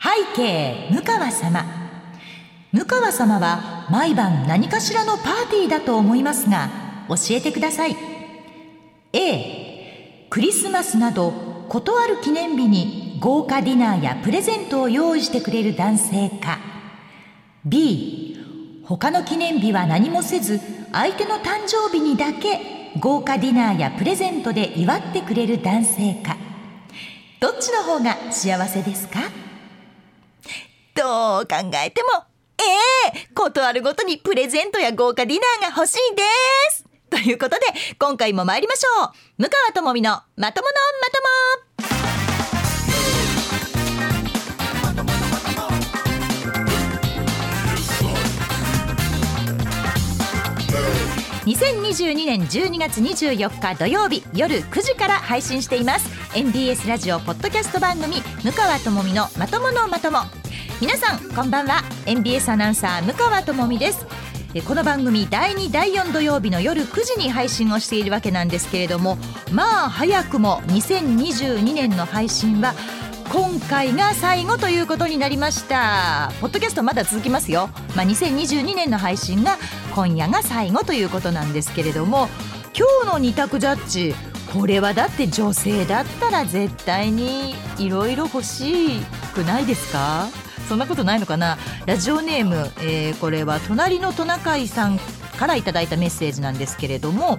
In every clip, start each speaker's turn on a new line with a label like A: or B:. A: 背景向川様向川様は毎晩何かしらのパーティーだと思いますが教えてください A クリスマスなどことある記念日に豪華ディナーやプレゼントを用意してくれる男性か B 他の記念日は何もせず相手の誕生日にだけ豪華ディナーやプレゼントで祝ってくれる男性かどっちの方が幸せですか
B: どう考えても、ええことあるごとにプレゼントや豪華ディナーが欲しいですということで、今回も参りましょう向川智美のまとものまとも2022年12月24日土曜日夜9時から配信しています NBS ラジオポッドキャスト番組向川智美のまとものまとも皆さんこんばんは NBS アナウンサー向川智美ですえこの番組第2第4土曜日の夜9時に配信をしているわけなんですけれどもまあ早くも2022年の配信は今回が最後ということになりましたポッドキャストまだ続きますよ、まあ、2022年の配信が今夜が最後ということなんですけれども今日の二択ジャッジこれはだって女性だったら絶対にいろいろ欲しくないですかそんなことないのかなラジオネーム、えーこれは隣のトナカイさんからいただいたメッセージなんですけれども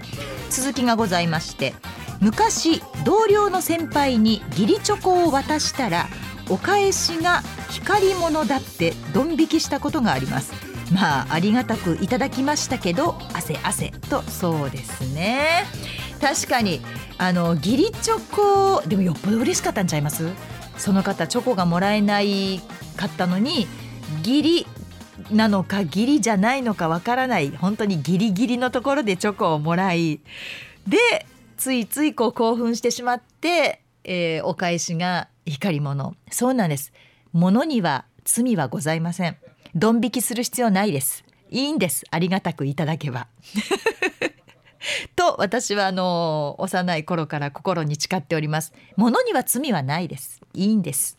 B: 続きがございまして昔同僚の先輩に義理チョコを渡したらお返しが光り物だってドン引きしたことがありますまあありがたくいただきましたけど汗汗とそうですね確かにあの義理チョコでもよっぽど嬉しかったんちゃいますその方チョコがもらえないかったのに義理なのか義理じゃないのかわからない本当にギリギリのところでチョコをもらいでついついこう興奮してしまって、えーお返しが光り物そうなんです物には罪はございませんドン引きする必要ないですいいんですありがたくいただけばと私はあの幼い頃から心に誓っております物には罪はないですいいんです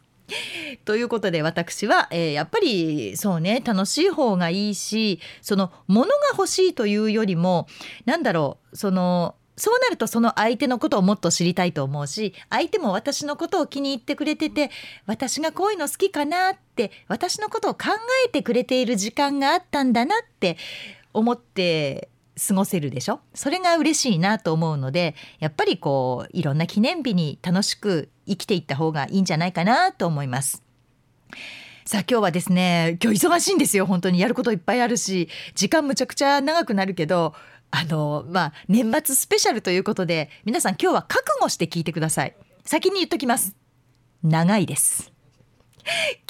B: ということで私は、えーやっぱりそうね楽しい方がいいしその物が欲しいというよりもなんだろうそのそうなるとその相手のことをもっと知りたいと思うし相手も私のことを気に入ってくれてて私がこういうの好きかなって私のことを考えてくれている時間があったんだなって思って過ごせるでしょそれが嬉しいなと思うのでやっぱりこういろんな記念日に楽しく生きていった方がいいんじゃないかなと思います。さあ今日はですね今日忙しいんですよ本当にやることいっぱいあるし時間むちゃくちゃ長くなるけどあのまあ年末スペシャルということで皆さん今日は覚悟して聞いてください先に言っときます長いです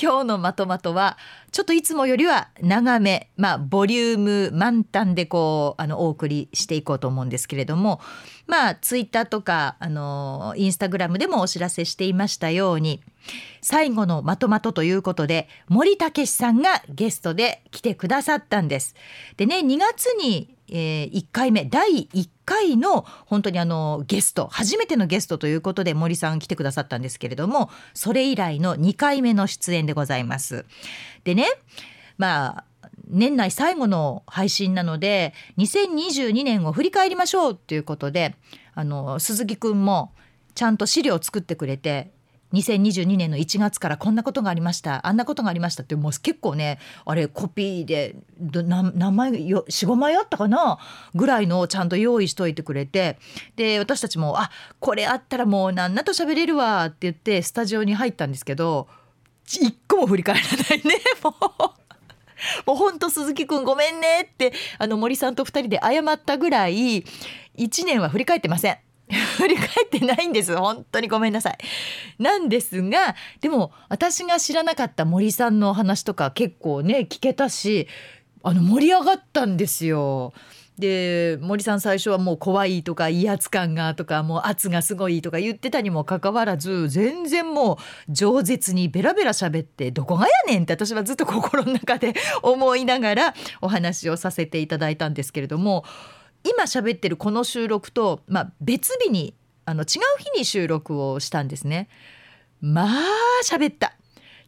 B: 今日のまとまとはちょっといつもよりは長めまあボリューム満タンでこうあのお送りしていこうと思うんですけれどもまあツイッターとかあのインスタグラムでもお知らせしていましたように最後のまとまとということで森武さんがゲストで来てくださったんです。でね2月に、え1回目第1回の本当にあのゲスト初めてのゲストということで森さん来てくださったんですけれどもそれ以来の2回目の出演でございます。でねまあ年内最後の配信なので2022年を振り返りましょうということであの鈴木くんもちゃんと資料を作ってくれて2022年の1月からこんなことがありましたあんなことがありましたってもう結構ねあれコピーでど何何枚よ45枚あったかなぐらいのをちゃんと用意しといてくれてで私たちも「あこれあったらもう何なと喋れるわ」って言ってスタジオに入ったんですけど一個も振り返らないね もう。 もうほんと鈴木くんごめんねってあの森さんと2人で謝ったぐらい1年は振り返ってません 振り返ってないんです本当にごめんなさいなんですがでも私が知らなかった森さんのお話とか結構ね聞けたしあの盛り上がったんですよ。で森さん最初はもう怖いとか威圧感がとかもう圧がすごいとか言ってたにもかかわらず全然もう饒舌にベラベラ喋ってどこがやねんって私はずっと心の中で思いながらお話をさせていただいたんですけれども今喋ってるこの収録と、まあ、別日にあの違う日に収録をしたんですね。まあ喋った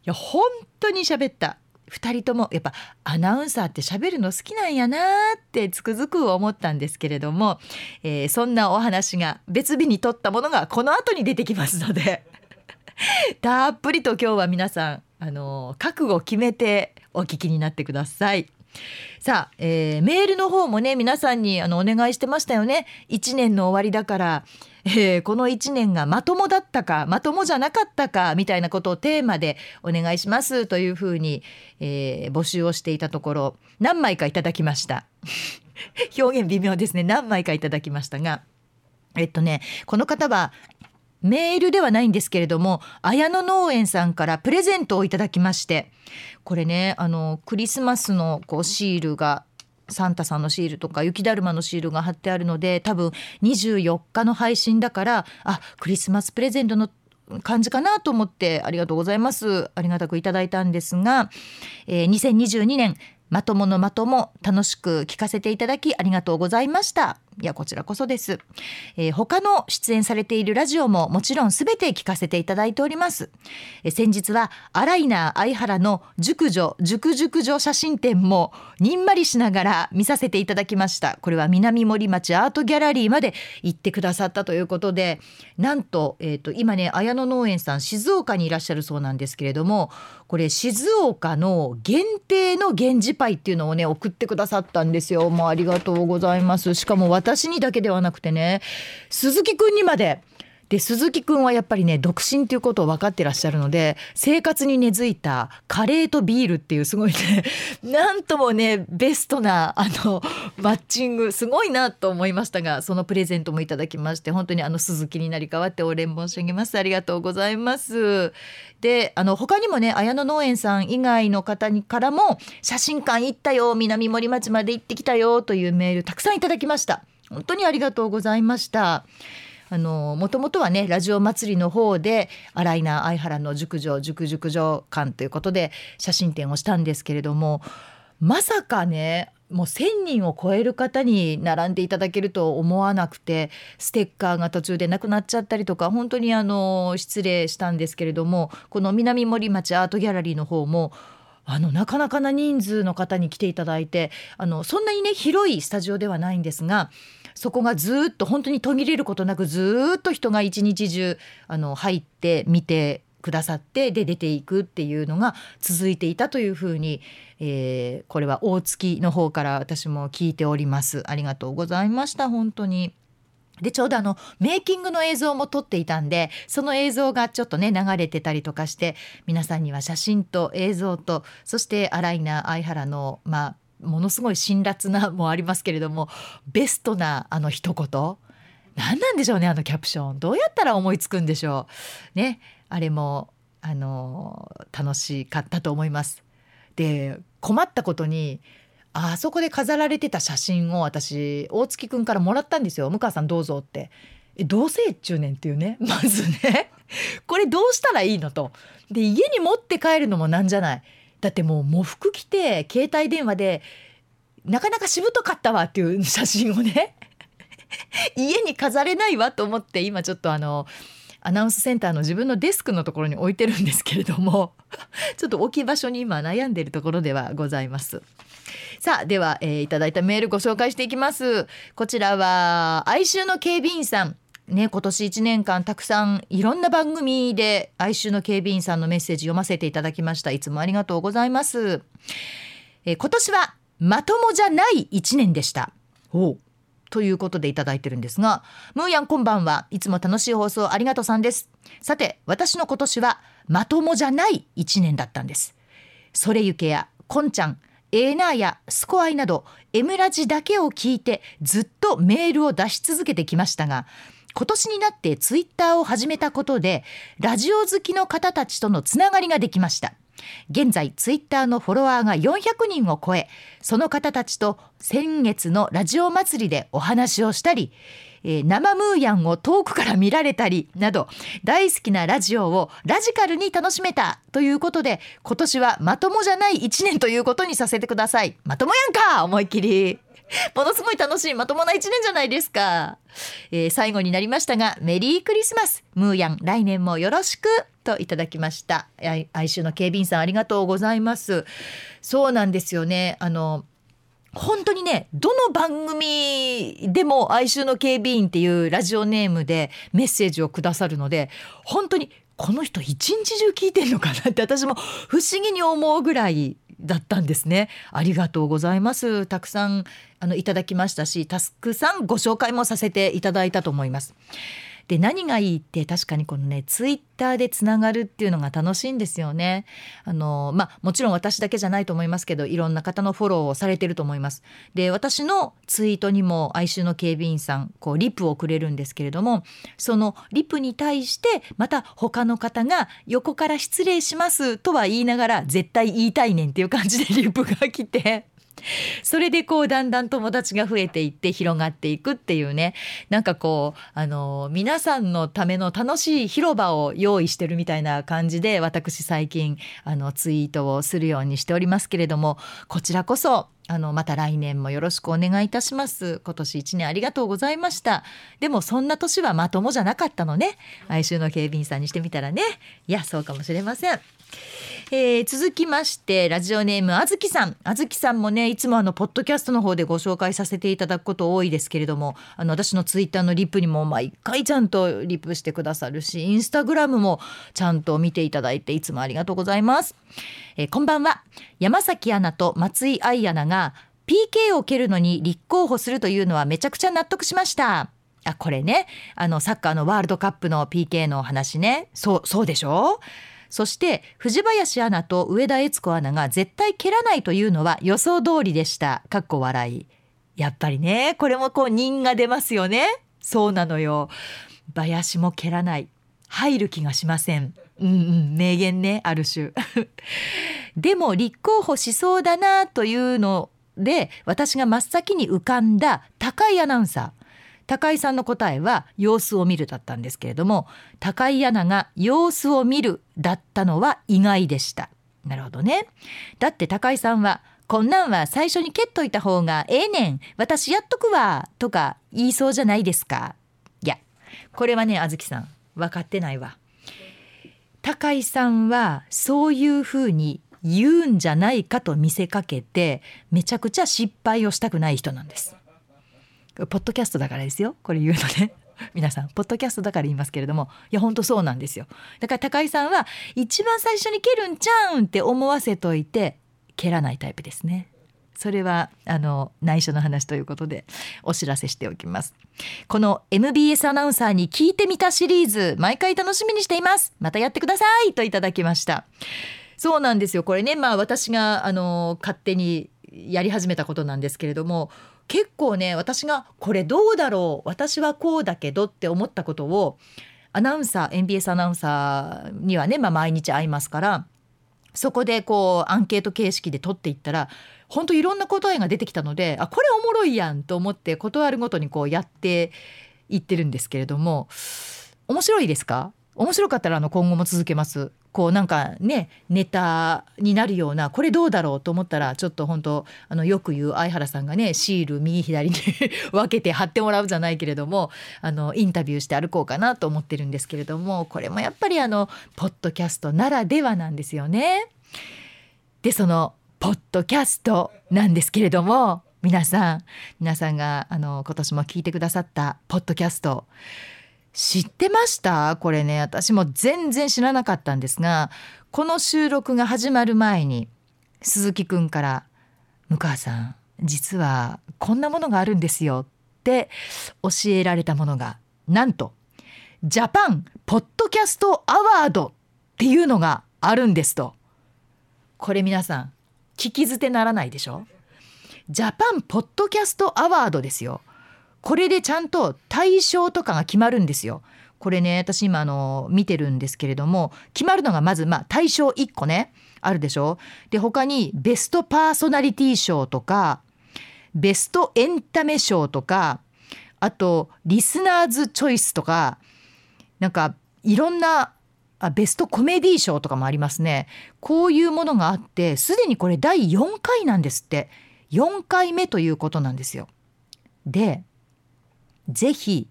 B: や本当に喋った2人ともやっぱアナウンサーって喋るの好きなんやなーってつくづく思ったんですけれども、えーそんなお話が別日に撮ったものがこの後に出てきますので たっぷりと今日は皆さんあのー覚悟を決めてお聞きになってください。さあ、えーメールの方もね皆さんにあのお願いしてましたよね1年の終わりだから、えーこの1年がまともだったかまともじゃなかったかみたいなことをテーマでお願いしますというふうに、えー募集をしていたところ何枚かいただきました 表現微妙ですね何枚かいただきましたがえっとねこの方はメールではないんですけれども綾野農園さんからプレゼントをいただきましてこれねあのクリスマスのこうシールがサンタさんのシールとか雪だるまのシールが貼ってあるので多分24日の配信だからあクリスマスプレゼントの感じかなと思ってありがとうございますありがたくいただいたんですが、えー2022年まとものまとも楽しく聞かせていただきありがとうございましたいやこちらこそです、えー他の出演されているラジオももちろんすべて聞かせていただいておりますえー先日はアライナー相原の熟女熟熟女写真展もにんまりしながら見させていただきましたこれは南森町アートギャラリーまで行ってくださったということでなんと,、えー、と今ね綾野農園さん静岡にいらっしゃるそうなんですけれどもこれ静岡の限定の源氏パイっていうのをね送ってくださったんですよもうありがとうございますしかも私にだけではなくてね鈴木くんにまでで鈴木くんはやっぱりね独身ということを分かってらっしゃるので生活に根付いたカレーとビールっていうすごいね なんともねベストなあのマッチングすごいなと思いましたがそのプレゼントもいただきまして本当にあの鈴木になり変わってお礼申し上げますありがとうございます。であの他にもね綾野農園さん以外の方にからも写真館行ったよ南森町まで行ってきたよというメールたくさんいただきました。本当にありがとうございました。あのもともとはねラジオ祭りの方で新井名相原の熟女熟熟女館ということで写真展をしたんですけれどもまさかねもう1,000人を超える方に並んでいただけると思わなくてステッカーが途中でなくなっちゃったりとか本当にあの失礼したんですけれどもこの南森町アートギャラリーの方もあのなかなかな人数の方に来ていただいてあのそんなにね広いスタジオではないんですがそこがずーっと本当に途切れることなくずーっと人が一日中あの入って見てくださってで出ていくっていうのが続いていたというふうに、えーこれは大月の方から私も聞いております。ありがとうございました本当にでちょうどあのメイキングの映像も撮っていたんでその映像がちょっとね流れてたりとかして皆さんには写真と映像とそしてアライナ相原のまあものすごい辛辣なもありますけれどもベストなあの一言何なんでしょうねあのキャプションどうやったら思いつくんでしょうねあれもあの楽しかったと思います。で困ったことにあそこで飾られてた写真を私大月くんからもらったんですよ「向川さんどうぞ」って。え同棲中年っていうね まずねこれどうしたらいいのと。で家に持って帰るのもなんじゃない。だってもう喪服着て携帯電話でなかなかしぶとかったわっていう写真をね 家に飾れないわと思って今ちょっとあのアナウンスセンターの自分のデスクのところに置いてるんですけれども ちょっと置き場所に今悩んでいるところではございます。さあでは、えーいただいたメールご紹介していきますこちらは哀愁の警備員さんね今年1年間たくさんいろんな番組で哀愁の警備員さんのメッセージ読ませていただきましたいつもありがとうございます、えー今年はまともじゃない1年でしたということでいただいてるんですがムーヤンこんばんはいつも楽しい放送ありがとうさんですさて私の今年はまともじゃない1年だったんですそれゆけやこんちゃんエーナーやスコアイなど M ラジだけを聞いてずっとメールを出し続けてきましたが今年になってツイッターを始めたことでラジオ好きの方たちとのつながりができました現在ツイッターのフォロワーが400人を超えその方たちと先月のラジオ祭りでお話をしたり、えー生ムーヤンを遠くから見られたりなど大好きなラジオをラジカルに楽しめたということで今年はまともじゃない1年ということにさせてくださいまともやんか思いっきりものすごい楽しいまともな一年じゃないですか、えー最後になりましたがメリークリスマスムーヤン来年もよろしくといただきましたあい哀愁の警備員さんありがとうございますそうなんですよねあの本当にねどの番組でも哀愁の警備員っていうラジオネームでメッセージをくださるので本当にこの人一日中聞いてるのかなって私も不思議に思うぐらいだったんですねありがとうございますたくさんあのいただきましたしたくさんご紹介もさせていただいたと思いますで何がいいって確かにこのねツイッターでつながるっていうのが楽しいんですよね。あのまあもちろん私だけじゃないと思いますけどいろんな方のフォローをされてると思います。で私のツイートにも哀愁の警備員さんこうリプをくれるんですけれどもそのリプに対してまた他の方が横から失礼しますとは言いながら絶対言いたいねんっていう感じでリプが来て。それでこうだんだん友達が増えていって広がっていくっていうねなんかこうあの皆さんのための楽しい広場を用意してるみたいな感じで私最近あのツイートをするようにしておりますけれどもこちらこそあのまた来年もよろしくお願いいたします今年一年ありがとうございましたでもそんな年はまともじゃなかったのね哀愁の警備員さんにしてみたらねいやそうかもしれませんえー続きましてラジオネームあずきさんあずきさんもねいつもあのポッドキャストの方でご紹介させていただくこと多いですけれどもあの私のツイッターのリプにも毎回ちゃんとリプしてくださるしインスタグラムもちゃんと見ていただいていつもありがとうございます、えーこんばんは山崎アナと松井愛アナが PK を蹴るのに立候補するというのはめちゃくちゃ納得しましたあこれねあのサッカーのワールドカップの PK の話ねそうそうでしょそして藤林アナと上田悦子アナが絶対蹴らないというのは予想通りでした。かっこ笑い。やっぱりね、これもこう人が出ますよね。そうなのよ。林も蹴らない。入る気がしません。うんうん、名言ね、ある種。でも立候補しそうだなというので、私が真っ先に浮かんだ高井アナウンサー。高井さんの答えは様子を見るだったんですけれども高井アナが様子を見るだったのは意外でしたなるほどねだって高井さんはこんなんは最初に蹴っといた方がええねん私やっとくわとか言いそうじゃないですかいやこれはねあずきさん分かってないわ高井さんはそういうふうに言うんじゃないかと見せかけてめちゃくちゃ失敗をしたくない人なんですポッドキャストだからですよこれ言うのね 皆さんポッドキャストだから言いますけれどもいや本当そうなんですよだから高井さんは一番最初に蹴るんちゃうんって思わせといて蹴らないタイプですねそれはあの内緒の話ということでお知らせしておきますこの MBS アナウンサーに聞いてみたシリーズ毎回楽しみにしていますまたやってくださいといただきましたそうなんですよこれねまあ私があの勝手にやり始めたことなんですけれども結構ね私がこれどうだろう私はこうだけどって思ったことをアナウンサー NBS アナウンサーにはね、まあ、毎日会いますからそこでこうアンケート形式で取っていったら本当いろんな答えが出てきたのであこれおもろいやんと思って断るごとにこうやっていってるんですけれども面白いですか面白かったらあの今後も続けます。こうなんかねネタになるようなこれどうだろうと思ったらちょっと本当あのよく言う相原さんがねシール右左に 分けて貼ってもらうじゃないけれどもあのインタビューして歩こうかなと思ってるんですけれどもこれもやっぱりあのポッドキャストならではなんですよね。でそのポッドキャストなんですけれども皆さん皆さんがあの今年も聞いてくださったポッドキャスト知ってましたこれね私も全然知らなかったんですがこの収録が始まる前に鈴木くんから「向川さん実はこんなものがあるんですよ」って教えられたものがなんと「ジャパンポッドキャストアワード」っていうのがあるんですと。これ皆さん聞き捨てならないでしょジャパンポッドキャストアワードですよ。これでちゃんと対象とかが決まるんですよ。これね私今あの見てるんですけれども決まるのがまずまあ対象1個ねあるでしょ。で他にベストパーソナリティ賞とかベストエンタメ賞とかあとリスナーズチョイスとかなんかいろんなあベストコメディ賞とかもありますねこういうものがあってすでにこれ第4回なんですって4回目ということなんですよ。でぜひ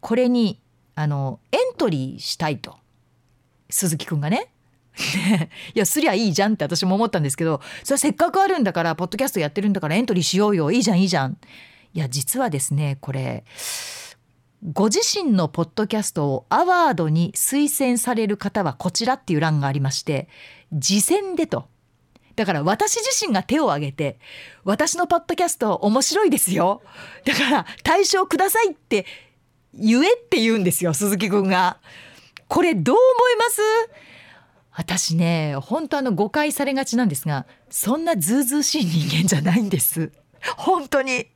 B: これにあのエントリーしたいと鈴木くんがね。 ねいやすりゃいいじゃんって私も思ったんですけどそれはせっかくあるんだからポッドキャストやってるんだからエントリーしようよいいじゃんいいじゃん。いや実はですねこれご自身のポッドキャストをアワードに推薦される方はこちらっていう欄がありまして次戦でと。だから私自身が手を挙げて私のポッドキャスト面白いですよだから対象くださいって言えって言うんですよ鈴木くんが。これどう思います私ね本当あの誤解されがちなんですがそんなずうずうしい人間じゃないんです本当に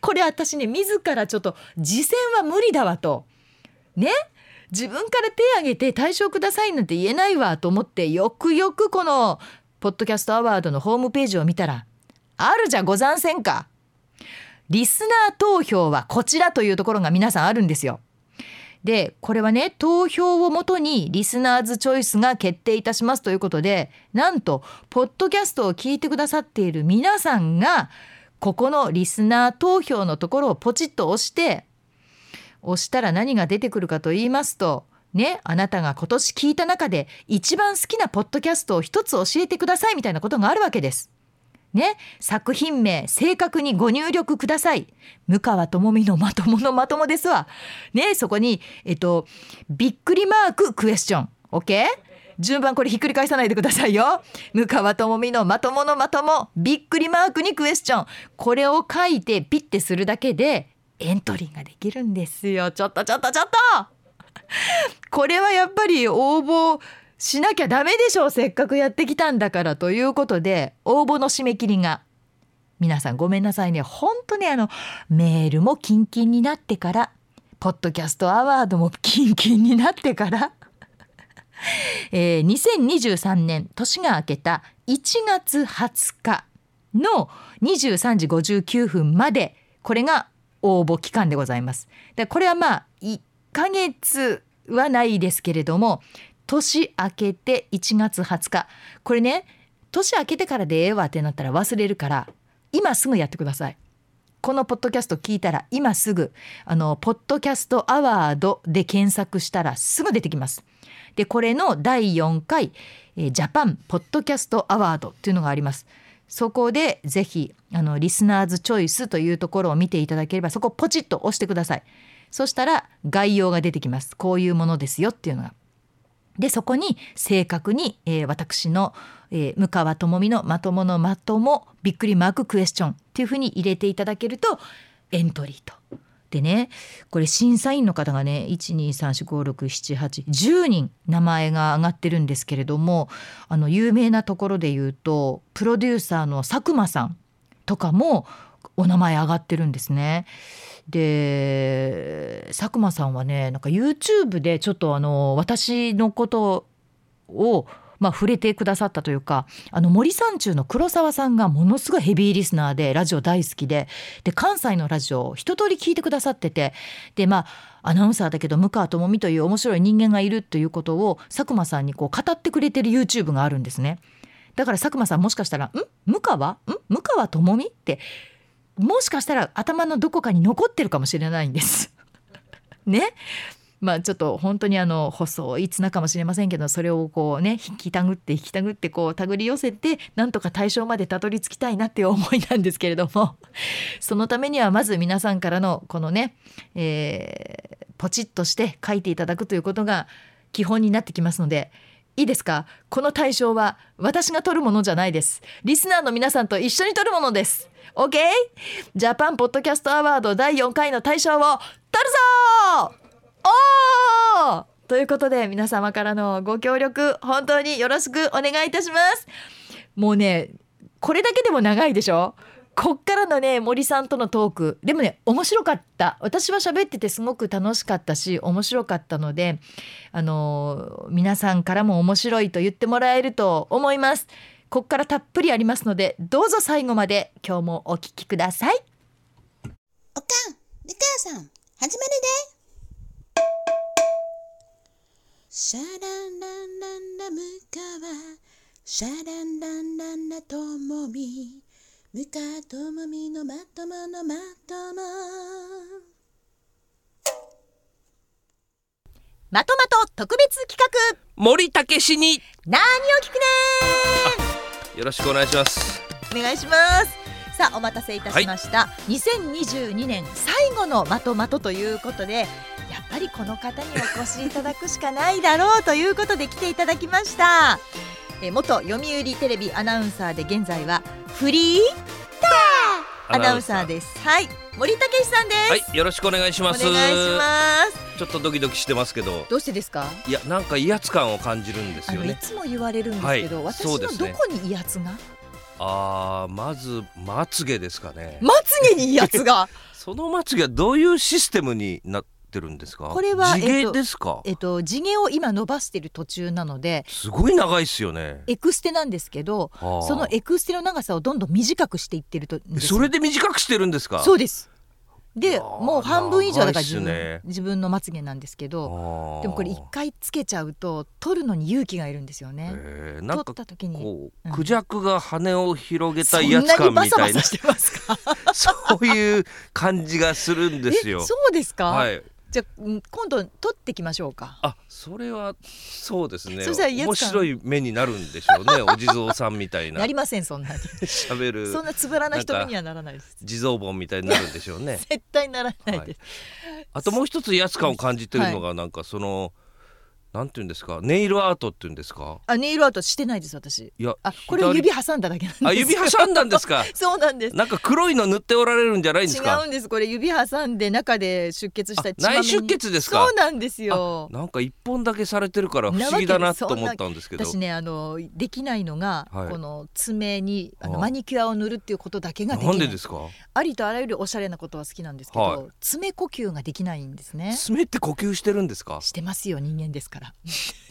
B: これ私ね自らちょっと次戦は無理だわとね自分から手挙げて対象くださいなんて言えないわと思ってよくよくこのポッドキャストアワードのホームページを見たらあるじゃござんせんかリスナー投票はこちらというところが皆さんあるんですよ。でこれはね投票をもとにリスナーズチョイスが決定いたしますということでなんとポッドキャストを聞いてくださっている皆さんがここのリスナー投票のところをポチッと押して押したら何が出てくるかと言いますとねあなたが今年聞いた中で一番好きなポッドキャストを一つ教えてくださいみたいなことがあるわけです。ね、作品名正確にご入力ください。向川智美のまとものまともですわ。ね、そこに、えっと、びっくりマーククエスチョン。OK? 順番これひっくり返さないでくださいよ。向川智美のまとものまとも、びっくりマークにクエスチョン。これを書いてピッてするだけでエントリーができるんですよ。ちょっとちょっとちょっとこれはやっぱり応募しなきゃダメでしょうせっかくやってきたんだからということで応募の締め切りが皆さんごめんなさいねほんとねあのメールもキンキンになってからポッドキャストアワードもキンキンになってから、 えー、2023年年が明けた1月20日の23時59分までこれが応募期間でございます。でこれはまあ1ヶ月はないですけれども年明けて1月20日これね年明けてからでええわってなったら忘れるから今すぐやってくださいこのポッドキャスト聞いたら今すぐあのポッドキャストアワードで検索したらすぐ出てきますでこれの第4回、えー、ジャパンポッドキャストアワードっていうのがありますそこでぜひあのリスナーズチョイスというところを見ていただければそこポチッと押してくださいそしたら概要が出てきますこういうものですよっていうのがでそこに正確に、えー、私の、えー、向川智美のまとものまともびっくりマーククエスチョンっていうふうに入れていただけるとエントリーと。でねこれ審査員の方がね12345678910人名前が上がってるんですけれどもあの有名なところで言うとプロデューサーの佐久間さんとかもお名前上がってるんですね。で佐久間さんはねなんか YouTube でちょっとあの私のことを、まあ、触れてくださったというかあの森三中の黒沢さんがものすごいヘビーリスナーでラジオ大好きでで関西のラジオを一通り聞いてくださっててでまあアナウンサーだけど向川智美という面白い人間がいるということを佐久間さんにこう語ってくれてる YouTube があるんですね。だから佐久間さんもしかしたら「ん向川ん向川智美?」ってもしかしたら頭のどこかに残ってるかもしれないんです ね。まあちょっと本当にあの細い綱かもしれませんけどそれをこうね引きたぐって引きたぐってこう手繰り寄せてなんとか対象までたどり着きたいなっていう思いなんですけれどもそのためにはまず皆さんからのこのね、えー、ポチッとして書いていただくということが基本になってきますのでいいですかこの対象は私が取るものじゃないです。リスナーの皆さんと一緒に取るものです。OK? ジャパンポッドキャストアワード第4回の大賞を取るぞおーということで皆様からのご協力本当によろしくお願いいたしますもうねこれだけでも長いでしょこっからのね森さんとのトークでもね面白かった私は喋っててすごく楽しかったし面白かったのであの皆さんからも面白いと言ってもらえると思いますここからたっぷりありますのでどうぞ最後まで今日もお聞きください
C: おかんみかやさん始めるでシャランランランラムカワシャランランランラともみ向かともみのまとものまとも
B: まとまと特別企画
D: 森武氏に
B: 何を聞くね
D: よろしくお願いします
B: お願いしますさあお待たせいたしました、2022年最後のまとまとということでやっぱりこの方にお越しいただくしかないだろうということで来ていただきましたえー元読売テレビアナウンサーで現在はフリーアナウンサーですはい森武さんです、
D: はいよろしくお願いし
B: お
D: ま
B: 願い
D: す
B: します
D: ちょっとドキドキしてますけど
B: どうしてですか
D: いやなんか威圧感を感じるんです
B: あ
D: よ
B: のい
D: ね
B: つも言われるんですけど、
D: はい
B: 私
D: そ
B: の
D: うです
B: ど
D: ね
B: こに威圧が、
D: あーまずまつげですかね
B: まつげに威圧 が
D: そのまつげはどういうシステムになってるんですか
B: これは
D: 地
B: えっ
D: 毛
B: と
D: ですか、
B: えっと地毛を今伸ばしてる途中なのです
D: ごい長いっすよね
B: エクステなんですけど
D: はあ
B: そのエクステの長さをどんどん短くしていってると
D: えそれで短くしてるんですか
B: そうです
D: い
B: で
D: やー
B: もう半分以上だから
D: 長いっ
B: 自
D: す
B: 分,、
D: ね
B: 自分のまつげなんですけ
D: あ
B: ど
D: ー
B: でもこれ一回つけちゃうと取るのに勇気がいるんですよね、
D: えー、な
B: 取
D: ん
B: っ
D: か
B: た時に
D: こ
B: う
D: うんクジャクが羽を広げ
B: そ
D: た
B: ん
D: 威
B: なに
D: 圧感
B: バ
D: み
B: サ
D: た
B: バ
D: い
B: サ
D: な
B: してますか
D: そういう感じがするんですよ
B: え。そうですか、
D: はい。
B: じゃあうん今度取ってきましょうか
D: あ、それはそうですね。
B: そしたら威圧感
D: 面白い目になるんでしょう ね。お地蔵さんみたいな
B: なりませんそんなに
D: 喋る
B: そんなつぶらな瞳にはならないです
D: 地蔵本みたいになるんでしょう ね。
B: 絶対ならないです、
D: あともう一つ威圧感を感じてるのがなんかその、なんていうんですか、ネイルアートっていうんですか。
B: あネイルアートしてないです私
D: いや、
B: あこれ
D: 左
B: 指挟んだだけなんです
D: あ指挟んだんですか。
B: そうなんです
D: なんか黒いの塗っておられるんじゃないんですか
B: 違。うんですこれ指挟んで中で出血した
D: あ
B: 血まみれに
D: 内出血ですか
B: そうなんですよ
D: なんか一本だけされてるから不思議だなと思ったんですけど。
B: 私ねあのできないのが、
D: はい
B: この爪にあの
D: あ
B: マニキュアを塗るっていうことだけができ
D: な
B: ない
D: んでですか。
B: ありとあらゆるおしゃれなことは好きなんですけど、
D: はい
B: 爪呼吸ができないんですね
D: 爪って呼吸してるんですか。
B: してますよ人間ですから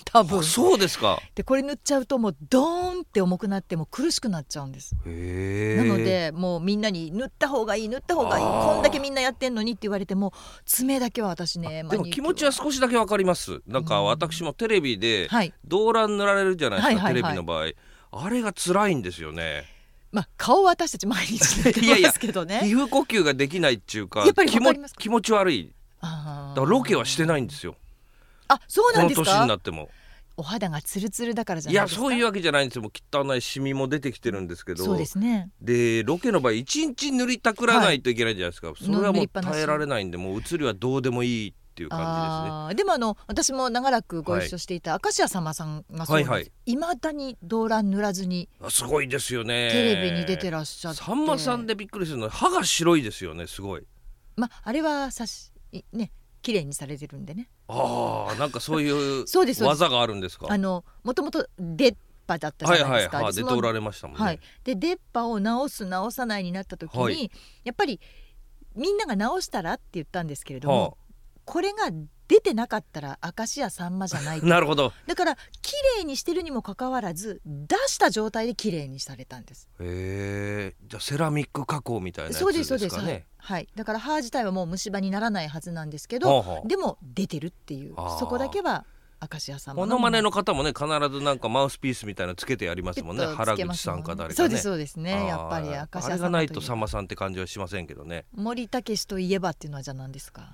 B: 多分
D: あそうですか。
B: でこれ塗っちゃうともうドーンって重くなってもう苦しくなっちゃうんです
D: へ
B: な
D: え。
B: のでもうみんなに塗った方がいい塗った方がいい
D: あー
B: こんだけみんなやってんのにって言われても爪だけは私ね
D: でも気持ちは少しだけわかります。なんか
B: うん
D: 私もテレビで
B: はい
D: 動乱塗られるじゃないですか、
B: はいはいはい
D: テレビの場合。あれが辛いんですよね。
B: まあ顔は私たち毎日塗っ
D: いや
B: て
D: い
B: ま
D: や
B: すけどね
D: 皮膚呼吸ができないっていうか、
B: やっぱり
D: 気
B: わ
D: も
B: かりますか
D: 気持ち悪い。
B: あ
D: だ
B: ー
D: からロケはしてないんですよ。
B: あそう
D: こ
B: なん
D: の
B: で
D: 年
B: す
D: に
B: か
D: なっても。
B: お肌がツルツルだからじゃ
D: い
B: ない
D: や
B: ですか
D: そういうわけじゃないんですよ。もう汚いシミも出てきてるんですけど。
B: そうですね
D: でロケの場合一日塗りたくらないといけないじゃないですか、それは
B: 塗
D: も
B: りっ
D: う
B: ぱなし
D: 耐えられないんでもう移りはどうでもいいっていう感じですね
B: あーでもあの私も長らくご一緒していた明石家さんまさんがそうなん
D: はい
B: です
D: はい
B: いまだに動乱塗らずに
D: あすごいですよね
B: テレビに出てらっしゃって
D: さんまさんでびっくりするのは歯が白いですよねすごい
B: まああれはさしいね綺麗にされてるんでね
D: ああなんかそうい う
B: そうですそうです
D: 技があるんですか
B: あのもともと出っ歯だったじ
D: はい
B: ゃないで
D: はい
B: すか、
D: はい
B: で
D: 出
B: そ
D: てお
B: の
D: られましたもんね、
B: はい、で出っ歯を直す直さないになった時に、
D: はい
B: やっぱりみんなが直したらって言ったんですけれども、
D: は
B: これが出てなかったら明石家さんまじゃない
D: あなるほど
B: だから綺麗にしてるにもかかわらず出した状態で綺麗にされたんです
D: へえじゃあセラミック加工みたいなやつ
B: そうで
D: です
B: そうです
D: すかね
B: はい、はい、だから歯自体はもう虫歯にならないはずなんですけ
D: は
B: ど
D: あはあ
B: でも出てるっていう
D: あー
B: そこだけは明石家さんま
D: モノマネの方もね必ずなんかマウスピースみたいなのつけてやりますもんね原口さんか誰かね
B: そうですそうですねやっぱり明
D: あ
B: 石家
D: ーあれ
B: さ
D: が
B: ん
D: な
B: ま
D: いとさ
B: と
D: んまさんって感じはしませんけどね
B: 森武といえばっていうのはじゃあ何ですか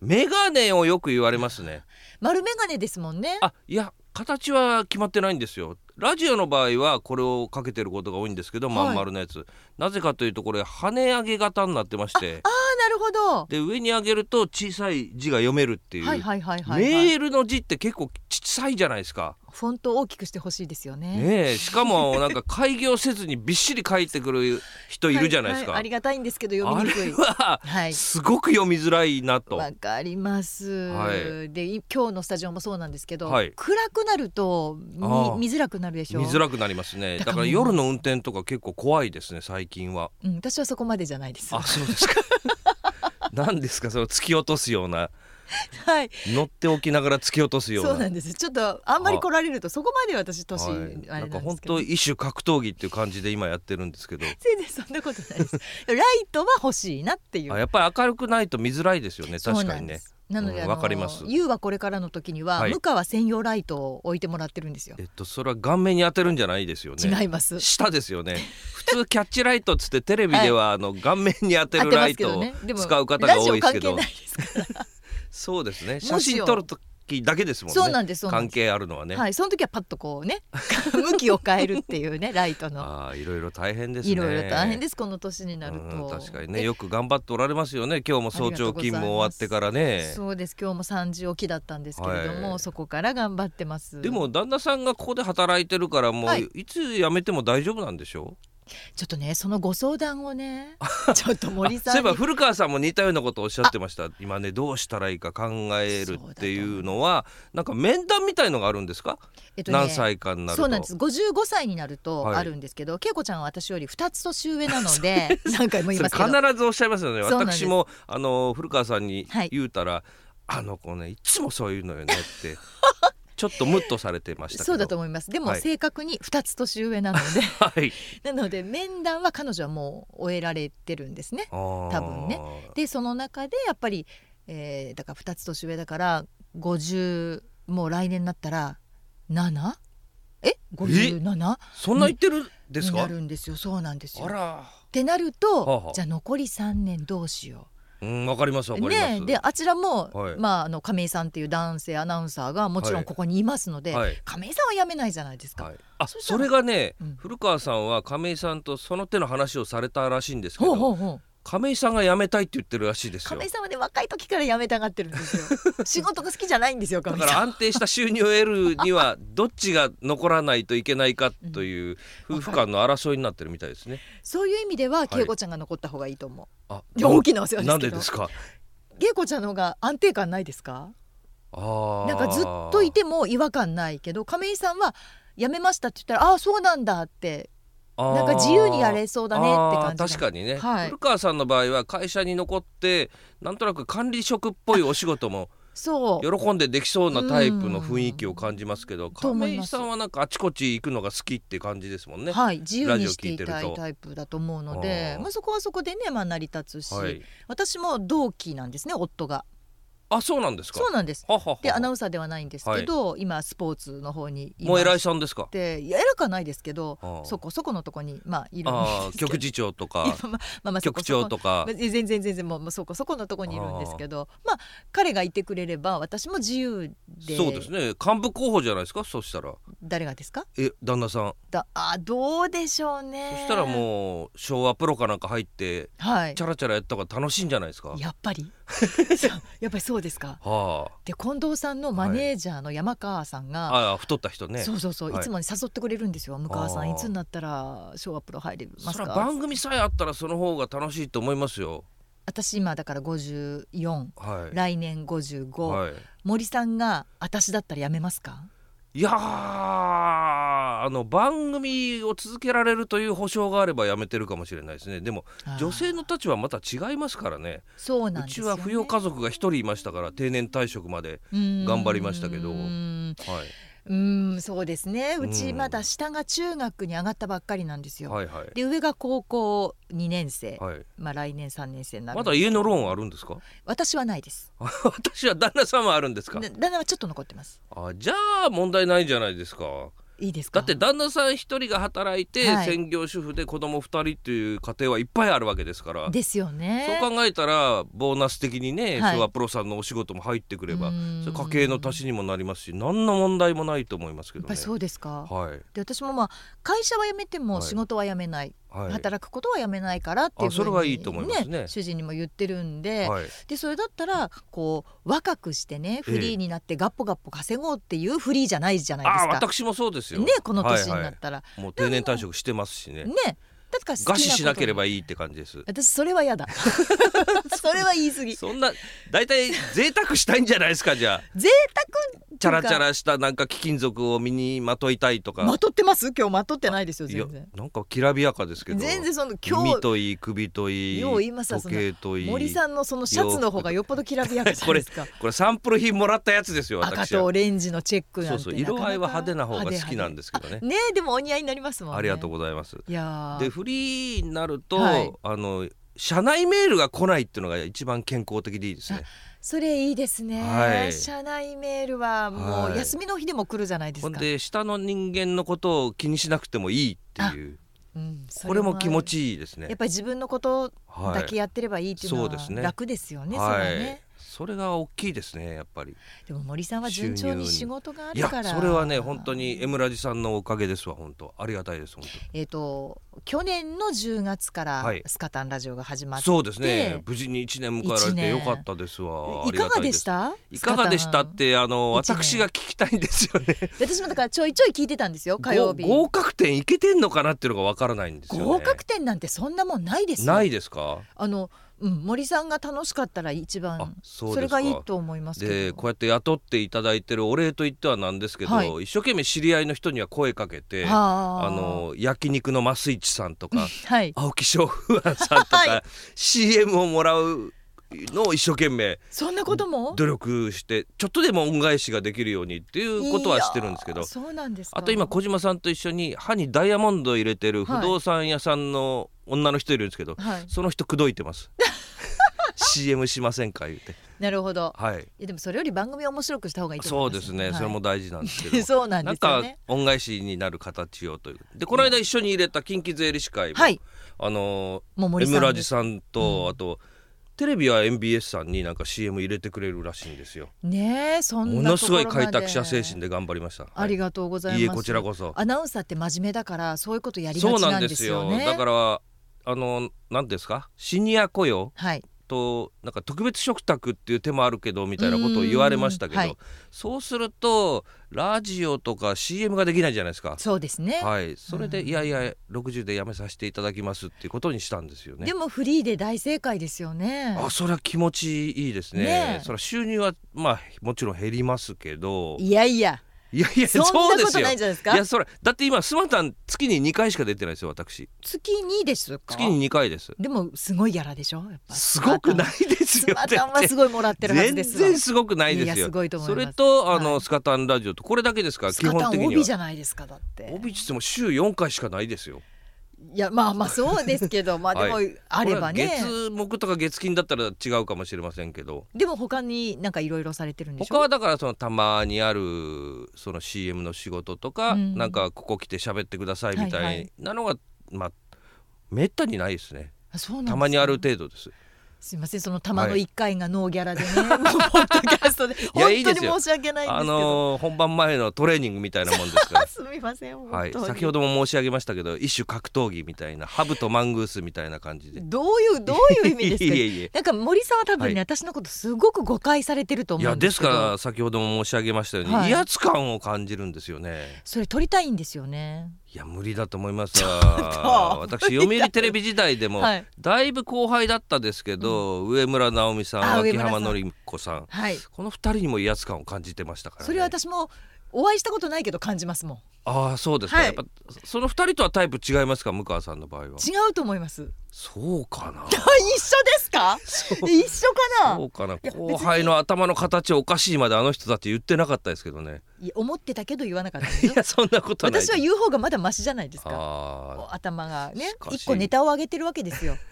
D: メガネをよく言われますね
B: 丸眼鏡ですもんね
D: あいや形は決まってないんですよラジオの場合はこれをかけてることが多いんですけど、まん丸のやつなぜかというとこれ跳ね上げ型になってまして
B: なるほど。
D: で上に上げると小さい字が読めるっていう、
B: はいはいはいはい、はい。
D: メールの字って結構小さいじゃないですか、
B: フォントを大きくしてほしいですよね。
D: ねえ、しかもなんか開業せずにびっしり書いてくる人いるじゃないですか、
B: ははありがたいんですけど読みにくい。
D: あれ
B: は。
D: はいすごく読みづらいなと、
B: わかります。
D: は
B: でい今日のスタジオもそうなんですけど、
D: はい
B: 暗くなると見
D: あー
B: 見づらくなるでしょ
D: 見づらくなります
B: だ
D: ねだ
B: から
D: から夜の運転とか結構怖いですね最近は
B: うん、私はそこまでじゃないです。
D: あ
B: は。
D: そうですか 何ですかその突き落とすようない乗っておきながら突き落とすような
B: そうなんです。ちょっとあんまり来られるとそこまで私年、
D: はい
B: あ
D: な
B: れ
D: ん
B: な
D: か
B: んで
D: 本
B: すけど
D: 当。一種格闘技っていう感じで今やってるんですけど
B: 全然そんなことないです。ライトは欲しいなっていう
D: あ。やっぱり明るくないと見づらいですよね
B: そう
D: 確
B: な
D: か
B: ん
D: に
B: で
D: ね
B: すなので、
D: うん
B: あの
D: わかります
B: 優はこれからの時には、
D: はい
B: 向川専用ライトを置いてもらってるんですよ、
D: えっとそれは顔面に当てるんじゃないですよね
B: 違います
D: 下ですよね普通キャッチライトっつってテレビでは、あの顔面に当て
B: 当
D: る
B: てま
D: ラ
B: す
D: イ
B: け
D: ト
B: ど
D: を
B: ねでも
D: 使う方が多いですけ
B: ラジオ関係
D: ど
B: ないですから
D: そうですね
B: し
D: 写
B: よ
D: 真撮る時だけですもんね
B: そうなんですそうなん
D: 関
B: です
D: 係あるのはね、
B: はいその時はパッとこうね 向きを変えるっていうねライトの
D: ああいろいろ大変ですね
B: いろいろ大変ですすこの年になると
D: 確かにねよく頑張っておられますよね今日も早朝勤務終わってからね
B: そうです今日も3時起きだったんですけれども、
D: はい
B: そこから頑張ってます
D: でも旦那さんがここで働いてるからもう、
B: はい
D: い、つ辞めても大丈夫なんでしょ
B: ちょっとねそのご相談を ねちょっと
D: うあ
B: 森
D: そう
B: さ
D: いえ
B: んに
D: ば古川さんも似たようなことをおっしゃってました今ねどうしたらいいか考えるっていうのはなんか面談みたいのがあるんですか、
B: えっとね
D: 何歳かになると
B: そうなんです55歳になると
D: はい
B: あるんですけど、恵子ちゃんは私より2つ年上な ので何回も言い
D: そ
B: ま
D: れ
B: すけど
D: 必ずおっしゃいますよね
B: そうなんです
D: 私もあの古川さんに
B: はい
D: 言うたら、あの子ねいつもそういうのよねって ちょっとムッとされてましたけど
B: そうだと思いますでも、
D: はい
B: 正確に2つ年上なので
D: はい
B: なので面談は彼女はもう終えられてるんですね
D: 多
B: 多分ねでその中でやっぱり、えーだから2つ年上だから50もう来年になったら 7? え 57?
D: そんな言ってるんです
B: に
D: か
B: なるんですよそうなんですよ
D: あ
B: っ
D: ら
B: てなると、
D: はあはあ
B: じゃあ残り3年どうしよう
D: うんわかりますわかりま
B: ね、
D: す、
B: であちらも、
D: はい
B: まあ、あの亀井さんっていう男性アナウンサーがもちろん
D: はい
B: ここにいますので、
D: はい
B: 亀井さんは辞めないじゃないですか。
D: はい、あ
B: そ
D: そ
B: したら
D: れがね、
B: うん
D: 古川さんは亀井さんとその手の話をされたらしいんですけど
B: ほうほうほう
D: 亀井さんが辞めたいって言ってるらしいですよ
B: 亀井さんはね若い時から辞めたがってるんですよ仕事が好きじゃないんですよ
D: だ
B: 亀井
D: から
B: さん。
D: 安定した収入を得るにはどっちが残らないといけないかという夫婦間の争いになってるみたいですね。
B: そういう意味では
D: はい
B: 恵子ちゃんが残った方がいいと思
D: あ
B: う。いや大きなお世話で
D: な
B: す
D: ん
B: け
D: で
B: ど
D: ですか。
B: 恵子ちゃんの方が安定感ないですか
D: ああ。
B: なんかずっといても違和感ないけど亀井さんは辞めましたって言ったらああそうなんだって
D: あー、
B: なんか自由にやれそうだねって感じが
D: あー確かにね、
B: はい
D: 古川さんの場合は会社に残ってなんとなく管理職っぽいお仕事も
B: そう
D: 喜んでできそうなタイプの雰囲気を感じますけど
B: と思い
D: 亀
B: ま
D: 井
B: す
D: さんはなんかあちこち行くのが好きって感じですもんね。
B: はい、自由
D: ラ
B: に
D: ジオ
B: して
D: 聞
B: い
D: いてると
B: たいタイプだと思うので
D: あ、ー
B: まあ、そこはそこでね、まあ、成り立つし、
D: はい、
B: 私も同期なんですね夫が
D: あそうなんですか。
B: そうなんです
D: ははは
B: でアナウンサーではないんですけど、今スポーツの方にい
D: もう偉い
B: し
D: さんですか。
B: ていや偉くはないですけど
D: あー
B: そこそこのとこにまあいる
D: あ
B: ん
D: あ
B: ですけど
D: 局次長
B: 今
D: とか
B: まあまあそこ
D: 局
B: そこ
D: 長とか
B: まあ全然全然もうもうそこそこのとこにいるんですけどまあ彼がいてくれれば私も自由で
D: そうですね幹部候補じゃないですかそしたら
B: 誰がですか
D: え旦那さん、
B: だあどうでしょうね
D: そしたらもう昭和プロかなんか入って
B: はい
D: チャラチャラやった方が楽しいんじゃないですか
B: やっぱり そうやっぱりそうですか
D: は
B: で近藤さんのマネージャーの山川さん
D: あ、
B: が、
D: ああ太った人ね
B: そうそうそう、
D: はい
B: い、つもね誘ってくれるんですよ向川さ
D: あ
B: ん
D: ー
B: いつになったら昭和プロ入れま
D: そ
B: す
D: ら
B: か
D: 番組さえあったらその方が楽しいと思いますよ
B: 私今だから54
D: はい
B: 来年55、
D: はい
B: 森さんが私だったらやめますか
D: いやーあの番組を続けられるという保証があればやめてるかもしれないですねでも
B: あー
D: 女性の立場はまた違いますからね
B: そうなん
D: う
B: です
D: ち
B: よ、ね、
D: は扶養家族が一人いましたから定年退職まで頑張りましたけど
B: うーん
D: は
B: うーんそうですねうち
D: うん
B: まだ下が中学に上がったばっかりなんです
D: い
B: よ、
D: はいはい
B: で上が高校2年生、
D: はい
B: まあ来年3年生になる
D: まだ家のローンあるんですか
B: 私はないです
D: 私は旦那さんはあるんですか
B: だ旦那はちょっと残ってます
D: あじゃあ問題ないじゃないですか
B: いいですか
D: だって旦那さん一人が働いて、
B: はい
D: 専業主婦で子供二人っていう家庭はいっぱいあるわけですから
B: ですよね
D: そう考えたらボーナス的にね、
B: はい
D: 昭和プロさんのお仕事も入ってくれば
B: うーん
D: それ家計の足しにもなりますし何の問題もないと思いますけ
B: やっ
D: ど
B: ぱ
D: ね
B: りそうですか、
D: はい
B: で私もまあ会社は辞めて
D: は
B: も
D: い
B: 仕事は辞めない、
D: はい
B: 働くことは辞めないからっていうふう
D: あ
B: に
D: それはいいと思いますね
B: 主人にも言ってるんで、
D: はい
B: でそれだったらこう若くしてねフリーになってガッポガッポ稼ごうっていうフリーじゃないじゃないで
D: あ
B: すか、
D: 私もそうですよ
B: ねこの年に
D: は
B: ないっ、たら、
D: はいもう定年退職してますしね
B: ねだから好きなこと
D: 餓死しなければいいって感じです
B: 私それは 嫌だそれは言い過ぎ
D: そんな大体贅沢したいんじゃないですか じゃあ
B: 贅
D: チャラチャラしたなんか貴金属を身にまといたいと
B: 沢ま
D: か。
B: とってます今日まとってないですよ
D: いや
B: 全然
D: なんかきらびやかですけど
B: 全然その今日
D: 耳といい首といい
B: よう言いますわ
D: 時計といい
B: 森さんのそのシャツの方がよっぽどきらびやかじゃな
D: こ
B: いで
D: れ
B: すか
D: これサンプル品もらったやつですよ
B: 赤
D: 私
B: と
D: は
B: オレンジのチェックなんて
D: そうそう色合いは派手な方が好きなんですすけどね
B: ねえでもお似合いになりますもんね
D: ありがとう
B: う
D: ございます
B: いや
D: で
B: ー
D: フリーになると、
B: はい
D: あの社内メールが来ないっていうのが一番健康的でいいですね
B: それいいですね、
D: はい
B: 社内メールはも
D: は
B: う
D: い
B: 休みの日でも来るじゃないです
D: ほん
B: か、
D: で下の人間のことを気にしなくてもいいっていう
B: うんそ
D: これも
B: ある
D: 気持ちいいですね
B: やっぱり自分のこと
D: はい
B: だけやってればいいっていうの
D: そうです
B: は
D: ね
B: 楽ですよね,、それは
D: は
B: ね
D: いそれが大きいですねやっぱり
B: でも森さんは順調に仕事があ
D: い
B: る
D: や
B: から
D: それはね本当に M ラジさんのおかげですわ本当ありがたいです本
B: えっ、と去年の10月から
D: はい
B: スカタンラジオが始ま
D: 当
B: って、
D: そうですね無事に一年迎えられ
B: 一
D: て
B: 年
D: よかったですわあ
B: い
D: り
B: か
D: が
B: が
D: たい
B: で
D: で
B: し
D: す
B: た
D: いかがでしたっ
B: スカ
D: てあの
B: 一年
D: 私が聞きたいんですよね
B: タン私もだからちょいちょい聞いてたんですよ火曜日
D: ご合格点いけてんのかなっていうのがわからないんですよね
B: 合格点なんてそんなもんないですよ
D: ないですか
B: あの、うん、森さんが楽しかったら一
D: あ
B: 番
D: そう
B: そ
D: ですか
B: れがいいと思いますけ
D: で
B: ど
D: こうやって雇っていただいてるお礼と言ってはなんですけど、
B: はい
D: 一生懸命知り合いの人には声かけてあ
B: あー
D: の焼肉の増市さんとか
B: はい
D: 青木翔不安さんとか、
B: は
D: CM をもらうのを一生懸命
B: そんなことも
D: 努力してちょっとでも恩返しができるようにっていうことはしてるんですけ
B: い
D: ど
B: やーそうなんですか
D: あと今小島さんと一緒に歯にダイヤモンドを入れてる不動産屋さんの女の人いるんで すけど、
B: はい
D: その人口説いて ます CM しませんか言って
B: なるほど
D: はい
B: いやでもそれより番組を面白くした方がいいと
D: そ
B: 思
D: う
B: いま
D: ですすね、
B: はい
D: それも大事なんですけ ど
B: そうなん
D: な
B: で
D: ん
B: すよ
D: か
B: ね
D: 恩返しになる形をというでこの間一緒に入れた近畿税理士会も、
B: はい
D: あの
B: もう
D: ー、
B: 森
D: M
B: さ
D: ラ
B: んで
D: ジ
B: す
D: さんと、あとテレビは MBS さんになんか CM 入れてくれるらしいんですよ
B: ねえそんな
D: ものすごい
B: ところま
D: 開
B: で
D: 拓者精神で頑張りました、
B: あり
D: が
B: がとうござい
D: と
B: ます
D: いえこちらこそ
B: アナウンサーって真面目だからそういうことやりが
D: そう
B: ち
D: な
B: なんん
D: で
B: ですす
D: よ
B: よね
D: だからあの何ですかシニア雇用
B: はい
D: となんか特別食卓っていう手もあるけどみたいなことを言われましたけど、
B: うんはい
D: そうするとラジオとか CM ができないじゃないですか。
B: そうですね、
D: はい、それで、
B: うん
D: いやいや60で辞めさせていただきますっていうことにしたんですよね
B: で。もフリーで大正解ですよね
D: あそれは気持ちいいですね。
B: ねえ
D: それは収入はまあもちろん減りますけど
B: いやいや
D: いやいや
B: そんな
D: そうで
B: こ
D: す
B: と
D: よ。
B: ないん
D: い
B: じゃないですか
D: やそれだって今スマタン月に2回しか出てないですよ私
B: 月にですか
D: 月に2回です
B: でもすごいやらでしょやっぱ
D: すごくないです
B: ス
D: よ
B: マタンはすごいもらってるはず
D: 全
B: ですわ
D: 然すごくないですよ
B: いやいやすごいと思います
D: それとあの、
B: はい
D: スカタンラジオとこれだけですから
B: ス
D: 基
B: カタ
D: 本
B: ン
D: 的に
B: 帯じ
D: は
B: ゃないですかだって
D: 帯っつっても週4回しかないですよ
B: いやまあまあそうですけどまあでも
D: は
B: あればね、
D: こは月木とか月金だったら違うかもしれませんけど
B: でも他になんかいろいろされてるんでしょ
D: 他はだからそのたまにあるその CM の仕事とか、
B: うん
D: なんかここ来て喋ってくださいみ
B: は
D: た
B: いはいい
D: なのが、まあめったにないですね
B: あそうなんですか
D: たまにある程度です
B: すいませんその玉の
D: はい
B: 一回がノーギャラでね、もうポッドキャストで
D: や
B: 本
D: いい
B: 当
D: で
B: に
D: すよ
B: 申し訳ないんですけど、
D: あのー本番前のトレーニングみたいなもんですから
B: すみません 本当に、
D: はい、先ほども申し上げましたけど一種格闘技みたいなハブとマングースみたいな感じで
B: どういうどういう意味ですか
D: いえいえ
B: なんか森さんは多分ね、
D: はい
B: 私のことすごく誤解されてると
D: い
B: 思う
D: や
B: ん
D: で
B: です
D: す
B: け
D: か
B: ど
D: ら先ほども申し上げましたように、
B: はい
D: 威圧感を感じるんですよね
B: それ取りたいんですよね
D: いや無理だと思います
B: ょ
D: わ
B: っと
D: 私読売テレビ時代でも、
B: はい
D: だいぶ後輩だったですけど、上村直美さん
B: あ上
D: 秋
B: 村さん
D: 浜紀子さん
B: はい
D: この二人にも威圧感を感じてましたから、ね、
B: それは私もお会いしたことないけど感じますもん
D: ああそうですか、
B: はい
D: やっぱその二人とはタイプ違いますか向川さんの場合は
B: 違うと思います
D: そうかな
B: 一緒ですか一緒か
D: そ
B: な
D: うかな
B: や別に
D: 後輩の頭の形おかしいまであの人たち言ってなかったですけどね
B: いや思ってたけど言わなかったんです
D: い
B: よ
D: やそんなことない
B: 私は言う方がまだマシじゃないですか
D: あ
B: 頭がね
D: しかし
B: 一個ネタを上げてるわけです よ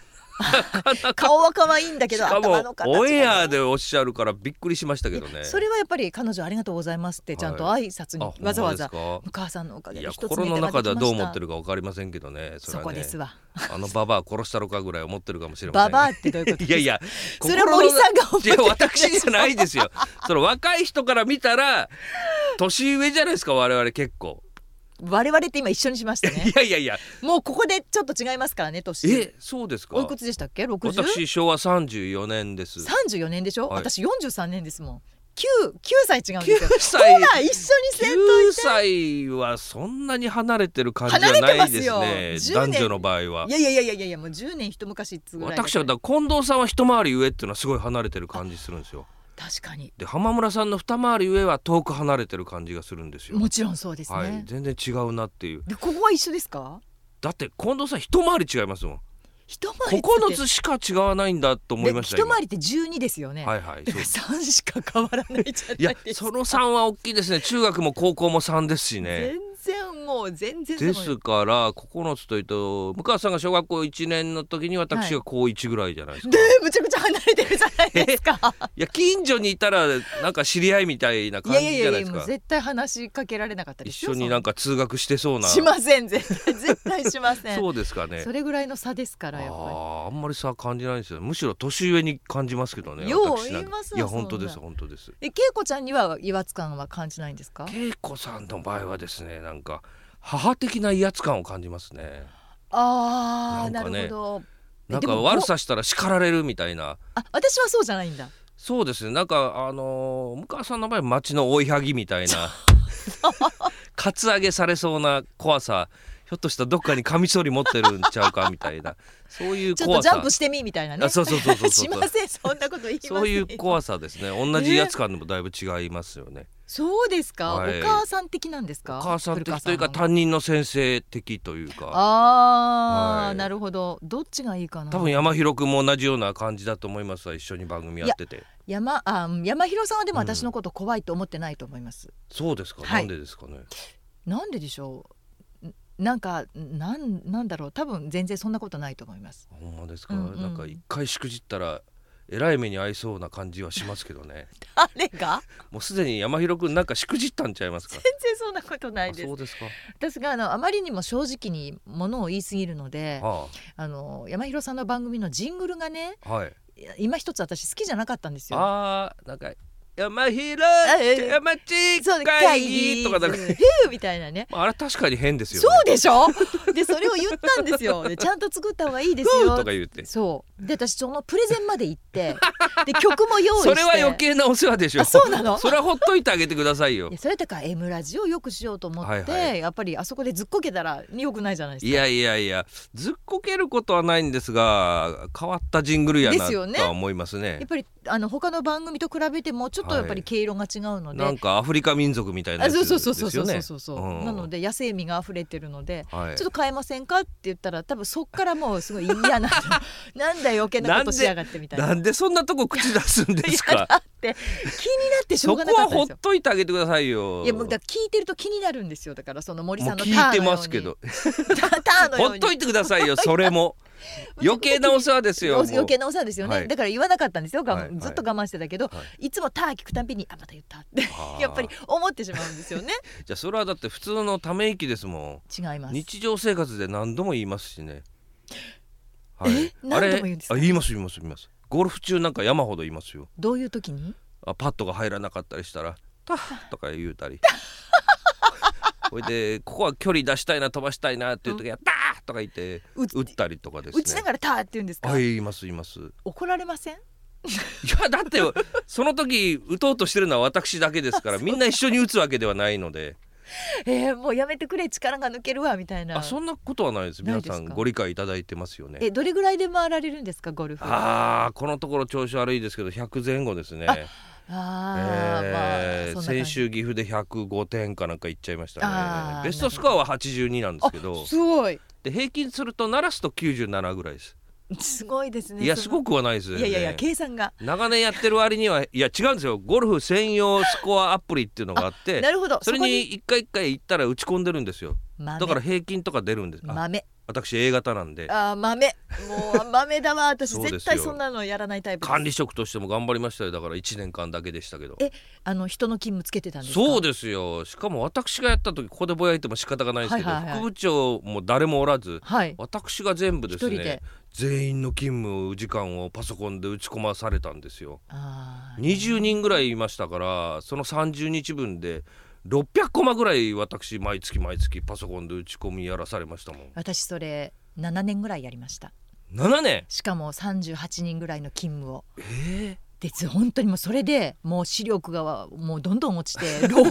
B: 顔は可愛いんだ
D: ー
B: け
D: し
B: ど
D: か
B: 頭の
D: も
B: 形が
D: オンエアでおっしゃるからびっくりしましたけどね
B: それはやっぱり彼女ありがとうございますってちゃんと挨拶
D: あ
B: にわざわざ
D: ほんまで
B: お母さんのおか
D: すか
B: げ
D: い
B: で
D: や
B: 一つネタ
D: 心の中ではどう思って
B: る
D: るかわかりませんけどね
B: そ
D: れはね
B: こですわ
D: あのババア殺したのかぐらい思ってるかもしれませ
B: バ
D: ん
B: バアってどういうこと
D: いやいや
B: それは森さんが思っ
D: い
B: て
D: や
B: る
D: 私じゃないですよその若い人から見たら年上じゃないですか我々結構
B: 我々って今一緒にしましたね
D: いやいやいや
B: もうここでちょっと違いますからね年
D: えそうですか
B: おいくつでしたっけ六十
D: 私昭和34年です
B: 三十四年でしょ、
D: はい
B: 私四十三年ですもん九九歳違うんですよ
D: 9歳
B: ほら一緒にせん
D: 9歳はそんなに離れてる感じじゃないです
B: 離
D: ね
B: れてますよ10
D: 男
B: 年
D: 女の場合はい
B: やいやいやいやいやもう十年一昔っつぐらいです
D: 私はだから近藤さんは一回り上っていうのはすごい離れてる感じするんですよ
B: 確かに
D: で浜村さんの二回り上は遠く離れてる感じがするんですよ
B: もちろんそうですね、
D: はい、全然違うなっていう
B: でここは一緒ですか
D: だって近藤さん一回り違いますもん
B: 一回りっつって
D: 9つしか違わないんだと思いました
B: で
D: よ
B: 一回りって十二ですよね、
D: はいは い
B: だか
D: そうで
B: ら
D: す
B: 三しか変わらないじゃない
D: いや
B: ですか
D: その3は大きいですね中学も高校も3ですしね
B: 全然もう全然
D: で
B: その
D: すから9つというと向川さんが小学校1年の時に私が高1ぐらいじゃないですか、
B: でむちゃくちゃ離れてるじゃないですか。
D: いや近所にいたらなんか知り合いみたい ない感
B: や
D: じ
B: いやい
D: じ
B: や
D: ゃ
B: い
D: な
B: や
D: いです
B: もう
D: か
B: 絶対話しかけられなかったで
D: 一
B: すよ。
D: 緒になんか通学してそうな
B: そんなしません絶対絶対しません。
D: そうですかね
B: それぐらいの差ですからやっぱ
D: あーあんまりさ感じないんですよむしろ年上に感じますけどね
B: よう
D: 私な
B: 言
D: んて
B: いますよ
D: いや
B: そんな
D: 本当です本当です
B: り。え恵子ちゃんには威圧感は感じないんですか？
D: 恵子さんの場合はですねなんか母的な威圧感を感じますね
B: ああな
D: な
B: ん
D: かね
B: るほど。え
D: なん
B: で
D: か
B: も
D: 悪さしたら叱られるみたいな
B: あ私はそうじゃないんだ。
D: そうですねなんかあのー向川さんの場合町の追いはぎみたいな カツアゲされそうな怖さひょっとしたらどっかにカミソリ持ってるんちゃうかみたいなそういう
B: ちょっと
D: 怖
B: ジ
D: さ
B: ャンプしてみみたいなね。
D: あそうそうそうそうそう
B: しませんそんなこと言いません。
D: そういう怖さですね同じ威圧感でもだいぶ違いますよね
B: そうですか、
D: はい
B: お母さん的なんですか。
D: お母さん的という
B: 古
D: か
B: 川さんの
D: 担任の先生的というか
B: ああ、
D: はい
B: なるほど。どっちがいいかな。
D: 多分山広くんも同じような感じだと思いますわ一緒に番組やってて
B: 山あ山広さんはでも私のこと怖いと思ってないと思います。
D: そうですか、
B: はい
D: なんでですかね
B: なんででしょうんなんかなんなんだろう多分全然そんなことないと思います。
D: ほんまですか、
B: うんうん
D: なんか一回しくじったらえらい目に遭いそうな感じはしますけ どね
B: 誰が
D: もうすでに山広くんなんかしくじったんちゃいますか
B: 全然そんなことない
D: あ
B: です
D: そう。ですか
B: 私があのあまりにも正直にものを言い過ぎるので、
D: あ
B: あの山広さんの番組のジングルがね
D: あはい
B: いや今一つ私好きじゃなかったんですよ。
D: あーなんか山広
B: ええ
D: 山地
B: そう
D: 会議とかなんか
B: 会議ふうみたいなね。
D: まああれ確かに変ですよね
B: そうでしょでそれを言ったんです よでちゃんと作った方がいいです
D: ふう
B: よ
D: とか言って
B: そうで私そのプレゼンまで行ってで曲も用意して
D: それは余計なお世話でしょ
B: あそうなの
D: それはほっといてあげてくださいよ
B: いやそれだから M ラジオをよくしようと思って、
D: はいは
B: やっぱりあそこでずっこけたら良くないじゃないですか
D: いやいやいやずっこけることはないんですが変わったジングルやな
B: ですよね
D: とは思いますね
B: やっぱりあの他の番組と比べてもちょっとやっぱり毛色が違うので、
D: なんかアフリカ民族みたいな
B: あ
D: やつ
B: そう
D: です
B: そ
D: よ
B: う
D: ね
B: そうそうそうそうそう、
D: うん
B: なので野生味が溢れてるので、
D: はい
B: ちょっと変えませんかって言ったら多分そっからもうすごい嫌 ななんだよ余計なことしやがってみたいな
D: なんでそんなとこ口出すんで す
B: いや
D: か
B: だって気になってしょ
D: そうこ
B: がなか
D: は
B: ったんで
D: ほっ
B: すよ。
D: といてあげてくださいよ
B: いやもうだから聞いてると気になるんですよだからその森
D: も
B: さ
D: うん
B: のタ
D: 聞い
B: ー
D: て
B: ンのように
D: ますけど
B: タターンのよう
D: ほっ
B: に
D: といてくだ さいよそれも余計なお世話ですよもう
B: 余計なお世話ですよね、
D: はい
B: だから言わなかったんですよ、我慢
D: はいはい
B: ずっと我慢してたけど、、
D: はい
B: つもターン聞くたんびにあまた言ったって
D: あー
B: やっぱり思ってしまうんですよね
D: じゃあそれはだって普通のため息ですも
B: 違いま
D: ん
B: す
D: 日常生活で何度も言いますしねはい
B: え何度も言うんですか
D: あれあ言います言います言いますゴルフ中なんか山ほど言いますよ
B: どういう時に
D: あパッドが入らなかったりしたら「タッ」とか言う たりこれでここは距離出したいな飛ばしたいなっていう時は「タッ」とか言って
B: う
D: 打ったりとかですね
B: 打ちながらターンって言うんですか、
D: あ言います言いますい
B: 怒られません
D: やだってその時打とうとしてるのは私だけですからみんな一緒に打つわけではないので
B: えー、もうやめてくれ力が抜けるわみたいな
D: あそんなことはないです
B: ない
D: 皆
B: ですか
D: さんご理解いただいてますよね
B: えどれぐらいで回られるんですかゴルフ
D: あーこのところ調子悪いですけど100前後ですね
B: あー、
D: えー
B: まあそんな感じ
D: 先週岐阜で105点かなんかいっちゃいまし
B: あ
D: た
B: ー
D: ねベストスコアは82なんですけど
B: あすごい
D: で平均すると鳴らすと97ぐらいです。
B: すごいですね
D: いやすご
B: く
D: くはないですよ
B: い
D: ね。
B: やいやいや計算が
D: 長年やってる割にはいや違うんですよゴルフ専用スコアアプリっていうのがあって
B: なるほど
D: それ
B: こ
D: に一回一回行ったら打ち込んでるんですよ
B: 豆
D: だから平均とか出るんですあ
B: 豆
D: 私 A 型なんで
B: あー豆もう豆 だわ私
D: そうですよ
B: 絶対そんなのやらないタイプです
D: 管理職としても頑張りましたよだから1年間だけでしたけど
B: えあの人の勤務つけてたんですか
D: そうですよしかも私がやった時ここでぼやいても仕方がないんですけど、
B: はいはいはい
D: 副部長も誰もおらず
B: はい
D: 私が全部です
B: 一人
D: ね
B: で
D: 全員の勤務時間をパソコンで打ち込まされたんですよ
B: あー
D: 20人ぐらいいましたからその30日分で600コマぐらい私毎月毎月パソコンで打ち込みやらされましたもん
B: 私それ7年ぐらいやりました
D: 7年
B: しかも38人ぐらいの勤務をで本当にもうそれでもう視力がもうどんどん落ちて老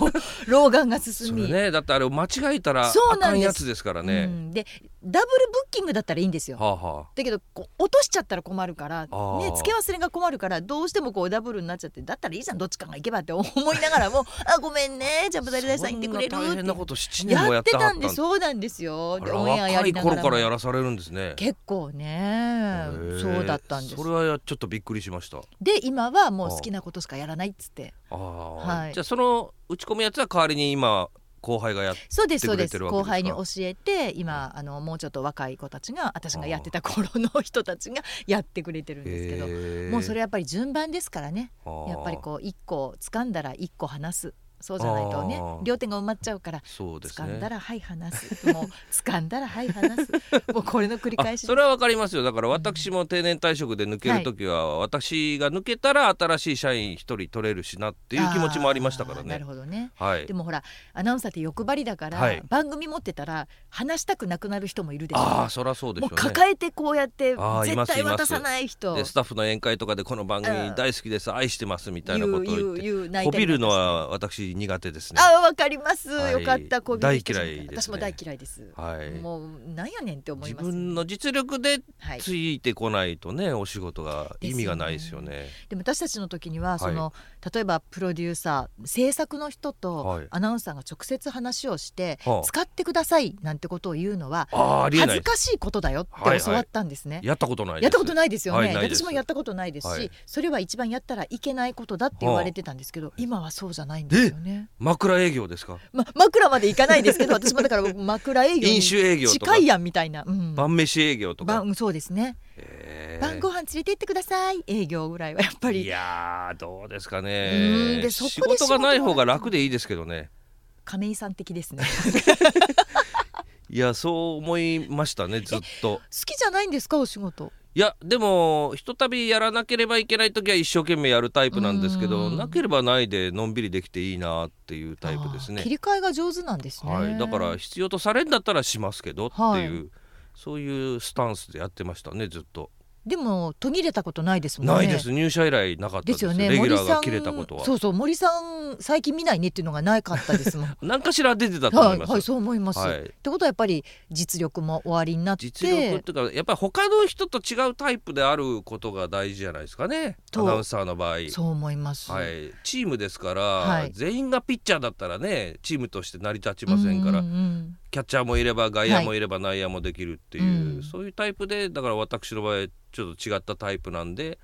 B: 老眼が進
D: そ
B: み
D: れねだってあれを間違えたら
B: そう
D: あ
B: な
D: か
B: ん
D: ん
B: です
D: やつですから
B: う
D: ね、
B: んでダブルブッキングだったらいいんですよ
D: はあは
B: だけどこう落としちゃったら困るから、ね
D: ー、
B: 付け忘れが困るからどうしてもこうダブルになっちゃってだったらいいじゃんどっちかが行けばって思いなが らも「あごめんねじゃあ
D: あ
B: ブダリダさん行ってくれる」
D: そんな大変な
B: っ
D: こと
B: て
D: 7年
B: や
D: もや
B: っ
D: ってて
B: た
D: は
B: ん
D: っ
B: で
D: たん
B: そうなんですよ
D: あ
B: で
D: ら
B: オンエアや
D: 若
B: り
D: い
B: なが
D: 頃
B: ら
D: からや
B: も
D: らされるんですね
B: 結構ね
D: へえ
B: そうだったんです
D: それはちょっとびっくりしました
B: で今はもう好きなことしかやらないっつって
D: ああ、
B: はい
D: じゃあその打ち込むやつは代わりに今後輩がやっ
B: そうです
D: や
B: そ
D: っ
B: うで
D: てくれ
B: す
D: てるわけです
B: 後
D: か
B: 輩に教えて今あのもうちょっと若い子たちが私がやってた頃の人たちがやってくれてるんですけど、
D: えー
B: もうそれやっぱり順番ですからね
D: あー
B: やっぱりこう一個掴んだら一個離すそうじゃないとね
D: あー
B: 両手が埋まっちゃうから
D: そうです
B: 掴んだ
D: ね
B: らはい離すもう掴んだらはい離 すもうこれの繰り
D: あ
B: 返し
D: それはわかりますよだから私も定年退職で抜ける時は、私が抜けたら新しい社員一人取れるしなっていう気持ちもありましたから
B: あーなる
D: ね
B: ほどね
D: はい
B: でもほらアナウンサーって欲張りだから、
D: はい
B: 番組持ってたら話したくなくなる人もいるでしょ
D: ああそりゃそうでしょ
B: も
D: う
B: う
D: ね
B: 抱えてこうやって
D: あーいま
B: 絶対
D: す
B: 渡さない人
D: でスタッフの宴会とかでこの番組
B: うん
D: 大好きです、愛してますみたいな
B: 言
D: ことを
B: う言
D: 言っ
B: う
D: て
B: 言う泣い
D: こ
B: たりなんかして
D: びるのは私苦手ですね
B: あーわかります、
D: はい
B: よかったこびる人
D: 大嫌いで
B: 私
D: すね
B: も大嫌いです、
D: はい
B: もうなんやねんって思い
D: 自
B: ます
D: 分の実力で
B: はい、
D: ついてこないとねお仕事が意味がないですよね
B: でも私たちの時には
D: はい
B: その、例えばプロデューサー制作の人と
D: はい
B: アナウンサーが直接話をして、
D: はあ
B: 使ってくださいなんてことを言うのは
D: あーありえ
B: 恥
D: ない
B: ず
D: です
B: かしいことだよ
D: はいは
B: っ
D: い
B: て教わったんですね、
D: やったことないです
B: やったことないですよね、
D: はいないです
B: 私もやったことないですし、
D: はい
B: それは一番やったらいけないことだって言われてたんですけど、今はそうじゃないんですよね。
D: 枕営業ですか
B: ま、枕までいかないですけど、私もだから枕営業に
D: 飲酒営業とか
B: 近いやんみたいな、うん、
D: 晩飯営業とか
B: 晩そうですね、
D: えー
B: 晩ご飯連れて行ってください営業ぐらいはやっぱ
D: い
B: り
D: やーどうですか
B: うーん
D: ね
B: でそこで
D: 仕事がない方が楽でいいですけどね
B: 亀井さん的ですね。好
D: いやそう思いましたねずっと
B: きじゃないんですかお仕事。
D: いやでもひとたびやらなければいけない時は一生懸命やるタイプなんですけど
B: うん
D: なければないでのんびりできていいなっていうタイプです
B: あ
D: ね
B: ー切り替えが上手なんですね。
D: はい、だから必要とされるんだったらしますけどっていう、
B: はい
D: そういうスタンスでやってましたねずっと、
B: でも途切れたことないですもんね。
D: ないです入社以来なかった
B: で
D: ですす
B: よ
D: よ
B: ね。
D: レギュ
B: 森
D: ラ
B: さ
D: ー
B: ん
D: が切れたことは
B: そうそう森さん最近見ないねっていうのがなかったですも ん。
D: 何かしら出てたと思
B: はいい、
D: ます、
B: はい、そう思います。
D: はい
B: ってことはやっぱり実力も終わりになって
D: 実力っていうかやっぱり他の人と違うタイプであることが大事じゃないですかねア
B: と
D: ナウンサーの場合
B: そう思います。
D: はい、チームですから、
B: はい
D: 全員がピッチャーだったらねチームとして成り立ちませんから
B: うんうんうん
D: キャッチャーもいれば外野もいれば内野もできるっていう、
B: うん
D: そういうタイプでだから私の場合ちょっと違ったタイプなんで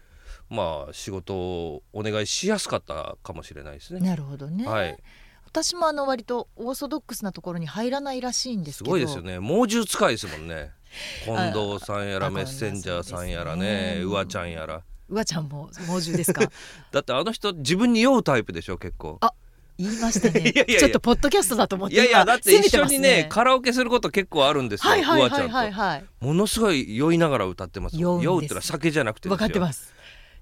D: まあ仕事をお願いしやすかったかもしれないですね。
B: なるほどね。
D: はい、
B: 私もあの割とオーソドックスなところに入らないらしいんです
D: す
B: けど。
D: ごいですよね猛獣使いですもんね近藤さん や
B: あ
D: らメッセンジャーさんやら
B: そう
D: ね
B: ですね
D: うわちゃんやら
B: うわちゃんも猛獣ですか。
D: だってあの人自分に酔うタイプでしょ結構
B: あ言いましたね。
D: いやいやいや
B: ちょっとポッドキャストだと思っ
D: い
B: て
D: やいや
B: 今
D: だって
B: 攻め
D: 一緒
B: ます
D: にねカラオケすること結構あるんですよ、
B: はいはいう
D: わち
B: は
D: ゃ
B: い
D: んと、
B: はいはい。
D: ものすごい酔いながら歌ってますもん
B: 酔
D: 酔
B: うん
D: うっ
B: です
D: てのは酒じゃなくてですよ
B: 分かってます。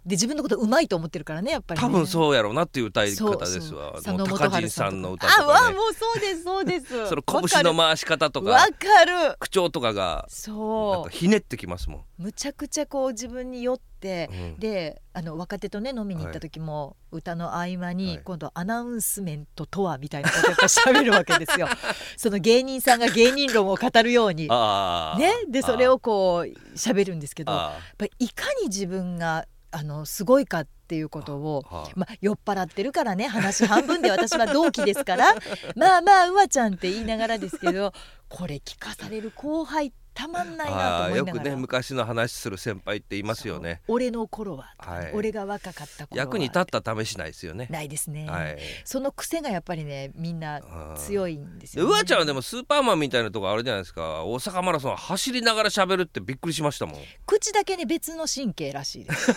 B: で自分のことうまいと思ってるからねやっぱり、ね。
D: 多分そうやろうなっていう歌い
B: そう
D: 方ですわ
B: そう
D: も
B: 佐野
D: う高
B: 元春
D: 人さんの歌
B: と
D: と
B: かあ
D: か
B: わ
D: ね
B: もうそうですそうです
D: その拳の回し方と
B: わ
D: か
B: かるわかる
D: 口調とかがなん
B: そ
D: かひねってきますもん、
B: うむちゃくちゃこう自分に酔って
D: う、ん
B: であの若手とね飲みに行った時も、歌の合間に、
D: はい
B: 今度アナウンスメントとはみたいなことやっぱ喋るわけですよその芸人さんが芸人論を語るように
D: ああ
B: ねでそれを
D: あ
B: こう喋るんですけどやっ
D: あ
B: ぱりいかに自分があのすごいかっていうことを
D: ああ
B: まあ、酔っ払ってるからね話半分で私は同期ですから まあまあうわちゃんって言いながらですけどこれ聞かされる後輩たまんないなと
D: ああ
B: 思い
D: よ
B: な
D: く
B: がら。
D: ね昔の話する先輩って言いますよね
B: そう俺の頃は、
D: はい
B: 俺が若かった頃は
D: 役に立った試しないですよね
B: ないですね、
D: はい
B: その癖がやっぱりねみんな強いんです
D: で
B: よ、
D: う
B: ね、
D: わちゃんはでもスーパーマンみたいなとこあるじゃないですか大阪マラソン走りながら喋るってびっくりしましたもん
B: 口だけね別の神経らしいです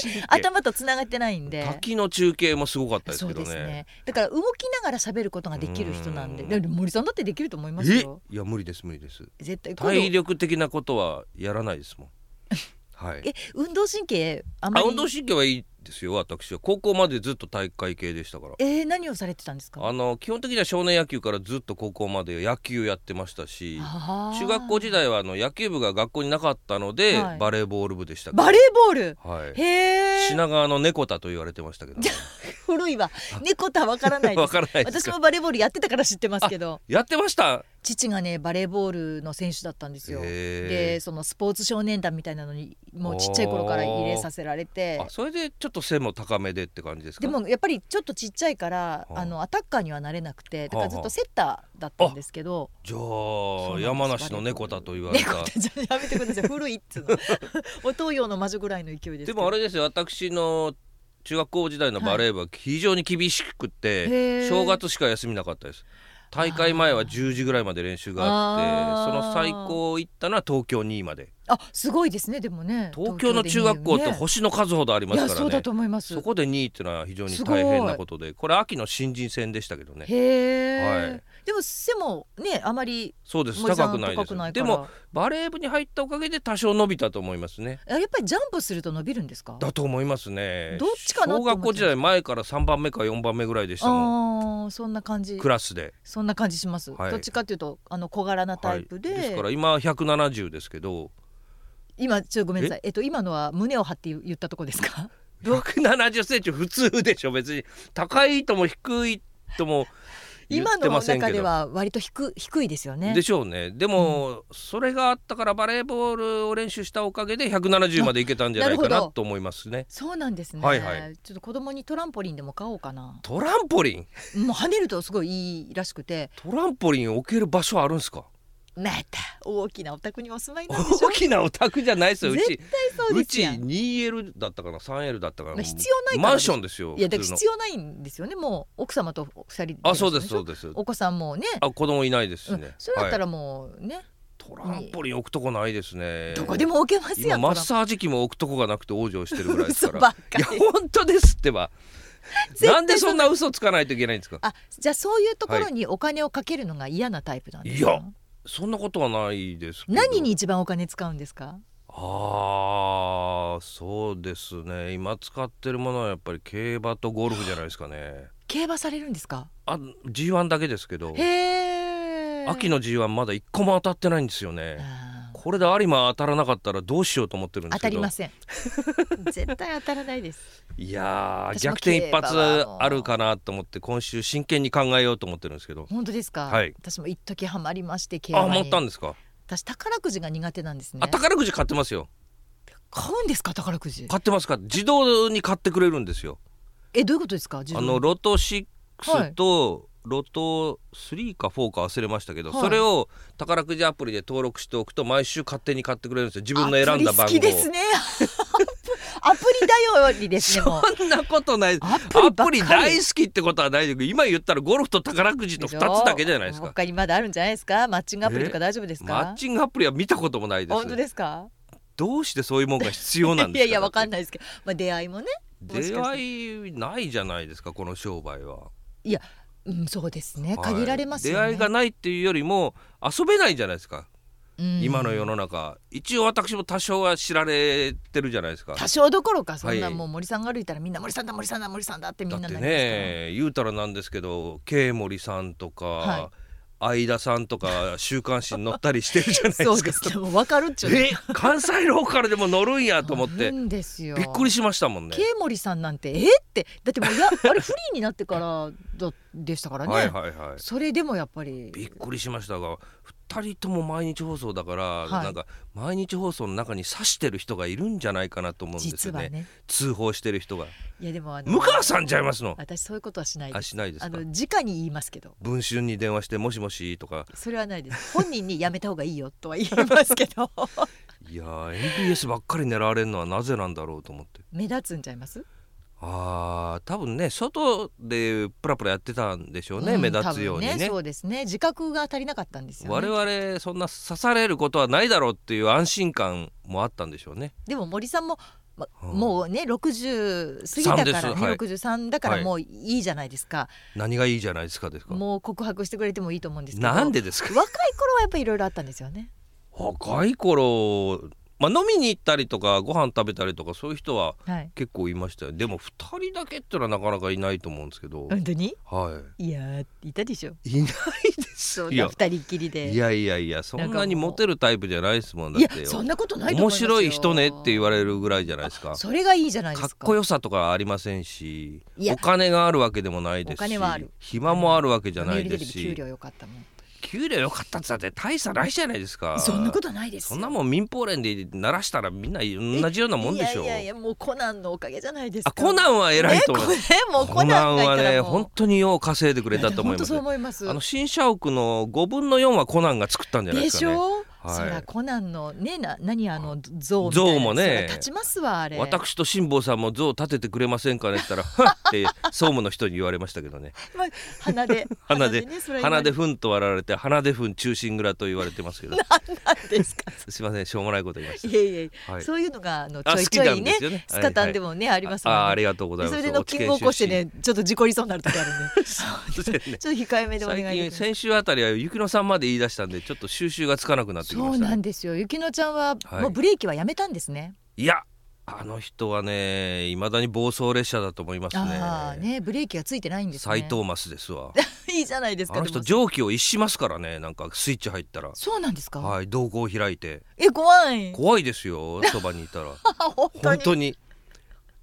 D: 経
B: 頭とつながってないんで
D: 滝の中継もすごかったです
B: そう
D: けど
B: です
D: ね
B: ねだから動きながら喋ることができる人なんで
D: うん
B: でも森さんだってできると思います
D: え
B: よ
D: いや無理です無理です
B: 絶対今度
D: 体力的なことはやらな いですもんはい
B: え運動神経あんま
D: あ
B: り
D: 運動神経はいいですよ私は高校までずっと体育会系でしたから
B: えー、何をされてたんですか
D: あの基本的には少年野球からずっと高校まで野球やってましたし中
B: 中
D: 学校時代はあの野球部が学校になかったので、
B: はい
D: バレーボール部でしたけど
B: バレーボール
D: はい
B: へえ
D: 品川の猫田と言われてましたけど、ね、
B: 古いわ猫とはわからないで
D: わ
B: す
D: からないです
B: 私
D: か
B: もバレーボールやってたから知ってますけど
D: やってました
B: 父がねバレーボールの選手だったんですよ
D: へ
B: でそのスポーツ少年団みたいなのにもうちっちゃい頃から入れさせられて
D: あそれでちょっと背も高めでって感じですか
B: でもやっぱりちょっとちっちゃいから
D: はあ
B: あのアタッカーにはなれなくてだからずっ
D: はあは
B: と
D: あ
B: セッターだったんですけど
D: じ
B: そうなん
D: ゃあ
B: です
D: 山梨の猫田と言われ
B: 猫
D: た
B: ってじゃやめてください古いっつうのお東洋の魔女ぐらいの勢いですけ
D: で
B: ど
D: もあれですよ私の中学校時代のバレー部は非常に厳しくて、
B: へー
D: 正月しか休みなかったです大会前は10時ぐらいまで練習があって
B: あー
D: その最高行ったのは東京2位まで
B: あすごいですねでもね
D: 東京の中学校って
B: し
D: 星の数ほどあり
B: い,、
D: ま
B: い
D: す
B: や
D: か
B: そう
D: ら
B: だ
D: ね
B: と思います
D: そこで2位っていうのは非常に大変なことでこれ秋の新人戦でしたけどね
B: へえ、
D: はい
B: でも背もねあまり
D: そうです
B: 森さん
D: 高くないで
B: 高
D: す
B: くないか
D: で
B: ら
D: もバレー部に入ったおかげで多少伸びたと思いますね
B: あやっぱりジャンプすると伸びるんですか
D: だと思いますね
B: どっちかなと思
D: 小
B: って
D: 学校時代前から3番目か4番目ぐらいでしたもん
B: ああそんな感じ
D: クラスで、
B: そんな感じします、
D: はい
B: どっちかっていうとあの小柄なタイプで、
D: はいですから今170ですけど
B: 今ちょっとごめんなさいえっと今のは胸を張って言ったとこですか
D: 170センチ普通でしょ別に高いとも低いとも 言っ
B: 今
D: て
B: の
D: ません
B: 中
D: け
B: で
D: ど
B: は割と低低いですよね
D: でしょうねでも、それがあったからバレーボールを練習したおかげで170までいけたんじゃないか
B: あなる
D: な
B: ほど
D: と思いますね
B: そうなんですね、
D: はいはい
B: ちょっと子供にトランポリンでも買おうかな
D: トランポリン
B: もう跳ねるとすごいいいらしくて
D: トランポリン置ける場所あるんですか
B: また大きなお宅にお住まいなんでしょ
D: 大きなお宅じゃないですよう
B: 絶
D: ち
B: 対そう
D: う
B: です
D: ち
B: やん
D: 2L だったかな 3L だったかな
B: 必要ないから
D: マンションですよ
B: いやだから
D: 普通の
B: 必要ないんですよねもう奥様と二人で
D: あそうです
B: しょ
D: そうです
B: お子さんもね
D: あ子供いないですし
B: う
D: ね、
B: ん、それだった
D: はい
B: らもうね、
D: トランポリン置くとこないですね
B: どこでも置けますや
D: 今
B: ん
D: マッサージ機も置くとこがなくて往生してるぐらいです
B: 嘘
D: か
B: ば
D: ら
B: っか
D: い
B: り
D: や本当ですってば
B: 絶対
D: なんでそんな嘘つかないといけないんですか
B: あじゃあそういうところにお金をかけるのが嫌なタイプなんですか、
D: いやそんなことはないですけど
B: 何に一番お金使うんですか
D: ああそうですね今使ってるものはやっぱり競馬とゴルフじゃないですかね
B: 競馬されるんですか
D: あ G1 だけですけど
B: へえ
D: 秋の G1 まだ一個も当たってないんですよねこれで有馬当たらなかったらどうしようと思ってるん
B: 当
D: ですけ
B: たり
D: ど
B: ません 絶対当たらない です
D: いやー
B: 私も
D: 逆転一発
B: 競馬は
D: あるかなと思って今週真剣に考えようと思ってるんですけど
B: 本当ですか、
D: はい
B: 私も一時ハマりまして競馬
D: あ
B: に
D: 持ったんですか、
B: 私宝くじが苦手なんですね
D: あ宝くじ買ってますよ
B: 買うんですか宝くじ
D: 買ってますか自動に買ってくれるんですよ
B: えどういうことですか自
D: あ
B: 分
D: のロト6と、ロト3か4か忘れましたけど、
B: はい
D: それを宝くじアプリで登録しておくと毎週勝手に買ってくれるんですよ自分の選んだ番号
B: アプリ好きです ねアプリ頼りですねもう
D: そんなことない
B: アプリばっか
D: ア
B: り
D: プリ大好きってことはないけど今言ったらゴルフと宝くじと2つだけじゃないですか
B: 他にまだあるんじゃないですかマッチングアプリとか
D: え
B: 大丈夫ですか
D: マッチングアプリは見たこともないです
B: 本当ですか
D: どうしてそういうもんが必要なんです
B: い
D: か
B: やいやわかんな
D: ない
B: いですけど、まあ、出会いもねもし
D: 出
B: かして
D: 会いないじゃないですかこの商売は
B: うん、そうですね限られますよね、
D: はい出会いがないっていうよりも遊べないじゃないですか、
B: うん
D: 今の世の中一応私も多少は知られてるじゃないですか
B: 多少どころかそんな
D: はい
B: もう森さんが歩いたらみんな森さんだ森さんだ森さんだってみ
D: だ
B: んな
D: っ
B: なり
D: て
B: ますから
D: ね言うたらなんですけど K 森さんとか、
B: は
D: 相田さんとか週刊誌に載ったりしてるじゃないです か
B: そうです ねもう分かるっちゅうね
D: え関西ローカルでも載るんやと思っ
B: あ
D: て
B: るんですよ
D: びっくりしましたもんね
B: ケイモリさんなんてえーってだってもうやあれフリーになってからだでしたからね、
D: はいはいはい
B: それでもやっぱり
D: びっくりしましたが2人とも毎日放送だから、
B: はい
D: なんか毎日放送の中に刺してる人がいるんじゃないかなと思うんです
B: 実
D: よ
B: は
D: ね
B: ね
D: 通報してる人が
B: いやでもあの
D: 向川さんちゃいますの
B: 私そういうことはしないで
D: あ
B: す
D: しないです
B: あ
D: か
B: の直に言いますけど
D: 文春に電話してもしもしとか
B: それはないです本人にやめた方がいいよとは言いますけど
D: いやー NBS ばっかり狙われるのはなぜなんだろうと思って
B: 目立つんちゃいます
D: あー多分ね外でプラプラやってたんでしょうね、
B: うん
D: 目立つように
B: 多
D: ね
B: 分そうですね自覚が足りなかったんですよ、ね、
D: 我々そんな刺されることはないだろうっていう安心感もあったんでしょうね
B: でも森さんも、ま
D: うん
B: もうね60過ぎたから
D: 3で
B: ね、
D: すはい
B: 63だから
D: はい
B: もういいじゃないですか、
D: 何がいいじゃないですかですか
B: もう告白してくれてもいいと思うんですけど
D: なんでですか
B: 若い頃はやっぱりいろいろあったんですよね
D: 若い頃まあ飲みに行ったりとかご飯食べたりとかそういう人は
B: はい
D: 結構いましたよでも2人だけってのはなかなかいないと思うんですけど、
B: 本当に
D: はい
B: やーいたでしょ
D: いいないです
B: そ
D: よ
B: んな二人っきりで
D: いやいやいやそんなにモテるタイプじゃないですもんだ
B: いや
D: ってよ
B: そんなことないと思い
D: 面
B: ますよ
D: 白い人ねって言われるぐらいじゃないですか
B: それがいいじゃないで
D: か
B: す
D: っ
B: か
D: こよさとかありませんし
B: いや
D: お金があるわけでもないですし
B: お金はある
D: 暇もあるわけじゃな
B: 読
D: い
B: 売
D: で
B: テレ
D: す
B: ビ給
D: し
B: 料良かったもん
D: 給料良かったっつったって大差ないじゃないですか
B: そんなことないですよ
D: そんなもん民放連で鳴らしたらみんな同じようなもんでしょう
B: いやいやいやもうコナンのおかげじゃないですか
D: あコナンは偉いと思います、
B: ねこれもうコナンがいた
D: は
B: ら
D: ね
B: もう
D: 本当によう稼いでくれたと思い
B: や本当
D: ます
B: そう思います
D: あの新社屋の5分の4はコナンが作ったんじゃない
B: で
D: です
B: し
D: かね
B: ょ、
D: はい
B: そりゃコナンのねな何あの像みたいな
D: 像もね
B: そりゃ立ちますわあれ
D: 私と辛坊さんも像立ててくれませんかねって言ったら「はっ!」って総務の人に言われましたけどね
B: まあ鼻で
D: 鼻で
B: ねそれは
D: 鼻 でふんと笑われて鼻でふん忠臣蔵と言われてますけど
B: 今なんですか
D: すいませんしょうもないこと言いまし
B: いえいえ、
D: た。はい
B: そういうのがあのち
D: あ
B: ょいちょいね
D: 好きなんですよね
B: スカタンでもね、ありますもんね
D: あありがとうございます。
B: それでノッキング起こしてねちょっと事故りそうになる時ある んで
D: 落研出身。そうですね
B: ちょっと控えめ でお願い
D: 最
B: で
D: 近
B: きます
D: 先週あたりは雪乃さんまで言い出したんでちょっと収集がつかなくなってき
B: そ
D: ま
B: う
D: した
B: な
D: ね、
B: んですよゆきのちゃんは、
D: はい
B: もうブレーキはやめたんですね
D: いやあの人はね未だに暴走列車だと思います
B: ああ
D: ね
B: ねブレーキがついてないんですね
D: 斎、藤マスですわ
B: いいじゃないですか
D: あの人
B: でも
D: 蒸気を逸しますからねなんかスイッチ入ったら
B: そうなんですか、
D: はい瞳孔開いて
B: え怖い
D: 怖いですよそばにいたら
B: あ 本当
D: 本
B: に
D: 当に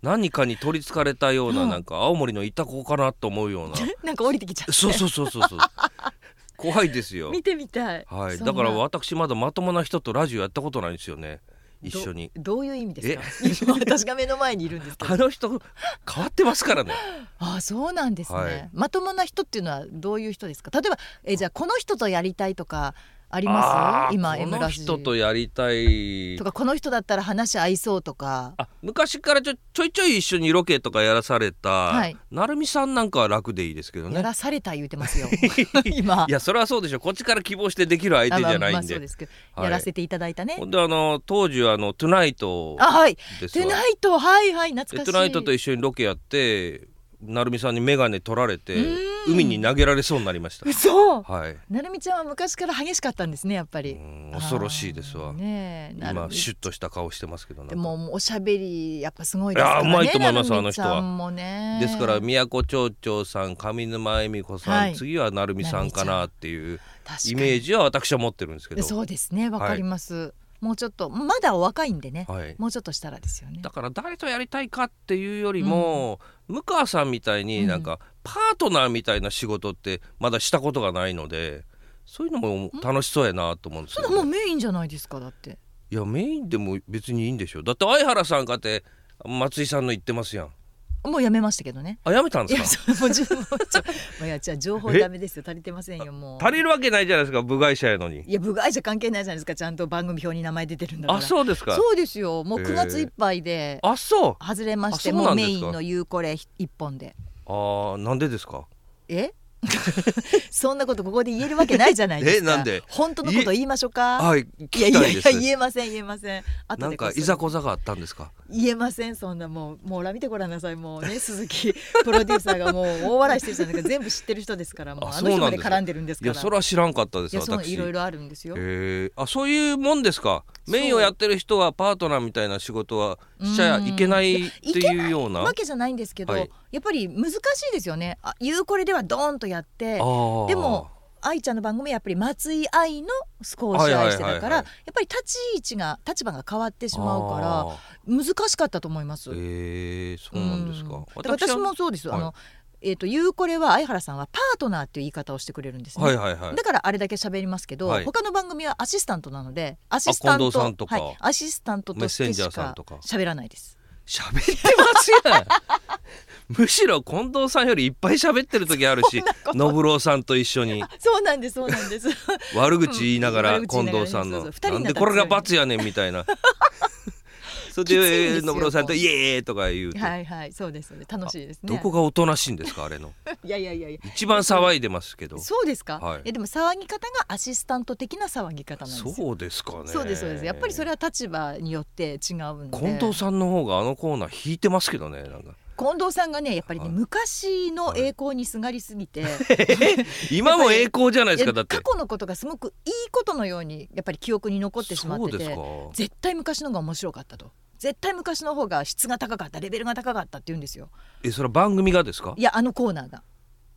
D: 何かに取りつかれたような、
B: うん
D: なんか青森のいた子かなと思 うような
B: なんか降りてきちゃって
D: そうそうそうそうそう怖いですよ
B: 見てみたい
D: はい、
B: そんな
D: だから私まだまともな人とラジオやったことないんですよね一緒に
B: どどういう意味です か今私が目の前にいるんですけど
D: あの人変わってますからね
B: あそうなんですね、
D: はい
B: まともな人っていうのはどういう人ですか例えばえじゃあこの人とやりたいとかありま
D: あー
B: す今
D: こ
B: M
D: の
B: ラジ
D: 人とやりたい
B: とかこの人だったら話合いそうとか
D: あ昔からちょちょいちょい一緒にロケとかやらされた、
B: い
D: 成美さんなんかは楽でいいですけど
B: や
D: ね
B: らされた言うてます よ今
D: いやそれはそうでしょこっちから希望してできる相手じゃない
B: あ
D: んで,、
B: まあまあそうですけど、
D: はい
B: やらせていただいたね
D: ほんであの当時はあの「トゥナイト
B: あはい
D: で
B: ト
D: す
B: ゥ
D: わ
B: ナイトはいはい懐
D: で
B: かし
D: ト
B: い
D: ゥナイトと一緒にロケやって成美さんに眼鏡取られて
B: うーん
D: 海に投げられそうになりました
B: 嘘
D: はい
B: なるみちゃんは昔から激しかったんですねやっぱり
D: うん恐ろしいです
B: あ
D: わ
B: ー。ねえなる
D: 今
B: み
D: シュッとした顔してますけどなん
B: で
D: か
B: ももうおしゃべりやっぱすごいですからね
D: いやうまいと思います
B: なるみちゃん
D: あの人は
B: もね
D: ですから宮古町長さん上沼恵美子さん、
B: はい
D: 次は成美さんかなっていうイ
B: イ
D: メージは私は持ってるんですけど、
B: そうですねわかります、もうちょっとまだお若いんでね、
D: はい、
B: もうちょっとしたらですよね
D: だから誰とやりたいかっていうよりも、向川さんみたいになんかパートナーみたいな仕事ってまだしたことがないのでそういうのも楽しそうやなと思うんです
B: そ
D: け
B: れ
D: ど
B: もう
D: ね、
B: メインじゃないですかだって
D: いやメインでも別にいいんでしょだって相原さんかって松井さんの言ってますやん
B: もうやめましたけどね
D: あやめたん
B: い
D: です
B: や
D: か
B: それも十分もうちょもういやじゃあ情報
D: え
B: ダメですよ足りてません よもう
D: 足りるわけないじゃないですか部外者やのに
B: いや部外者関係ないじゃないですかちゃんと番組表に名前出てるんだから
D: あそうですか
B: そうですよもう
D: へえ
B: 9月いっぱいで
D: あそう
B: 外れまして
D: あそ
B: も
D: うな
B: うん
D: で
B: メ
D: すか
B: インのゆうこれ一本で
D: あーなんでですか
B: え そんなことここで言えるわけないじゃないですか
D: えなんで
B: 本当のこと言いましょうか
D: はい聞
B: いやい
D: きた
B: や
D: いで
B: い
D: す
B: や言えません言えません後
D: なん
B: でこ
D: か
B: っそ
D: い
B: り
D: ざこざがあったんですか
B: 言えませんそんなもうもうほら見てごらんなさいも うね鈴木 プロデューサーがもう大笑いしてるじゃないですか全部知ってる人ですからもう
D: あ
B: あの人
D: そ
B: ま
D: うなん
B: で
D: ですか
B: 絡んでるんです
D: い
B: から
D: やそれは知らんかったで
B: い
D: す
B: やそうなの
D: 私
B: いろいろあるんですよ
D: えー、あそういうもんですかメインをやってる人はパートナーみたいな仕事はしちゃいけないっていうような
B: わけじゃないんですけど、
D: はい
B: やっぱり難しいですよねあゆうこれではドーンとやって
D: ああ
B: でも愛ちゃんの番組はやっぱり松井愛の少し愛してだから、
D: はいはいはいはい
B: やっぱり立ち位置が立場が変わってしまうから
D: あ
B: 難しかったと思います。
D: ーえー、そうなんですか、
B: うんだから私
D: は
B: もそうです、
D: はい
B: あのえっ、とゆうこれは相原さんはパートナーっていう言い方をしてくれるんですね、
D: はいはいはい
B: だからあれだけ喋りますけど、
D: はい
B: 他の番組はアシスタントなのでアシスタン
D: 近
B: ト
D: 藤さんとか
B: はい、アシスタントとして
D: メッセン
B: し
D: ジャーさ
B: か
D: んとか
B: 喋らないです
D: 喋ってますやん むしろ近藤さんよりいっぱい喋ってる時ある し信郎さんと一緒に
B: そうなんですそうなん です
D: 悪口言いながら
B: うん悪口言
D: 近
B: いながら
D: 藤さんの、
B: そうそう二人
D: な
B: に
D: ん
B: なっ
D: で
B: た
D: こ
B: ら
D: れが罰やねんみた いなそれ
B: きついんです
D: で
B: よ
D: 信郎さんと「イエーイ!」とか言うと、
B: はいはいそうですそうです楽しいですね
D: どこがおとなしいんですかあれの
B: いやいやいやいや
D: 一番騒いでますけど
B: そうですか、
D: はい
B: えでも騒ぎ方がアシスタント的な騒ぎ方なんですよ
D: そうですかね
B: そうですそうですやっぱりそれ
D: は
B: は立場によって違うんで
D: 近藤さんの方があのコーナー引いてますけどねなんか
B: 近藤さんがねやっぱりね、
D: はい
B: 昔の栄光にすがりすぎて、
D: 今も栄光じゃないですか
B: い
D: だ
B: や
D: って
B: 過去のことがすごくいいことのようにやっぱり記憶に残ってしまっ
D: そう
B: て
D: です
B: て
D: か
B: 絶対昔の方が面白かったと絶対昔の方が質が高かったレベルが高かったって言うんですよ
D: えそれは番組がですか
B: いやあのコーナーが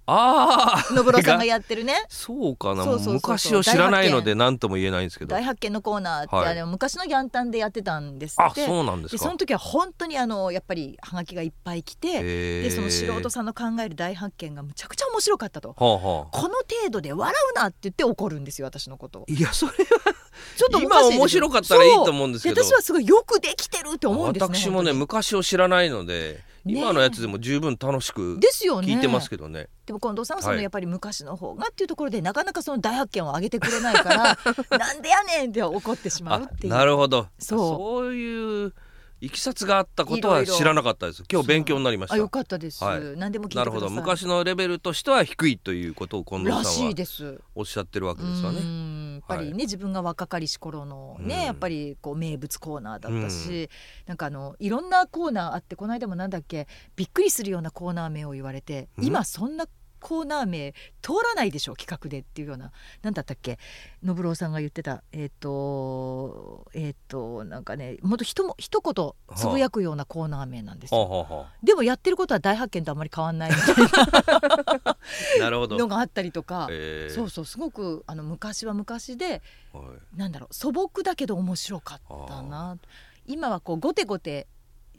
D: ああ
B: 信郎さんがやって るね
D: そうかな
B: そうそうそうそう
D: 昔を知らないの
B: 大発
D: で何とも言えないんですけど
B: 大発見のコーナーって、
D: はい
B: あの昔のギャンタンでやってたんです
D: あ
B: って
D: そうなんです
B: でそ
D: か
B: の時は本当にあのやっぱりハガキがいっぱい来て、
D: で
B: でその素人さんの考える大発見がむちゃくちゃ面白かったと。
D: はあはあ
B: この程度で笑うなって言って怒るんですよ私のことを
D: いやそれ
B: ちょっとおかしいですよ
D: 今面白かったらいいと思うんですけ
B: そ
D: ど
B: う私はすごいよくできてるって思うんですね
D: 私もね
B: 本
D: 昔を知らないので
B: ね
D: 今のやつでも十分楽しく
B: ですよね
D: 聞いてますけどね
B: でも近藤さんは
D: はい
B: そのやっぱり昔の方がっていうところで、なかなかその大発見を上げてくれない からなんでやねんって怒ってしまう
D: あ
B: っていう
D: なるほど
B: そう
D: そういういきさつがあったこと
B: いろ
D: はい
B: ろ
D: 知らなかったです今日勉強になりました
B: あよかったです、
D: はい
B: 何でも聞いてくだ
D: な
B: さ
D: る
B: い
D: ほど昔のレベルとしては低いということを近藤さ
B: ら
D: ん
B: し
D: はい
B: です
D: おっしゃってるわけ
B: う
D: ですよね
B: んやっぱりね、
D: は
B: 自分が若かりし頃のね、
D: うん
B: やっぱりこう名物コーナーだったし、なんかあのいろんなコーナーあってこの間もなんだっけびっくりするようなコーナー名を言われて、
D: うん
B: 今そんなコーナー名通らないでしょ企画でっていうようななんだったっけ信郎さんが言ってたえっ、とえっ、となんかねもっとひとも一言つぶやくようなコーナー名なんです
D: は
B: よ、
D: あはあは
B: でもやってることは大発見とあまり変わんないみたい
D: あなるほ
B: なの
D: ど
B: があったりとか、
D: えー
B: そうそうすごくあの昔は昔で
D: はい
B: なんだろう素朴だけど面白かったな今はこうゴテゴテ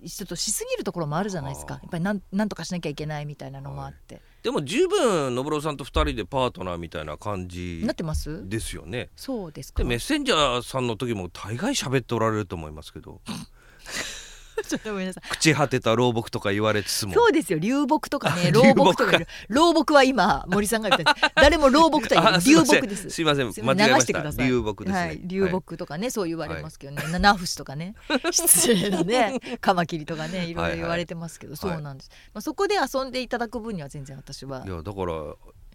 B: ちょっとしすぎるところもあるじゃないですか
D: あ
B: や
D: ー
B: っぱりなんなんとかしなきゃいけないみたいなのもあって、
D: でも十分信郎さんと二人でパートナーみたいな感じ
B: なってます
D: ですよね
B: そうですか
D: でメッセンジャーさんの時も大概喋っておられると思いますけど
B: ちょっとごめんなさい
D: 朽ち果てた老木とか言われつつも
B: そうですよ流木とかね
D: あ
B: 老木と
D: 流木
B: か
D: か
B: いる老木は今森さんが言ったんです誰も老木とは言わ
D: あ
B: ない
D: すい
B: 流
D: ません
B: 木です
D: すいません
B: すい
D: 間
B: ません
D: 違え
B: 流
D: ま
B: し
D: して
B: くだ
D: た
B: さい
D: 流木ですね、
B: はい、流
D: はい
B: 木とかね、そう言われますけどね、七節とか ね失礼だねカマキリとかねいろいろ言われてますけど、
D: はいはい
B: そうなんです、まあ、そこで遊んでいただく分には全然私はい
D: やだから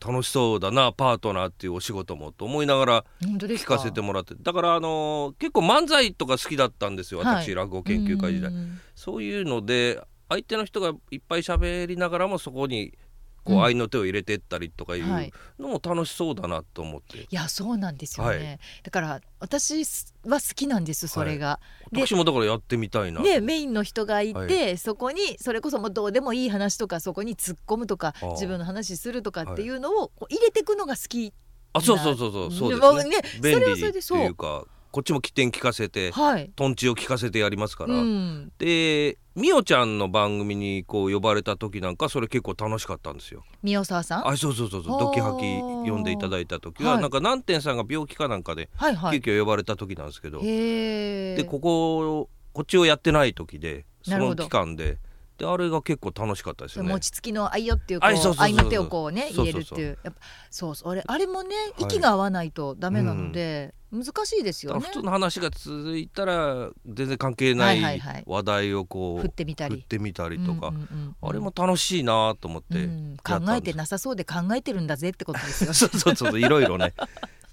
D: 楽しそうだなパートナーっていうお仕事もと思いながら
B: 本当です
D: 聞
B: か
D: かせてもらってだからあのー結構漫才とか好きだったんですよ私、
B: はい
D: 落語研究会時代
B: うん
D: そういうので相手の人がいっぱい喋りながらもそこにこ
B: うん
D: う愛の手を入れてったりとかい
B: はいう
D: のも楽しそうだなと思って、
B: いやそうなんですよね、
D: は
B: だから私は好きなんですそれが、で
D: 私もだからやってみたいなと
B: でメインの人がいて、
D: は
B: そこにそれこそもうどうでもいい話とかそこに突っ込むとか
D: ああ
B: 自分の話するとかっていうのをこう入れていくのが好き
D: あそうそうそうそうそうで
B: も
D: すね
B: そ
D: 便
B: れはそ
D: 利
B: れ
D: って
B: でそう
D: いうかこっちも起点聞かせて
B: はい、
D: トンチを聞かせてやりますから、
B: うん、
D: でみおちゃんの番組にこう呼ばれた時なんかそれ結構楽しかったんですよ。
B: 宮沢さん
D: あそうそうそうそ
B: あ
D: う
B: ー
D: ドキハキ読んでいただいた時
B: は
D: は、
B: い
D: なんか南天さんが病気かなんかで
B: はいはい
D: 急遽呼ばれた時なんですけど、
B: へえ
D: でここをこっちをやってない時でそ
B: なるほ
D: の
B: ど
D: 期間でであれが結構楽しかったですよね。
B: 餅つきの愛よっていうこ
D: あそうそう
B: う
D: そうそう
B: 愛の手をこうね
D: そ
B: 入
D: う
B: れ
D: そ
B: る
D: う
B: って
D: そう
B: いうやっぱそうそうあれあれもね息が合わないとダメなので難しいです
D: だ
B: よ
D: から
B: ね
D: 普通の話が続いたら全然関係
B: は
D: ない
B: はい
D: い
B: はい
D: 話題をこ
B: 振
D: う
B: ってみた
D: 振っ
B: り
D: てみたりと
B: う
D: か
B: んうんうん
D: あれも楽しいなと思っ
B: う
D: て
B: ん
D: やったんです
B: 考えてなさそうで考えてるんだぜってことですよ
D: そうそうそういろいろね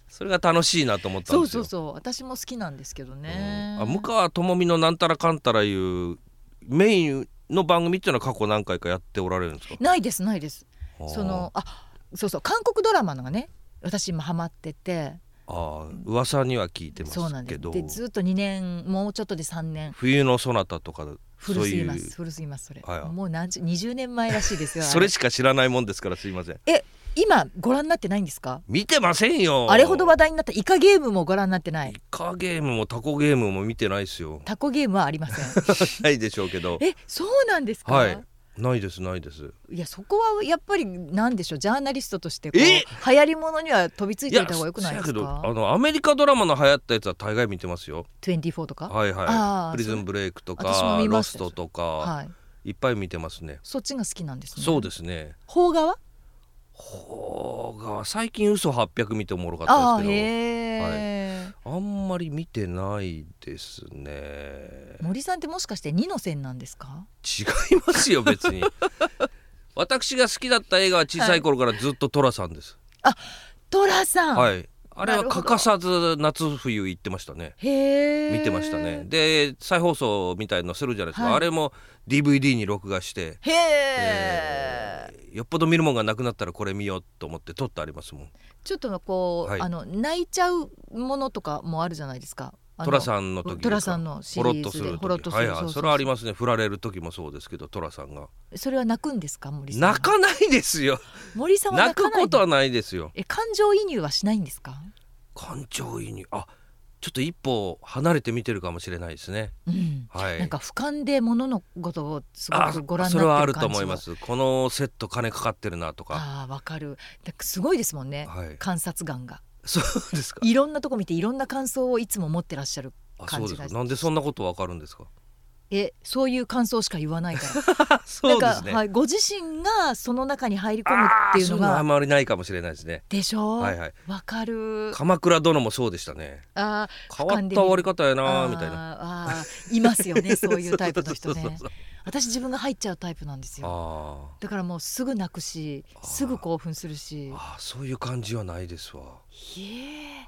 D: それが楽しいなと思った
B: そ
D: ん
B: う
D: です
B: そ
D: よ
B: う。そう私も好きなんですけどね
D: あ向川智美のなんたらかんたらいうメインの番組っていうのは過去何回かやっておられるんですか
B: ないですないですその
D: あ
B: あそうそう韓国ドラマのがね私今ハマってて
D: ーあー噂には聞いてま
B: そうなん
D: す
B: で
D: け
B: す
D: ど
B: でずっと2年もうちょっとで3年
D: 冬のそなたとか
B: 古すぎます
D: そういう
B: 古すぎますそれ、
D: はいはい
B: もう何十20年前らしいですよあ
D: それしか知らないもんですからすいません
B: 今ご覧になってないんですか
D: 見てませんよ
B: あれほど話題になったイカゲームもご覧になってない
D: イカゲームもタコゲームも見てないですよ
B: タコゲームはありません
D: ないでしょうけど
B: えそうなんですか、
D: はいないですないです
B: いやそこはやっぱりなんでしょうジャーナリストとしてこう
D: え
B: 流行りものには飛びついていた方がよくない
D: そ
B: で
D: や
B: す
D: けどあ
B: か
D: のアメリカドラマの流行ったやつは大概見てますよ
B: 24とか
D: はい
B: あ
D: は
B: ー
D: いプリズンブレイクと
B: 私も
D: か
B: 見ま
D: ロ
B: し
D: ス
B: たよ
D: トと
B: は
D: か
B: い
D: いっぱい見てますね
B: そっちが好きなんですね
D: そう
B: す
D: ですね
B: 邦画は
D: ほうが最近嘘800見ておもろかった
B: ああ
D: ん
B: ー
D: です
B: へえ、
D: けどあんまり見てないですね
B: 森さんってもしかして二の線なんですか
D: 違いますよ別 に私が好きだった映画は小さい頃からずっと寅さんです
B: トラさん、
D: はい、あれ
B: な
D: は
B: るほど
D: 欠かさず夏冬行ってましたね
B: へえ
D: 見てましたねで再放送みたいのするじゃないですか、
B: はい
D: あれも DVD に録画して、
B: へえ
D: えーよっぽど見るもんがなくなったらこれ見ようと思って撮ってありますもん
B: ちょっとのこう、
D: はい
B: あの泣いちゃうものとかもあるじゃないですか。あの
D: 寅さんの時
B: 寅さんのシ
D: ほ
B: リ
D: ろ
B: ー
D: っとす
B: ズで
D: る
B: ほろっと
D: 時
B: する。
D: はいは
B: う
D: いうそれはありますね振られる時もそうですけど寅さんが
B: それは泣くんですか森さんは。
D: 泣かないですよ
B: 森さんは
D: 泣
B: 泣か
D: く
B: ない。
D: ことはないですよ
B: え感情移入はしないんですか。
D: 感情移入あちょっと一歩離れて見てるかもしれないですね
B: うん。
D: はい
B: なんか俯瞰で物のことをすご
D: あ
B: くご覧に
D: それは
B: なって
D: あ
B: る
D: ると
B: 感じ
D: 思いますこのセット金かかってるなとか
B: ああわかる。だすごいですもんね、
D: はい
B: 観察眼が。
D: そうですか
B: いろんなとこ見ていろんな感想をいつも持ってらっしゃる
D: あ
B: 感
D: そう
B: じ
D: で
B: が
D: すかなんでそんなことわかるんですか
B: えそういう感想しか言わないから
D: あ そうで
B: な
D: すね
B: んか、はい、ご自身がその中に入り込む
D: あ
B: って
D: ー
B: いうの
D: そういうのあ
B: が
D: んまりないかもしれないですね
B: でしょ
D: はいはい
B: わかる
D: 鎌倉殿もそうでしたね
B: あー
D: 変わっ
B: 俯瞰
D: た
B: で見る
D: 終わり方やなーみたいな
B: なあーいますよねそういうタイプの人
D: そうそう
B: ね
D: そうそう
B: 私自分が入っちゃうタイプなんですよ
D: あ
B: だからもうすぐ泣くし
D: あー
B: すぐ興奮するし
D: ーあーそういう感じはないですわ
B: へ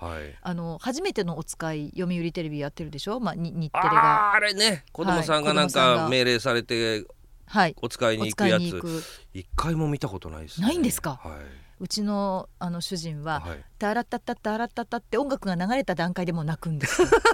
B: え
D: はい
B: あの初めてのお使い読売テレビやってるでしょ、まあ、に日テレが
D: あーあれね子供さんが
B: はい
D: なん
B: 子供さん
D: か
B: が
D: 命令されて
B: はい
D: お使い
B: お
D: に行く
B: 使い
D: や
B: に行
D: つ
B: く
D: 一回も見たことないですね
B: ないんですか
D: はい、
B: うちのあの主人は
D: はい、
B: 「タラッタッタッタラッタッタ」って音楽が流れた段階でもう泣くん ですよ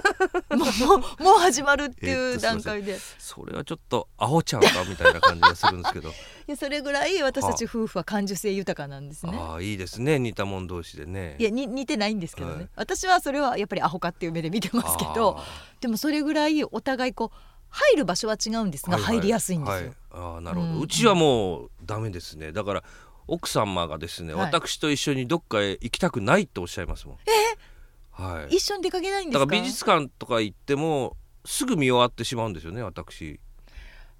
B: もうもうもう始まるって
D: え
B: いう
D: っとすい
B: 段
D: ません
B: 階で、い
D: それはちょっとアホちゃうかみたいな感じがするんですけど、
B: や それぐらい私たち夫婦は感受性豊かなんですね
D: ああいいですね似たもん同士でね
B: いやに似てないんですけどね、
D: はい
B: 私はそれはやっぱりアホかっていう目で見てますけど
D: あ
B: でもそれぐらいお互いこう入る場所は違うんです
D: ー
B: が
D: はいはい
B: 入りやすいんですよ。
D: はい、ああなるほど、
B: う
D: うんちはもうダメですねだから奥様がですね、
B: はい
D: 私と一緒にどっかへ行きたくないっておっしゃいますもんはい
B: 一緒に出かけないんで
D: だ
B: す
D: か
B: から
D: 美術館とか行ってもすぐ見終わってしまうんですよね私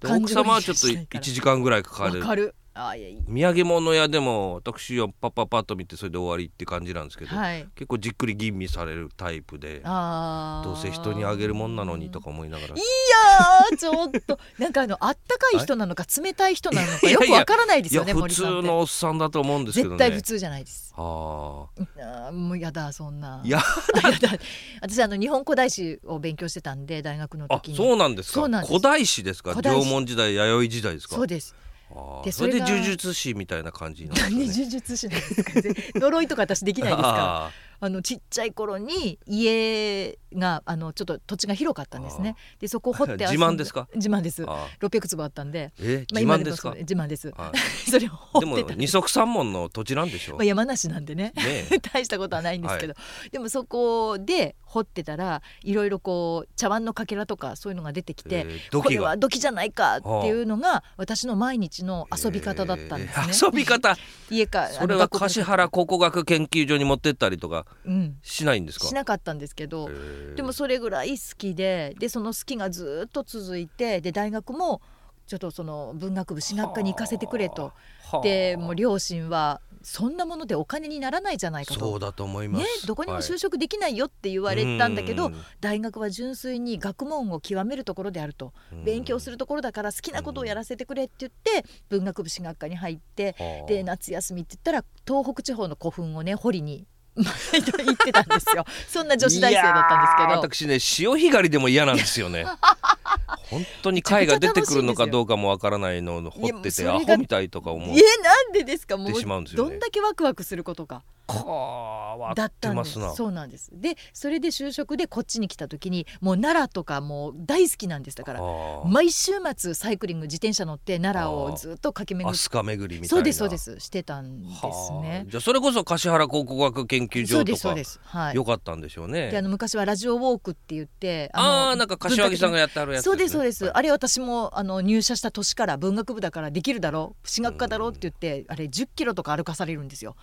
D: で
B: 感
D: 奥
B: 情移入
D: 様はちょっと
B: しないから
D: 1時間ぐらいかか
B: わ
D: る
B: かるあいやいい
D: 土産物屋でも私はパッパッパッと見てそれで終わりって感じなんですけど、
B: はい
D: 結構じっくり吟味されるタイプで
B: あー
D: どうせ人にあげるもんなのにとか思いながら
B: いやーちょっ となんかあのあったかい人なのか冷たい人なのか
D: いや
B: よ
D: いや
B: くわからないで
D: い
B: す
D: や
B: よね
D: 普
B: 森さん
D: 通
B: って
D: のおっさんだと思うんですけどね
B: 絶対普通じゃないです
D: あ
B: あーもうやだそんな
D: あいや
B: やだ私あの日本古代史を勉強してたんで大学の
D: あ
B: 時に
D: そうなんです
B: そ
D: か
B: うなんです
D: 古代史ですか
B: 古代
D: 縄
B: 史
D: 文時代弥生時代ですか
B: そうです
D: あー
B: で
D: それで
B: それが
D: 呪術師みたいな感じなんですか
B: 何
D: ね
B: で呪術師なんですかぜ呪いとか私できないですから
D: あ
B: あのちっちゃい頃に家があのちょっと土地が広かったんですねでそこを掘って
D: 自慢ですか
B: 自慢です
D: ーあ
B: 600坪あったんで、
D: ーえ
B: まあ今
D: 自慢です
B: も
D: か
B: そう自慢です
D: は
B: それを掘
D: でも
B: ってた、
D: 二足三門の土地なんでしょう
B: まあ、
D: ね
B: 山梨なんでね
D: え
B: 大したことはないんですけど、でもそこで掘ってたらいろいろこう茶碗のかけらとかそういうのが出てきて、
D: えー土
B: こ
D: 器
B: れ
D: が
B: は土器じゃないかっていうのが私の毎日の遊び方だったんですね。
D: えー遊び方
B: 家か
D: それは
B: し
D: 橿原考古学研究所に持ってったりとか
B: うん、
D: しないんですか
B: しなかったんですけど、
D: へー
B: でもそれぐらい好きででその好きがずっと続いてで大学もちょっとその文学部私学科に行かせてくれと。
D: はあ
B: でもう両親はそんなものでお金にならないじゃないかと。
D: そうだと思います、
B: ね、どこにも
D: はい
B: 就職できないよって言われたんだけど、
D: うん
B: 大学は純粋に学問を極めるところであると、
D: うん
B: 勉強するところだから好きなことをやらせてくれって言って文学部私学科に入って
D: はあ
B: で夏休みって言ったら東北地方の古墳をね掘りに 毎度行ってたんですよそんな女子大生だったんで
D: いや
B: す
D: ー
B: けど。
D: 私ね潮干狩りでも嫌なんで すよね本当に貝が出てくるのかどうかもわからないのを掘って
B: い
D: て
B: やも
D: ア
B: うそれが
D: ホみたいとか思う
B: いえなんでですかも
D: っ
B: う
D: てしまうんですよ
B: ど
D: ね
B: んだけワクワクすることか
D: はあ
B: だ
D: 割
B: っ
D: ったて
B: んで
D: ます
B: す
D: な
B: そうなんですでそれで就職でこっちに来た時にもう奈良とかもう大好きなんですだから
D: はあ
B: 毎週末サイクリング自転車乗って奈良をずっと駆け巡っ
D: 飛鳥巡りみたいな
B: そうですそうですしてたんです
D: はあ
B: ね。
D: じゃあそれこそ橿原考古学研究
B: そ
D: 所
B: うで
D: と
B: すそう
D: か
B: です。はい。
D: 良かったんでしょうね
B: であの昔はラジオウォークって言って
D: あ
B: の
D: あなんか柏木さんがやってあるやつ、ね、
B: そうですそうです、
D: はい
B: あれ私もあの入社した年から文学部だからできるだろう私学科だろうって言ってあれ10キロとか歩かされるんですよ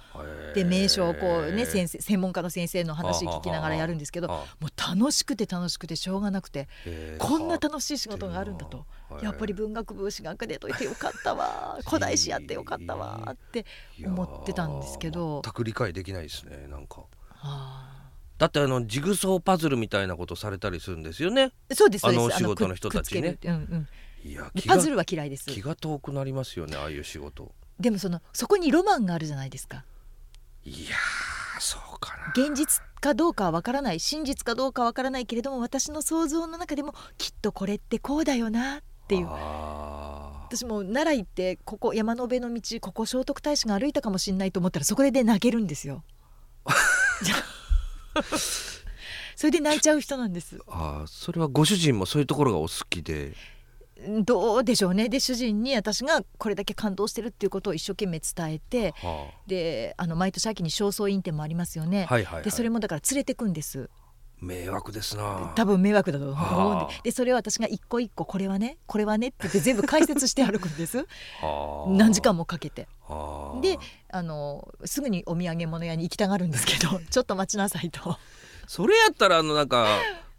B: で名所をこうね先生専門家の先生の話聞きながらやるんですけども
D: あ
B: う楽しくて楽しくてしょうがなくて
D: へー
B: こんな楽しい仕事があるんだと
D: 変わってるな
B: やっぱり文学部私学科でといてよかったわ古代史やってよかったわって思ってたんですけ
D: いや
B: ど
D: ー全く理解できないですねなんか
B: あ
D: だってあのジグソーパズルみたいなことされたりするんですよね
B: ーそうですそうです
D: あのお仕事の人たちね
B: くっつけるうんうん
D: いや
B: で
D: 気が
B: パズルは嫌いです
D: 気が遠くなりますよねああいう仕事
B: でもそのそこにロマンがあるじゃないですか
D: いやーそうかな
B: 現実かどうかはわからない真実かどうかはわからないけれども私の想像の中でもきっとこれってこうだよなっていう
D: あー
B: 私も奈良行ってここ山の辺の道ここ聖徳太子が歩いたかもしれないと思ったらそこで、ね、泣けるんですよ じゃあそれで泣いちゃう人なんです
D: あーそれはご主人もそういうところがお好きで
B: どうでしょうねで主人に私がこれだけ感動してるっていうことを一生懸命伝えて
D: は
B: であの毎年秋に正倉院展もありますよね、
D: あ、はいはい、はい、
B: でそれもだから連れてくんです
D: 迷惑ですな
B: 多分迷惑だと思うん
D: は
B: で
D: あ
B: でそれを私が一個一個これはねこれはねって言って全部解説して歩くんです
D: はあ
B: 何時間もかけて
D: はあ
B: であのすぐに お土産物屋に行きたがるんですけどちょっと待ちなさいと
D: それやったらあのなんか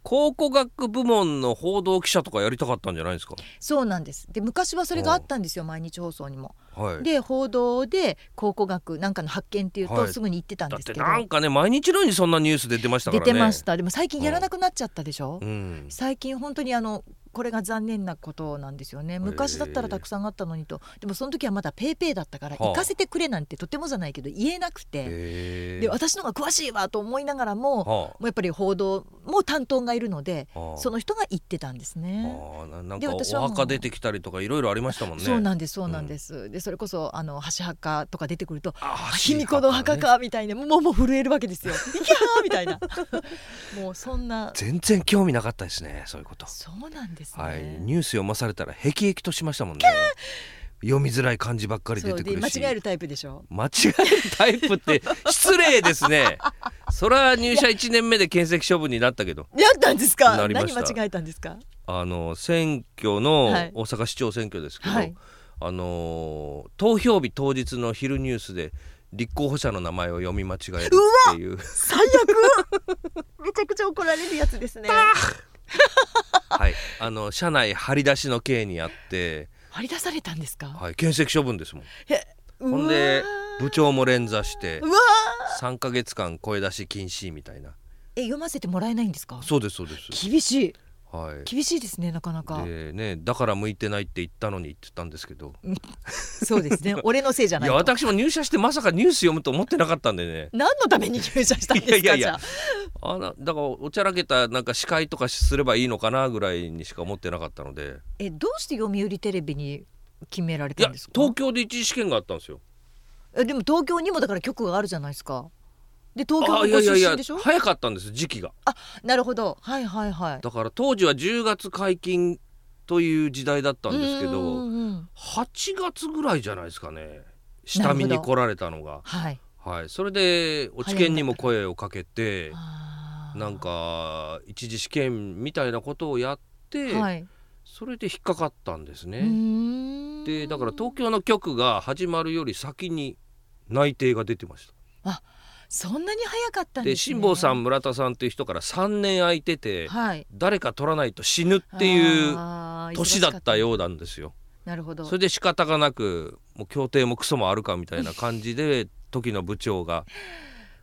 D: 考古学部門の報道記者とかやりたかったんじゃないですか。
B: そうなんですで昔はそれがあったんですよ毎日放送にも。
D: はい。
B: で報道で考古学なんかの発見っていうと、
D: はい
B: すぐに言ってたん
D: だ
B: で
D: っ
B: す
D: て
B: けど
D: なんかね毎日のようにそんなニュース出てましたか
B: 出
D: らね。
B: てまし。たでも最近やらなくなっちゃったでしょ、
D: うん。
B: 最近本当にあのこれが残念なことなんですよね昔だったらたくさんあったのにとでもその時はまだペイペイだったから
D: はあ
B: 行かせてくれなんてとてもじゃないけど言えなくて、
D: へえ
B: で私の方が詳しいわと思いながらも、も
D: は
B: うやっぱり報道も担当がいるので、
D: あ。はあ
B: その人が言ってたんですね。
D: ああななん
B: で
D: か
B: 私は
D: お
B: もう
D: 墓出てきたりとかいろいろありましたもんね。
B: そうなんですそうなんです、でそれこそあの橋墓とか出てくるとあ卑弥呼の墓
D: ね
B: かみたいなもうもうもう震えるわけ ですよ。いやーみたいなもうそんな
D: 全然興味なかったですねそういうこと。
B: そうなんですね。
D: はいニュース読まされたらへきへきとしましたもんね。読みづらい漢字ばっかり出
B: そう
D: てく
B: で
D: る
B: 間
D: し。
B: 違えるタイプでしょ。
D: 間違えるタイプって失礼ですね。それは入社1年目で検責処分になったけど
B: やったんですか。
D: な
B: 何
D: りました
B: 間違えたんですか。
D: あの選挙の
B: はい
D: 大阪市長選挙ですけど、
B: はい
D: あのー投票日当日の昼ニュースで立候補者の名前を読み間違えるっていう
B: 最悪。 めちゃくちゃ怒られるやつですね。
D: はい、あの社内張り出しの刑にあって、
B: 張り出されたんですか。
D: はい、検責処分ですもん
B: うわー
D: ほんで部長も連座して
B: うわー
D: 3ヶ月間声出し禁止みたいな
B: え読ませてもらえないんですか。
D: そうですそうです
B: 厳しい
D: はい
B: 厳しいですねなかなか。
D: でねだから向いてないって言ったのにって言ったんですけど
B: そうです ね。俺のせいじゃ
D: い
B: ない
D: や
B: と。
D: 私も入社してまさかニュース読むと思ってなかったんでね
B: 何のために入社したんですか
D: いやいやいや
B: じ
D: あなだからおちゃらけたなんか司会とかすればいいのかなぐらいにしか思ってなかったので
B: ゃあえどうして読売テレビに決められ
D: い
B: た
D: や
B: んですか
D: 東京で一次試験があったんですよ
B: えでも東京にもだから局があるじゃないですかで東
D: あ
B: 京
D: い
B: のご
D: やいやい
B: 出
D: や
B: 身でしょ
D: 早かったんです時期が
B: なるほどはいはいはい
D: だから当時は10月解禁という時代だったんですけ
B: うん
D: ど
B: うんうん
D: 8月ぐらいじゃないですかね下見に来られたのが、
B: はい
D: はい、それでお知見にも声をかけて
B: あー
D: なんか一次試験みたいなことをやって、
B: はい
D: それで引っかかったんですね。
B: うーん
D: でだから東京の局が始まるより先に内定が出てまし
B: そんなに早かった
D: た
B: ん
D: で
B: です、ね、
D: 辛坊さん村田さんっていう人から3年空いてて
B: はい
D: 誰か取らないと死ぬっていう
B: あー
D: 年だったようなんですよ
B: なるほど
D: それで仕方がなくもう協定もクソもあるかみたいな感じで時の部長が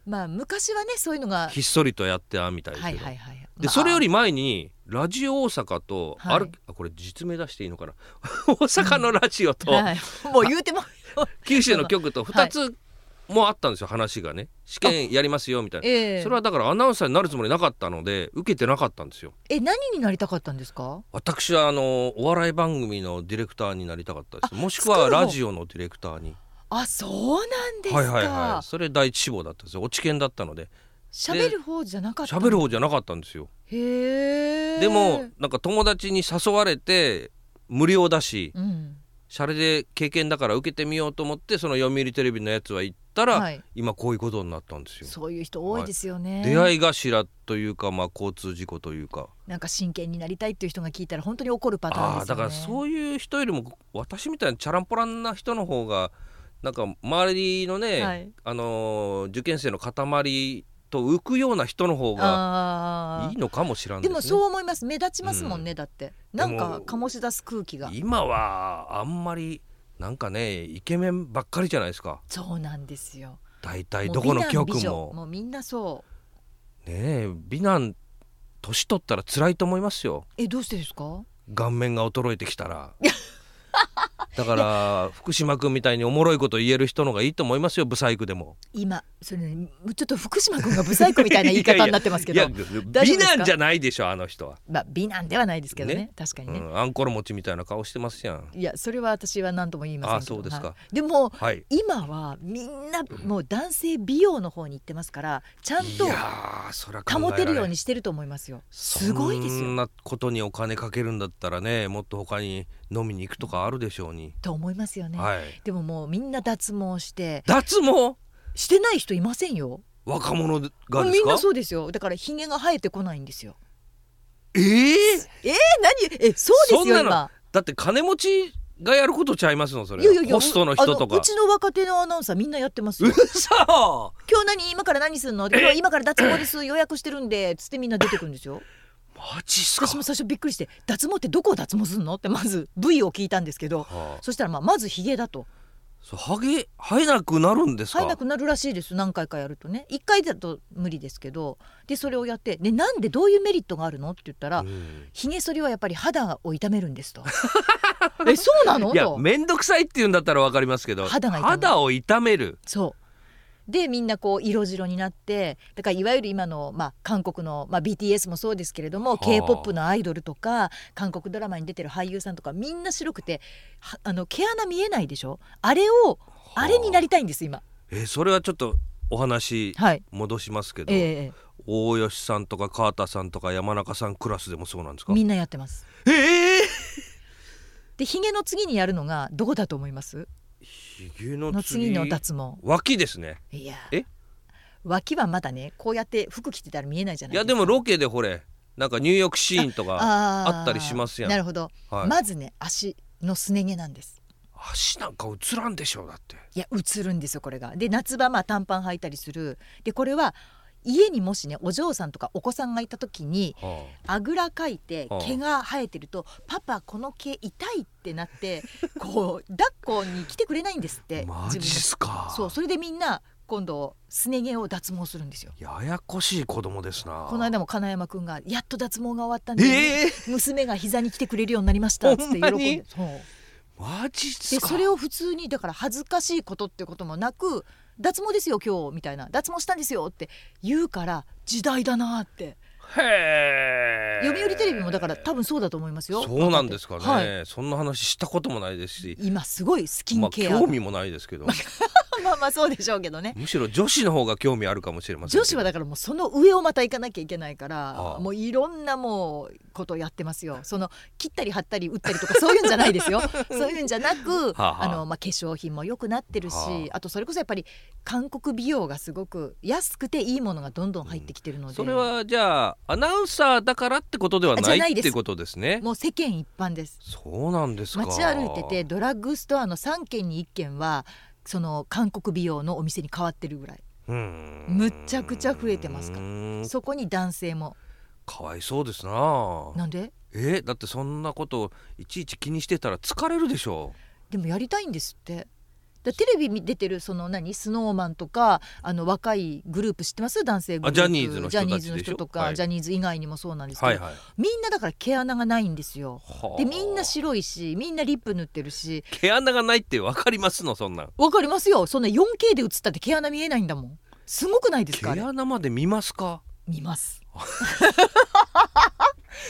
B: まあ昔はねそういうのが
D: ひっそりとやってあみたいです
B: は
D: け
B: い
D: ど、
B: はいはい
D: でそれより前にラジオ大阪と、
B: はい
D: あるあこれ実名出していいのかな 大阪のラジオと、
B: まあはいもう言うても
D: 九州の局と2つもあったんですよ、話がね試験やりますよみたいな、
B: ええ
D: それはだからアナウンサーになるつもりなかったので受けてなかったんですよ
B: え何になりたかったんですか
D: 私はあのお笑い番組のディレクターになりたかったですもしくは
B: 作る方
D: ラジオのディレクターに
B: あそうなんですか、
D: はいはいはいそれ第一志望だったんですよ落ち研だったので
B: 喋る方じゃなかった
D: 喋る方じゃなかったんですよ
B: へえ
D: でもなんか友達に誘われて無料だし
B: うん
D: シャレで経験だから受けてみようと思ってその読売テレビのやつは行ったら、
B: はい
D: 今こういうことになったんですよ
B: そういう人多いですよね、
D: 出会い頭というか、まあ、交通事故というか、
B: なんか真剣になりたいっていう人が聞いたら本当に怒るパターンで
D: ああ
B: すよ
D: だ
B: ね
D: からそういう人よりも私みたいなチャランポランな人の方がなんか周りのね、
B: はい
D: あのー受験生の塊と浮くような人の方が
B: あ
D: いい
B: ー
D: のかもしれない
B: で
D: です、ね、
B: もそう思います目立ちますもんね、だってなん
D: で
B: か
D: も
B: 醸し出す空気が
D: 今はあんまりなんかねイケメンばっかりじゃないですか
B: そうなんですよ
D: 大体
B: もう
D: どこの
B: 美男
D: 局
B: 美女
D: も
B: もうみんなそう
D: ねえ美男年取ったら辛いと思いますよ
B: えどうしてですか
D: 顔面が衰えてきたらだから福島君みたいにおもろいこと言える人の方がいいと思いますよブサイクでも
B: 今それ、ね、ちょっと福島君がブサイクみたいな言い方になってますけど
D: いやいや
B: 大丈夫
D: 美
B: ですか
D: 男じゃないでしょあの人は、
B: まあ美男ではないですけどね
D: ね
B: 確か
D: う
B: にね、
D: ん、アンコロ餅みたいな顔してますやん
B: いやそれは私は何とも言いませんけど
D: あそうですか
B: はいでも
D: はい
B: 今はみんなもう男性美容の方に行ってますからちゃん
D: い
B: と
D: やーそりゃ考えられ
B: 保
D: ない
B: てるようにしてると思いますよすごいです
D: そん
B: よ
D: なことにお金かけるんだったらねもっと他に飲みに行くとかあるでしょうに、
B: と思いますよね、
D: はい
B: でももうみんな脱毛して
D: 脱毛
B: してない人いませんよ
D: 若者がですか
B: もうみんなそうですよだからヒゲが生えてこないんですよ
D: えー
B: えー、何えそうですよ
D: そんな
B: 今
D: のだって金持ちがやることちゃいますのそれ
B: いやいやいや
D: ホストの人と
B: あ
D: か
B: うちの若手のアナウンサーみんなやってますよ
D: 嘘
B: 今日何今から何するの今日今から脱毛です予約してるんでつってみんな出てくるんですよ
D: マジっすか
B: 私も最初びっくりして「脱毛ってどこを脱毛するの?」ってまず部位を聞いたんですけど
D: はあ
B: そしたらまあまずヒゲだと
D: そうハゲ生えなくなるんですか
B: 生えなくなるらしいです何回かやるとね1回だと無理ですけどでそれをやって「でなんでどういうメリットがあるの?」って言ったら
D: うん
B: 「ヒゲ剃りはやっぱり肌を痛めるんです」 と「えそうなの?」
D: いや
B: と。
D: 面倒くさいって言うんだったらわかりますけど
B: 肌が痛む
D: を痛める
B: そうでみんなこう色白になってだからいわゆる今の、まあ、韓国の、まあ、BTS もそうですけれども
D: あ
B: k p o p のアイドルとか韓国ドラマに出てる俳優さんとかみんな白くてはあの毛穴見えないでしょあれを
D: あ
B: あれになりたいんです今。
D: えーそれはちょっとお話
B: はい
D: 戻しますけど、
B: ええ
D: 大吉さんとか川田さんとか山中さんクラスでもそうなんですか
B: みんなやってます。
D: ええ
B: でヒゲの次にやるのがどこだと思います
D: ひげの
B: の
D: 次
B: 次の脱毛。
D: 脇ですね
B: いや
D: え
B: 脇はまだねこうやって服着てたら見えないじゃない
D: いやでもロケでほれなんか入浴シーンとか
B: あー
D: あったりしますやん
B: なるほど、
D: はい
B: まずね足のすね毛なんです。
D: 足なんか映らんでしょうだって
B: いや映るんですよこれが。で夏場まあ短パン履いたりする。でこれは家にもしねお嬢さんとかお子さんがいた時に
D: は
B: あぐらかいて
D: ああ
B: 毛が生えてると「パパこの毛痛い」ってなって こう抱っこに来てくれないんですって
D: マジっ
B: 自
D: すか
B: 分のそうそれでみんな今度すね毛を脱毛するんですよ。
D: ややこしい子供ですな
B: この間も金山くんが「やっと脱毛が終わったんで、
D: ええ
B: 娘が膝に来てくれるようになりました」っつって喜ん
D: ほんまに
B: でそう
D: マジっす
B: で
D: か
B: それを普通にだから恥ずかしいことってこともなく「脱毛ですよ今日」みたいな「脱毛したんですよ」って言うから時代だなって
D: へえ
B: 読売テレビもだから多分そうだと思いますよ
D: そうなんですかね、
B: はい
D: そんな話したこともないですし、
B: 今すごいスキ
D: ま
B: ン
D: あ、
B: ケアが、
D: 興味もないですけど
B: まあまあそうでしょうけどね
D: むしろ女子の方が興味あるかもしれませんけど
B: 女子はだからもうその上をまた行かなきゃいけないから
D: ああ
B: もういろんなもうことをやってますよその切ったり貼ったり打ったりとかそういうんじゃないです よそういうんじゃなく
D: はあはあ
B: あの、まあ、化粧品も良くなってるし、
D: は
B: あ、とそれこそやっぱり韓国美容がすごく安くていいものがどんどん入ってきてるので、
D: それはじゃあアナウンサーだからってことでは
B: じ
D: な
B: ゃ
D: い
B: ない
D: っ
B: です
D: てことですね
B: もう世間一般です
D: そうなんですか
B: 街歩いててドラッグストアの3軒に1軒はその韓国美容のお店に変わってるぐらい
D: うん
B: むっちゃくちゃ増えてますから
D: うん
B: そこに男性も
D: かわいそうですな
B: なんで
D: えだってそんなこといちいち気にしてたら疲れるでしょ
B: でもやりたいんですって。だテレビに出てるその何スノーマンとかあの若いグループ知ってます男性グループ
D: あジャニーズの人たち
B: ジャニーズの人とか、
D: でしょはい
B: ジャニーズ以外にもそうなんですけど、
D: はいはい
B: みんなだから毛穴がないんですよ
D: はあ
B: でみんな白いしみんなリップ塗ってるし
D: 毛穴がないってわかりますのそんなん
B: わかりますよそんな 4K で映ったって毛穴見えないんだもんすごくないです
D: 毛
B: かあれ
D: 穴まで見ますか
B: 見ます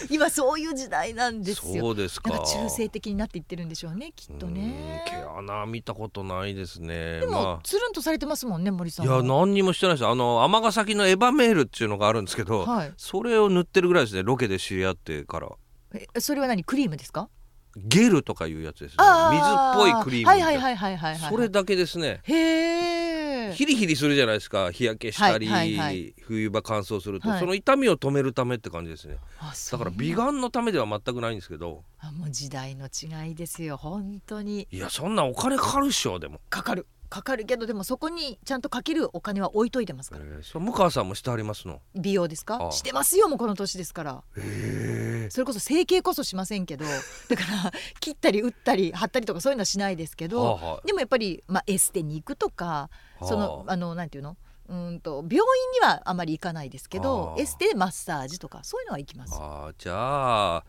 B: 今そういう時代なんですよ
D: そうですか
B: なんか中性的になっていってるんでしょうねきっとね
D: うん毛穴見たことないですね
B: でも、
D: ま
B: つるんとされてますもんね森
D: あ、
B: さ
D: い
B: んも
D: や何にもしてないですあの尼崎のエヴァメールっていうのがあるんですけど、
B: はい
D: それを塗ってるぐらいですねロケで知り合ってから
B: えそれは何クリームですか？
D: ゲルとかいうやつですね水っ
B: あ
D: ぽいクリームみた
B: はいい
D: な
B: はいはいはいはいはい。
D: それだけですね
B: へえ。
D: ヒリヒリするじゃないですか日焼けしたり、
B: はいはいはい
D: 冬場乾燥すると、
B: はい
D: その痛みを止めるためって感じですね
B: あ
D: だから美
B: が
D: 顔のためでは全くないんですけど
B: あもう時代の違いですよ本当に
D: いやそんなお金かかるっしょでも、
B: かかるかかるけどでもそこにちゃんとかけるお金は置いといてます
D: え
B: から
D: ー、それ向川さんもしてありますの
B: 美容です
D: あ
B: か
D: あ
B: してますよもうこの年ですから
D: へえ
B: それこそ整形こそしません けどだから切ったり打ったり貼ったりとかそういうのはしないですけど
D: は
B: でもやっぱりまあエステに行くとか
D: あ
B: そのあのなんていうのうーんと病院にはあまり行かないですけど
D: ああ
B: エステでマッサージとかそういうのは行きます。
D: あーじゃあ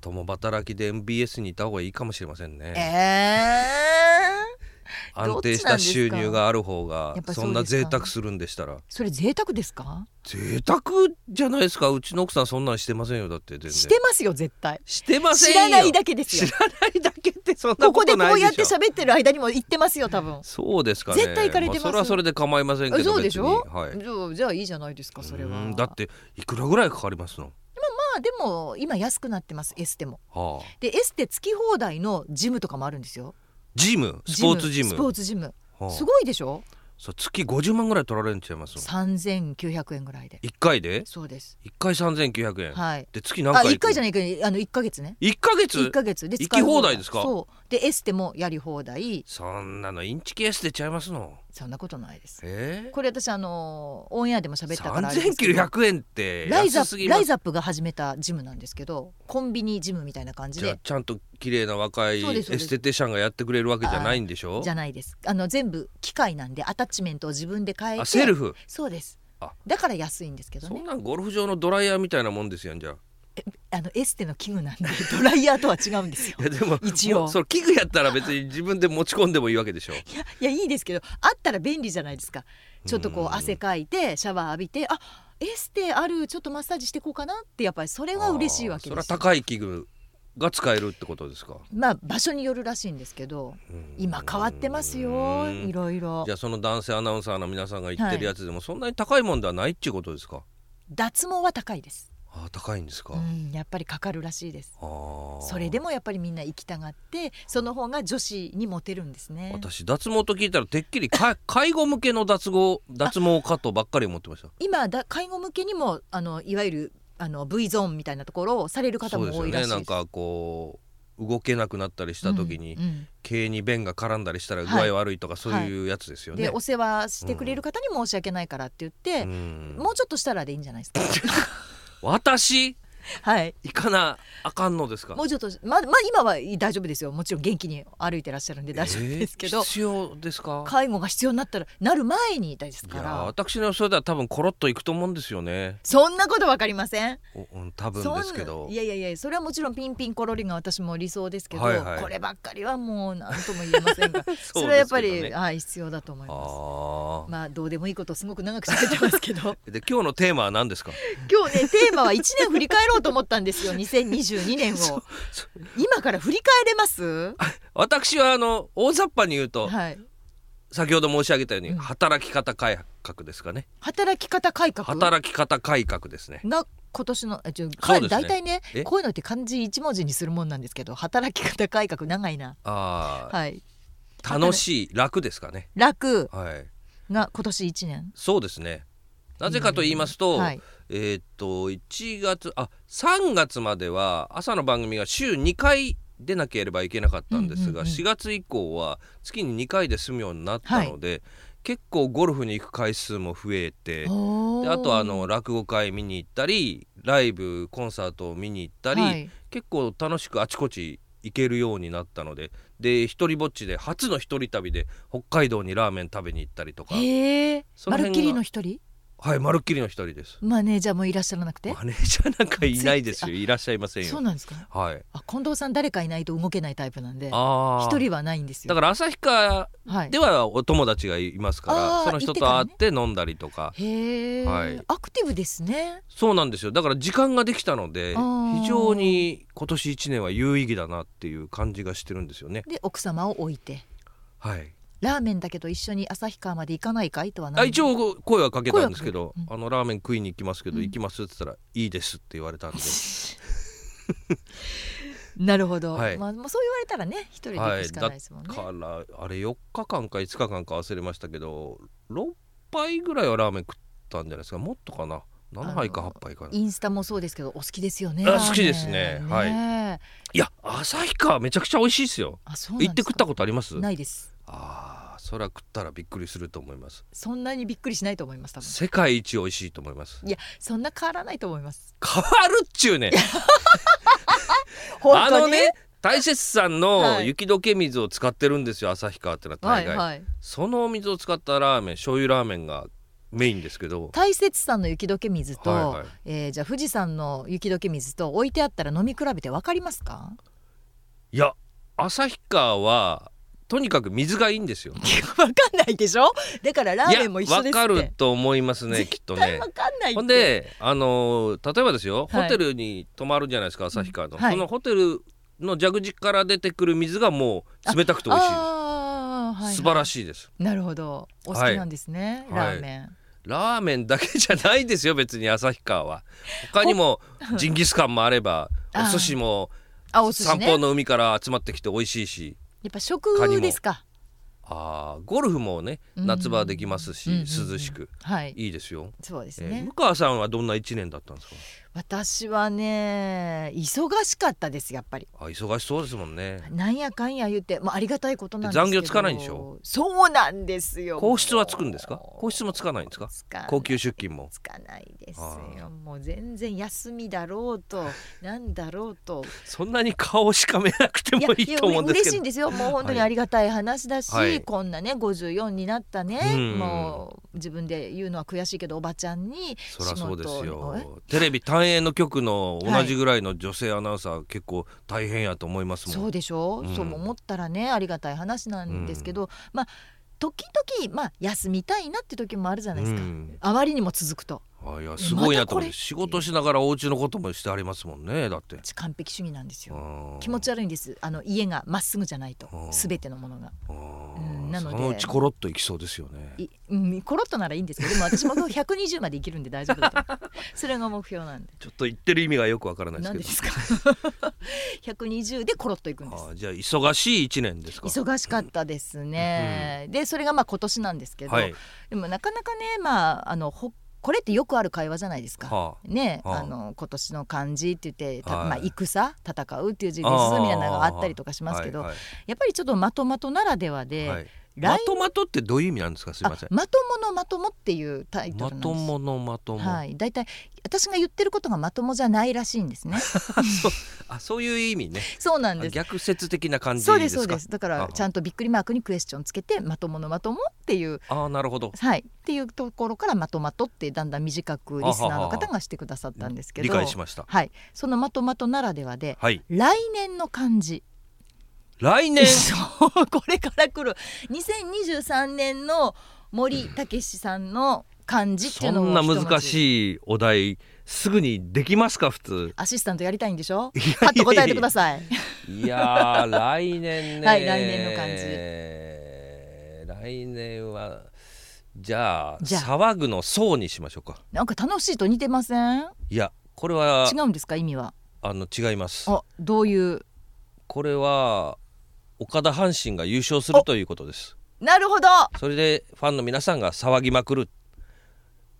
D: 共働きで MBS にいた方がいいかもしれませんね、
B: ええ
D: 安定した収入がある方が
B: どっちなんですか
D: そんな贅沢するんでしたら
B: それ贅沢ですか？
D: 贅沢じゃないですかうちの奥さんそんなんしてませんよだって全然
B: してますよ絶対。
D: してません
B: 知
D: よ
B: らないだけですよ
D: 知。らないだけってそんな
B: こ
D: こ
B: ことで
D: な
B: こ
D: いうでしょ
B: やって喋ってる間にも行ってますよ多分。
D: そうですかね
B: 絶対行かれてます
D: あそれはそれで構いませんけ
B: え
D: ど
B: そうでしょ
D: 別？にはい
B: じゃあじゃあいいじゃないですかそれ
D: う
B: は
D: ん。だっ。ていくらぐらいかかりますの
B: まあでも今安くなってますエステも。
D: はあ
B: でエステ付き放題のジムとかもあるんですよ。
D: ジムスポーツジム
B: スポーツジム。
D: はあ
B: すごいでしょ？
D: そう月50万ぐらい取られんちゃいますの
B: 三千九百円ぐらいで。
D: 一回で
B: そうです。
D: 一回3900円
B: はい。
D: で月何
B: あ
D: 回行く
B: 一回じゃないけどあの一ヶ月ね。
D: 一ヶ月
B: 一ヶ月で使い
D: 行き放題ですか
B: そうでエステもやり放題
D: そんなのインチキエステちゃいますの
B: そんなことないです
D: え
B: これ私あのオンエアでも喋ったからあれですけど
D: 3900円って
B: ライザ
D: 安す
B: ッ
D: ぎ
B: プ
D: ま
B: ラ
D: す
B: イザップが始めたジムなんですけどコンビニジムみたいな感じ
D: じゃあ
B: で
D: ちゃんと綺麗な若い
B: そう
D: エ
B: ですそうです
D: ステティシャンがやってくれるわけじゃないんでしょ
B: じゃないですあの全部機械なんでアタッチメントを自分で変えて
D: あセルフ
B: そうです
D: あ
B: だから安いんですけど
D: そ
B: ね
D: んなんゴルフ場のドライヤーみたいなもんですやんじゃあ
B: あのエステの器具なんでドライヤーとは違うんですよ
D: いやでも
B: 一応
D: もうそれ器具やったら別に自分で持ち込んでもいいわけでしょ
B: いやいやいいですけどあったら便利じゃないですかちょっとこう汗かいてシャワー浴びてあエステあるちょっとマッサージしてこうかなってやっぱりそれが嬉しいわけ
D: あーそれ
B: で
D: は
B: すよ
D: 高い器具が使えるってことですか
B: まあ場所によるらしいんですけど
D: うん
B: 今変わってますよ
D: うん
B: いろいろ
D: じゃあその男性アナウンサーの皆さんが言ってるやつでもそんなに高いもんではないっていうことですか、
B: 脱毛は高いです
D: ああ高いんですか、
B: うんやっぱりかかるらしいです
D: ああ
B: それでもやっぱりみんな行きたがってその方が女子にモテるんですね
D: 私脱毛と聞いたらてっきりか介護向けの脱毛脱毛かとばっかり思ってました
B: 今だ介護向けにもあのいわゆるあの V ゾーンみたいなところをされる方
D: そうで
B: も
D: す
B: 多
D: よ
B: いらし
D: ね
B: い
D: なんかこう動けなくなったりした時に、
B: うんうん
D: 毛に便が絡んだりしたら具
B: は
D: 合
B: い
D: 悪いとかそういうやつですよね、
B: でお世話してくれる方に申し訳ないからって言って、
D: うん
B: もうちょっとしたらでいいんじゃないですか
D: 私
B: はい
D: 行かなあかんのですか
B: もうちょっとままあ今は大丈夫ですよもちろん元気に歩いてらっしゃるんで大丈夫ですけど、
D: えー必要ですか
B: 介護が必要になったらなる前にです
D: い
B: か
D: やー
B: ら
D: 私の予想では多分コロッといくと思うんですよね
B: そんなことわかりません
D: おうん多分
B: そん
D: で
B: な
D: すけど
B: いやいやいやそれはもちろんピンピンコロリが私も理想ですけど、
D: はいはい
B: こればっかりはもう何とも言えませんがそ,、 れ
D: そうですけどね
B: はやっぱり、はい、必要だと思います
D: あー
B: まあどうでもいいことすごく長く喋ってますけど
D: で今日のテーマは何ですか
B: 今日ねテーマは1年振り返ろうと思ったんです よ2022年を今から振り返れます
D: 私はあの大雑把に言うと、
B: はい
D: 先ほど申し上げたように、
B: うん
D: 働き方改革ですかね
B: 働き方改革
D: 働き方改革ですね
B: が今年のえちょ、
D: そ
B: か
D: うですね
B: 大体ね
D: え
B: こういうのって漢字一文字にするもんなんですけど働き方改革長いな
D: あー、
B: はい
D: 楽しい楽ですかね
B: 楽
D: はい
B: が今年1年
D: そうですねなぜかと言いますと、
B: はい
D: えーっと1月あ3月までは朝の番組が週2回出なければいけなかったんですが、
B: うんうんうん
D: 4月以降は月に2回で済むようになったので、結構ゴルフに行く回数も増えて
B: お
D: で
B: ー
D: あとあの落語会見に行ったりライブコンサートを見に行ったり、
B: はい
D: 結構楽しくあちこち行けるようになったのでで一人ぼっちで初の一人旅で北海道にラーメン食べに行ったりとか
B: へえ
D: そ
B: ま
D: の
B: るっ
D: 辺
B: き
D: が
B: りの一人
D: はいまるっきりの一人です
B: マネージャーもいらっしゃらなくて
D: マネージャーなんかいないで すよいらっしゃいません
B: そう
D: よ
B: なんですか
D: はい
B: あ近藤さん誰かいないと動けないタイプなんで
D: あ
B: 一
D: あ
B: 人はないんですよ
D: だから旭川
B: はい
D: ではお友達がいますから、
B: あー
D: その人と
B: 行
D: 会
B: っ
D: ってて飲んだりとか
B: へえ、
D: はい
B: アクティブですね
D: そうなんですよだから時間ができたので
B: あー
D: 非常に今年1年は有意義だなっていう感じがしてるんですよね
B: で奥様を置いて
D: はい
B: ラーメンだけど一緒に旭川まで行かないかいとはな
D: あ
B: い
D: 一応声はかけたんですけ
B: 声
D: ど
B: はかけ
D: 「
B: た
D: あのラーメン食いに行きますけど
B: うん
D: 行きます」って言ったら「いいです」って言われたんで
B: なるほど、
D: はい
B: まあ、まあそう言われたらね一人で行
D: は
B: く
D: い
B: しかな
D: だ
B: いですもんね、
D: からあれ4日間か5日間か忘れましたけど6杯ぐらいはラーメン食ったんじゃないですかもっとかな7杯か
B: あの
D: 8杯かない
B: インスタもそうですけどお好きですよね
D: あ
B: ラーメン
D: 好きですねはい
B: ねえ
D: や旭川めちゃくちゃ美味しいですよ
B: あそうなん
D: 行
B: ですか
D: って食ったことあります
B: ないです
D: ああそら食ったらびっくりすると思います
B: そんなにびっくりしないと思います多分
D: 世界一美味しいと思います
B: いやそんな変わらないと思います
D: 変わるっちゅうね
B: 本
D: あ
B: 当に
D: のね大雪山の
B: はい
D: 雪解け水を使ってるんですよ旭川ってのは
B: は
D: 大
B: い
D: 概、
B: はい
D: そのお水を使ったラーメン醤油ラーメンがメインですけど
B: 大雪山の雪解け水と、
D: はいはい
B: えーじゃあ富士山の雪解け水と置いてあったら飲み比べてわかりますか
D: いや旭川はとにかく水がいい んですよ
B: わかんないでしょだからラー
D: い
B: メ
D: や
B: ンも一緒
D: わ
B: ですって
D: かると思いますねきっとね
B: わかんないって
D: ほんであのー例えばですよ、
B: はい
D: ホテルに泊まるじゃないですか旭川の、
B: はい
D: そのホテルの蛇口から出てくる水がもう冷たくて美味しいです
B: あーはいはい
D: 素晴らしいです
B: なるほどお好きなんですね、
D: は
B: ラー
D: い
B: メン
D: ラーメンだけじゃないです よ別に旭川は他にもジンギスカンもあれば
B: あー
D: お寿司も
B: あお寿司
D: 三
B: ね
D: 方の海から集まってきて美味しいし
B: やっぱ食ですか
D: あーゴルフもね
B: うん
D: 夏場できますし
B: うんうんうん
D: 涼しく
B: はい
D: いいですよ、
B: そうです
D: えー
B: ね
D: 向、川さんはどんな一年だったんですか
B: 私はね忙しかったですやっぱり
D: あ忙しそうですもんね
B: なんやかんや言って、まあ、ありがたいことなんですけど
D: 残業つかないんでしょ
B: そうなんですよ
D: 皇室はつくんですか皇室もつかないんですか
B: つかない
D: 高級出勤も
B: つかないです
D: あ
B: よもう全然休みだろうとなんだろうと
D: そんなに顔をしかめなくて もいいと思うんです
B: 嬉
D: け
B: しい
D: ど
B: んですよもう本当に
D: はい
B: ありがたい話だし、
D: はい
B: こんなね54になったね、
D: うん
B: もう自分で言うのは悔しいけどおばちゃんに
D: そりゃそうです
B: 仕事をね
D: よテレビ単営の局の同じぐらいの女性アナウンサー、結構大変やと思いますもん
B: そうでしょ、う
D: うん
B: そうも思ったらねありがたい話なんですけど、まあ時々まあ休みたいなって時もあるじゃないですか、
D: うん
B: あまりにも続くと
D: あいやすごいなと
B: またこ
D: 思っ
B: れ
D: て仕事しながらお家のこともしてありますもんねだって
B: 私完璧主義なんですよ、
D: うん
B: 気持ち悪いんですあの家がまっすぐじゃないと
D: うん
B: すべてのものが
D: うん
B: うんなので
D: そのうちコロッといきそうですよね
B: い、うん、コロッとならいいんですけどでも私 も120まで生きるんで大丈夫だと思うそれが目標なん で
D: ちょっと言ってる意味がよくわからないです
B: 何
D: け
B: で
D: ど
B: ですか 120でコロッといくんです
D: あじゃあ忙しい一年ですか
B: 忙しかったですね、でそれがまあ今年なんですけど、
D: はい
B: でもなかなかねまああのほこれってよくある会話じゃないですか。
D: は
B: ね
D: はあ
B: あの今年の漢字って言って、た
D: はい
B: まあ、戦戦うっていう字ですみ
D: あー
B: たいなのがあったりとかしますけど、
D: はい
B: やっぱりちょっとまとまとならではで、
D: はいま
B: 来
D: とまとってどういう意味なんですかすいません
B: あまとものまともっていうタイト
D: ま
B: ルなんです
D: とものまとも、
B: はい、だいたい私が言ってることがまともじゃないらしいん ですね
D: あそういう意味ね
B: そうなんです
D: 逆説的な感じです
B: そ
D: か
B: うですそうですだか
D: あ
B: ら
D: あ
B: ちゃんとびっくりマークにクエスチョンつけてまとものまともっていう
D: ああなるほど
B: はい、っていうところからまとまとってだんだん短くリスナーの方がしてくださったんですけど
D: 理解しました
B: はい、そのまとまとならではで
D: はい
B: 来年の漢字
D: 来年
B: そう これから来る2023年の森武史さんの漢字ってい
D: そ
B: うのを
D: んな
B: 一文
D: 難
B: 字
D: しいお題すぐにできますか普通
B: アシスタントやりたいんでしょ
D: いやいやいや
B: パッと答えてください
D: いやー来年ね
B: はい来年の感じ
D: 来年はじゃあ
B: じゃあ
D: 騒ぐの層にしましょうか
B: なんか楽しいと似てません
D: いやこれは
B: 違うんですか意味は
D: あの違います
B: あどういう
D: これは岡田阪神が優勝するということです
B: なるほど
D: それでファンの皆さんが騒ぎまくる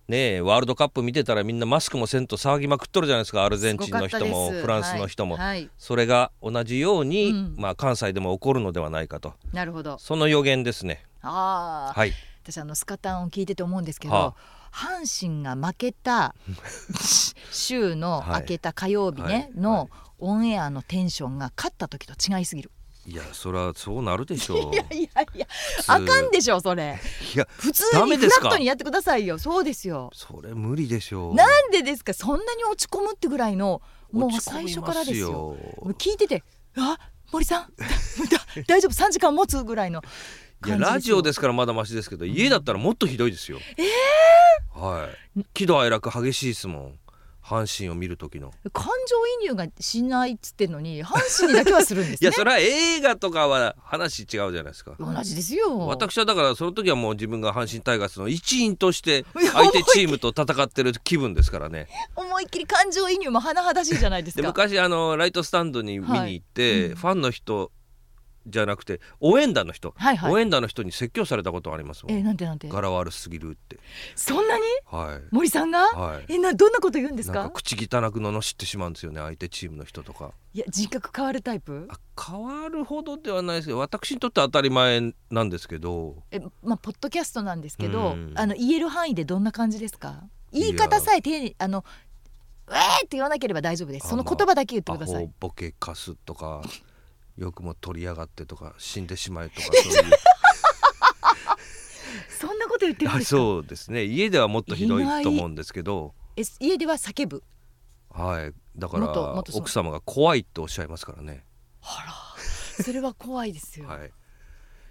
D: ねえワールドカップ見てたらみんなマスクもせんと騒ぎまくっとるじゃないですかアルゼンチンの人
B: すごかった
D: も
B: です
D: フランスの人も、
B: はいはい
D: それが同じように、
B: うん
D: まあ、関西でも起こるのではないかと
B: なるほど
D: その予言ですね
B: ああ
D: はい
B: 私あのスカタンを聞いてて思うんですけど、
D: は
B: 阪神が負け た週の
D: はい
B: 明けた火曜日ね、
D: はいは
B: の
D: い
B: オンエアのテンションが勝った時と違いすぎる。
D: いやそれはそうなるでしょ う
B: いやいや
D: 普通
B: あかんでしょそれ。
D: いや
B: 普通
D: ダ
B: に
D: メ
B: フ
D: で
B: ラ
D: す
B: ッ
D: か
B: トにやってくださいよ。そうですよ。
D: それ無理でしょう
B: なんでですかそんなに落ち込むってぐらいのもう
D: 落ち込み
B: 最
D: ます
B: 初からですよ。
D: よ
B: もう聞いててあ森さん だ大丈夫3時間持つぐらいの
D: いや
B: 感じですよ。
D: ラジオですからまだマシですけど、家だったらもっとひどいですよええはい喜怒哀楽激しいですもん阪神を見る時の
B: 感情移入がしないっつってんのに阪神にだけはするんです
D: い
B: ね
D: や。それは映画とかは話違うじゃないですか
B: 同じですよ。
D: 私はだからその時はもう自分が阪神タイガースの一員と して相手チームと戦ってる気分ですからね
B: 思いっきり感情移入も甚だしいじゃないです
D: で
B: か。
D: 昔あのライトスタンドに見に行って、
B: はいうん
D: ファンの人じゃなくて応援団の人、
B: はいはい
D: 応援団の人に説教されたことありますも
B: え
D: ん
B: なんてなんて。
D: 柄悪すぎるって
B: そんなに
D: はい
B: 森さんが、
D: はい
B: えなどんなこと言うんです
D: なん
B: か
D: か口汚く罵ってしまうんですよね相手チームの人とか
B: いや人格変わるタイプ
D: あ変わるほどではないですけど私にとっては当たり前なんですけど
B: えまあポッドキャストなんですけど、
D: うん
B: あの言える範囲でどんな感じですか言い方さえ丁寧あのうえーって言わなければ大丈夫ですその言葉だけ言って
D: ア
B: ください
D: ホボケカス とかよくも取り上がってとか死んでしまえとかそういう
B: そんなこと言ってるん
D: あ
B: ですか
D: そうですね家ではもっとひど
B: 意外
D: いと思うんですけど
B: え家では叫ぶ
D: はいだから
B: もっともっとその
D: 奥様が怖いっておっしゃいますからね
B: それは怖いですよ、
D: はい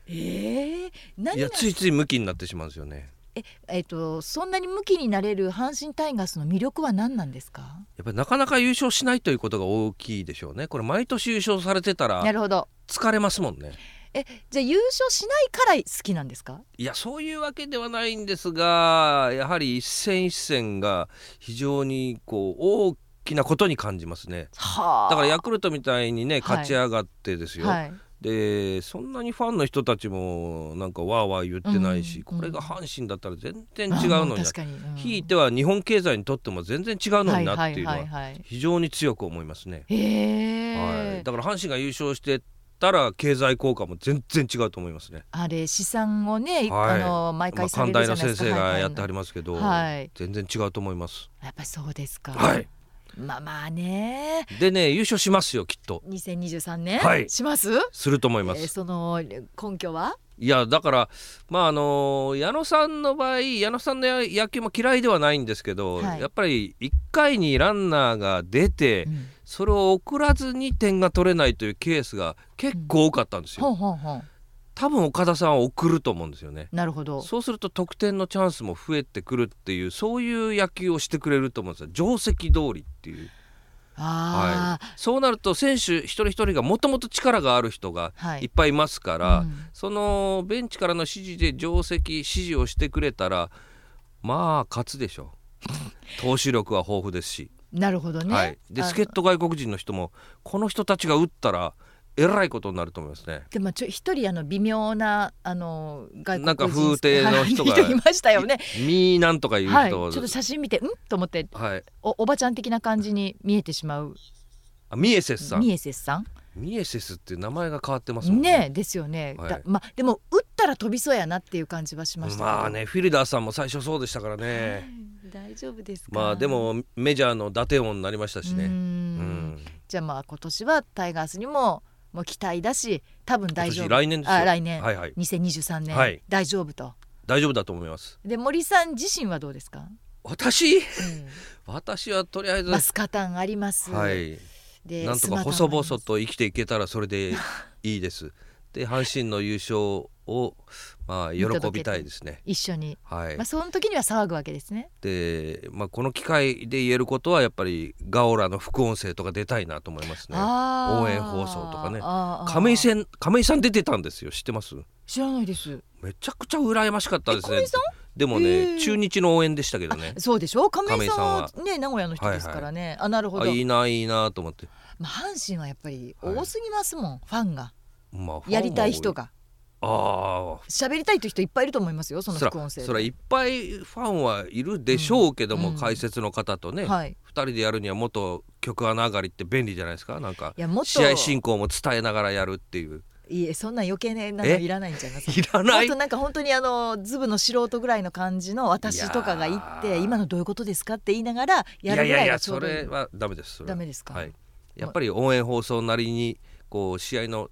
B: えー、何
D: い
B: が
D: やついついムキになってしまうんですよね
B: ええっとそんなにムキになれる阪神タイガースの魅力は何なんですか
D: やっぱりなかなか優勝しないということが大きいでしょうねこれ毎年優勝されてた
B: な
D: ら
B: るほど
D: 疲れますもんね
B: えじゃあ優勝しないから好きなんですか
D: いやそういうわけではないんですがやはり一戦一戦が非常にこう大きなことに感じますね
B: は
D: だからヤクルトみたいにね
B: はい
D: 勝ち上がってですよ、
B: はい
D: でそんなにファンの人たちもなんかわーわー言ってないし、
B: うん
D: これが阪神だったら全然
B: あ
D: 違うのに
B: 確かに、うん
D: ひいては日本経済にとっても全然違うのになっていうの
B: はいはいは
D: は
B: いはい
D: 非常に強く思いますね。
B: へえ、
D: はい、だから阪神が優勝してたら経済効果も全然違うと思いますね。
B: あれ資産をね、
D: はい
B: あの毎
D: ま
B: 回
D: あ、
B: され
D: 寛
B: るじゃ
D: 大
B: な
D: ない
B: で
D: 先
B: すか、
D: 生
B: は
D: が
B: い
D: やってはりますけど、
B: はい
D: 全然違うと思います。
B: やっぱそうですか、
D: はい、
B: まあまあね
D: でね優勝しますよきっと
B: 2023年、
D: はい
B: します
D: すると思います。
B: えーその根拠はい
D: やだからまああの矢野さんの場合矢野さんのや野球も嫌いではないんですけど、
B: はい
D: やっぱり1回にランナーが出て、
B: うん
D: それを送らずに点が取れないというケースが結構多かったんですよ、
B: ほんほんほん
D: 多分岡田さんは送ると思うんですよね
B: なるほど
D: そうすると得点のチャンスも増えてくるっていうそういう野球をしてくれると思うんですよ定石通りっていう、は
B: あ
D: い、そうなると選手一人一人がもともと力がある人が
B: はい
D: いっぱいいますか
B: あ、
D: ら、そのベンチからの指示で定石指示をしてくれたらまあ勝つでしょ う投手力は豊富ですし、
B: うんなるほどね、
D: はい、で
B: あの
D: 助っ人外国人の人もこの人たちが打ったらえらいことになると思いますね。
B: でもちょ一人あの微妙なあの外国人
D: なんか風亭の人が
B: はいいましたよね。
D: みーなんとかいう人、
B: は、
D: はいい
B: ちょっと写真見てんと思っておおばちゃん的な感じに見えてしまう
D: あミエセスさん
B: ミ
D: ミエ
B: エセスさん
D: セスって名前が変わってますもんね
B: ねえですよね、
D: はい
B: だまあでも打ったら飛びそうやなっていう感じはしましたけど
D: まあねフィルダーさんも最初そうでしたからね
B: 大丈夫ですか
D: まあでもメジャーの打点王になりましたし
B: うー
D: ねうんん
B: じゃあまあ今年はタイガースにももう期待だし多分
D: 今
B: 大丈
D: 年
B: 夫
D: 来年ですよ
B: あ来年
D: はいはい
B: 2023年、
D: はい
B: 大丈夫と
D: 大丈夫だと思います
B: で森さん自身はどうですか、
D: 私
B: うん
D: 私はとりあえず、
B: まあ、スカタンあります、
D: はい、
B: で
D: なんとか細々と生きていけたらそれでいいです。で阪神の優勝をまあ喜びたいですね。
B: 一緒に、
D: はい
B: まあ、、その時には騒ぐわけですね
D: で、まあ、この機会で言えることはやっぱりガオラの副音声とか出たいなと思いますね。
B: あー
D: 応援放送とかね
B: あーあー
D: 亀井さん亀井さん出てたんですよ知ってます
B: 知らないです
D: めちゃくちゃ羨ましかったです
B: え亀
D: ね
B: 井さん。
D: で
B: へ
D: も
B: ー
D: ね中日の応援でしたけどね。
B: そうでしょ亀井さんは
D: 亀
B: ね名古屋の人ですからね、あなるほど
D: あいいないいなと思って。
B: まあ、阪神はやっぱり多すぎますもん、ファンが
D: まあ、ファンも
B: やりたい人が
D: ああ
B: 喋りたいという人いっぱいいると思いますよその
D: そら
B: 副音声で
D: そらいっぱいファンはいるでしょうけども、
B: うん
D: 解説の方とね、二
B: はい
D: 人でやるにはもっと曲穴上がりって便利じゃないですかなんか
B: いやもっと
D: 試合進行も伝えながらやるっていう
B: いえそんな余計なの
D: え
B: いらないんじゃないます
D: いら ない
B: となんか本当にあのズブの素人ぐらいの感じの私とかが言っ
D: いや
B: て
D: ー
B: 今のどういうことですかって言いながらやる
D: い
B: ぐ
D: や
B: ら
D: い
B: い
D: や
B: がちょ
D: そう
B: どいい
D: れはダメですそれ
B: ダ
D: は
B: メですか
D: はい、やっぱり応援放送なりにこう試合の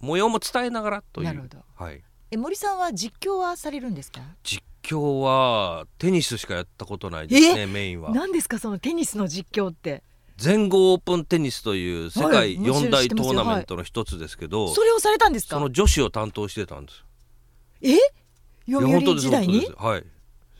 D: 模様も伝えながらという
B: なるほど
D: はい、
B: え森さんは実況はされるんですか
D: 実況はテニスしかやったことないですねメインは
B: 何ですかそのテニスの実況って
D: 全豪オープンテニスという世
B: は
D: 界
B: いもちろん
D: 四
B: 知って
D: 大ト
B: ますよ
D: ーナメントの一つですけど、
B: それをされたんです
D: そ
B: か
D: の女子を担当してたんです
B: え読
D: いや本当
B: 売
D: です
B: 時代に
D: 本当ですはい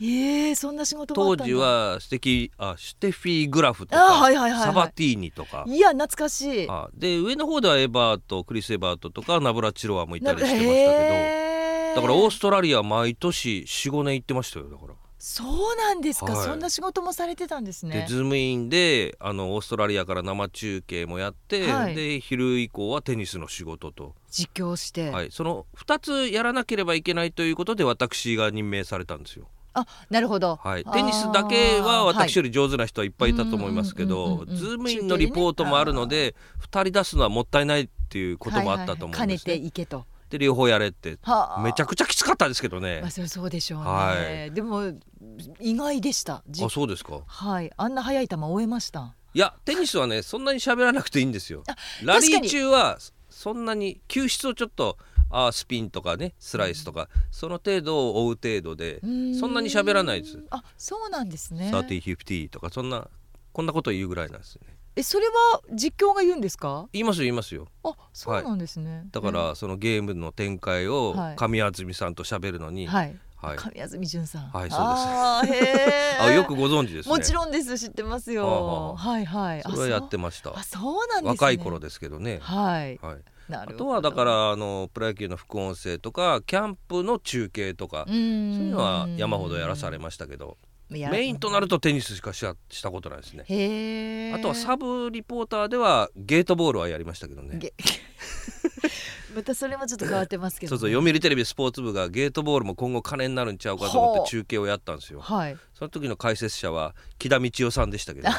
B: えー、そんな仕事もあった
D: 当
B: んだ
D: 時はステキあシュテフィグラフと
B: あ
D: か、
B: はいはいはいはい
D: サバティーニとか
B: いや懐かしい
D: あで上の方ではエバートクリス・エバートとかナブラチロワもい
B: な
D: たりしてましたけど、
B: へー
D: だからオーストラリア毎年45年行ってましたよだから。
B: そうなんですか、
D: はい
B: そんな仕事もされてたんですね
D: でズームインであのオーストラリアから生中継もやって、
B: はい
D: で昼以降はテニスの仕事と、
B: 実況して、
D: はい、その2つやらなければいけないということで私が任命されたんですよ。
B: あなるほど、
D: はい、テニスだけは私より上手な人はいっぱいいたと思いますけ
B: うんうん
D: ど、
B: うんうん
D: ズームインのリポートもあるので、2人出すのはもったいないっていうこともあったと思うんです、ね
B: はいはいはい兼ねていけと
D: で両方やれって
B: はあ
D: めちゃくちゃきつかったですけどね
B: まあ、それそうでしょうね、
D: は
B: でも意外でしたじ
D: あそうですか
B: はいあんな速い球追えました
D: いやテニスはねそんなに喋らなくていいんですよ
B: あ
D: ラリ
B: 確か
D: ー
B: に
D: 中はそんなに球質をちょっとあースピンとかねスライスとか、その程度を追う程度で
B: うー
D: そんなに喋らないです
B: あそうなんですね
D: 3050とかそんなこんなこと言うぐらいなんですね
B: えそれは実況が言うんですか
D: 言いますよ言いますよ
B: あそうなんですね、
D: だからそのゲームの展開を
B: はい
D: 神安住さんと喋るの
B: え
D: に、
B: はい
D: はい
B: 神安住淳さん
D: はい
B: あ
D: そう
B: ーへー
D: あよくご存知ですね。
B: もちろんです知ってますよ
D: はあはあ
B: はいはいあ
D: それはやってました。
B: そうあそうなんですね
D: 若い頃ですけどね。
B: はい
D: はい。
B: な
D: あ
B: るほど
D: とはだからあのプロ野球の副音声とかキャンプの中継とか
B: う、
D: そ
B: ん
D: ういうのは山ほどやらされましたけど、メインとな
B: る
D: るとテニスしかしゃしたことないですね。
B: へえ
D: あとはサブリポーターではゲートボールはやりましたけどね。
B: ゲ またそれもちょっと変わってますけど
D: そう
B: ね、
D: そう読売テレビスポーツ部がゲートボールも今後金になるんちゃうかと
B: ほ
D: 思っ
B: う
D: て中継をやったんですよ
B: はい
D: その時の解説者は木田道夫さんでし たけど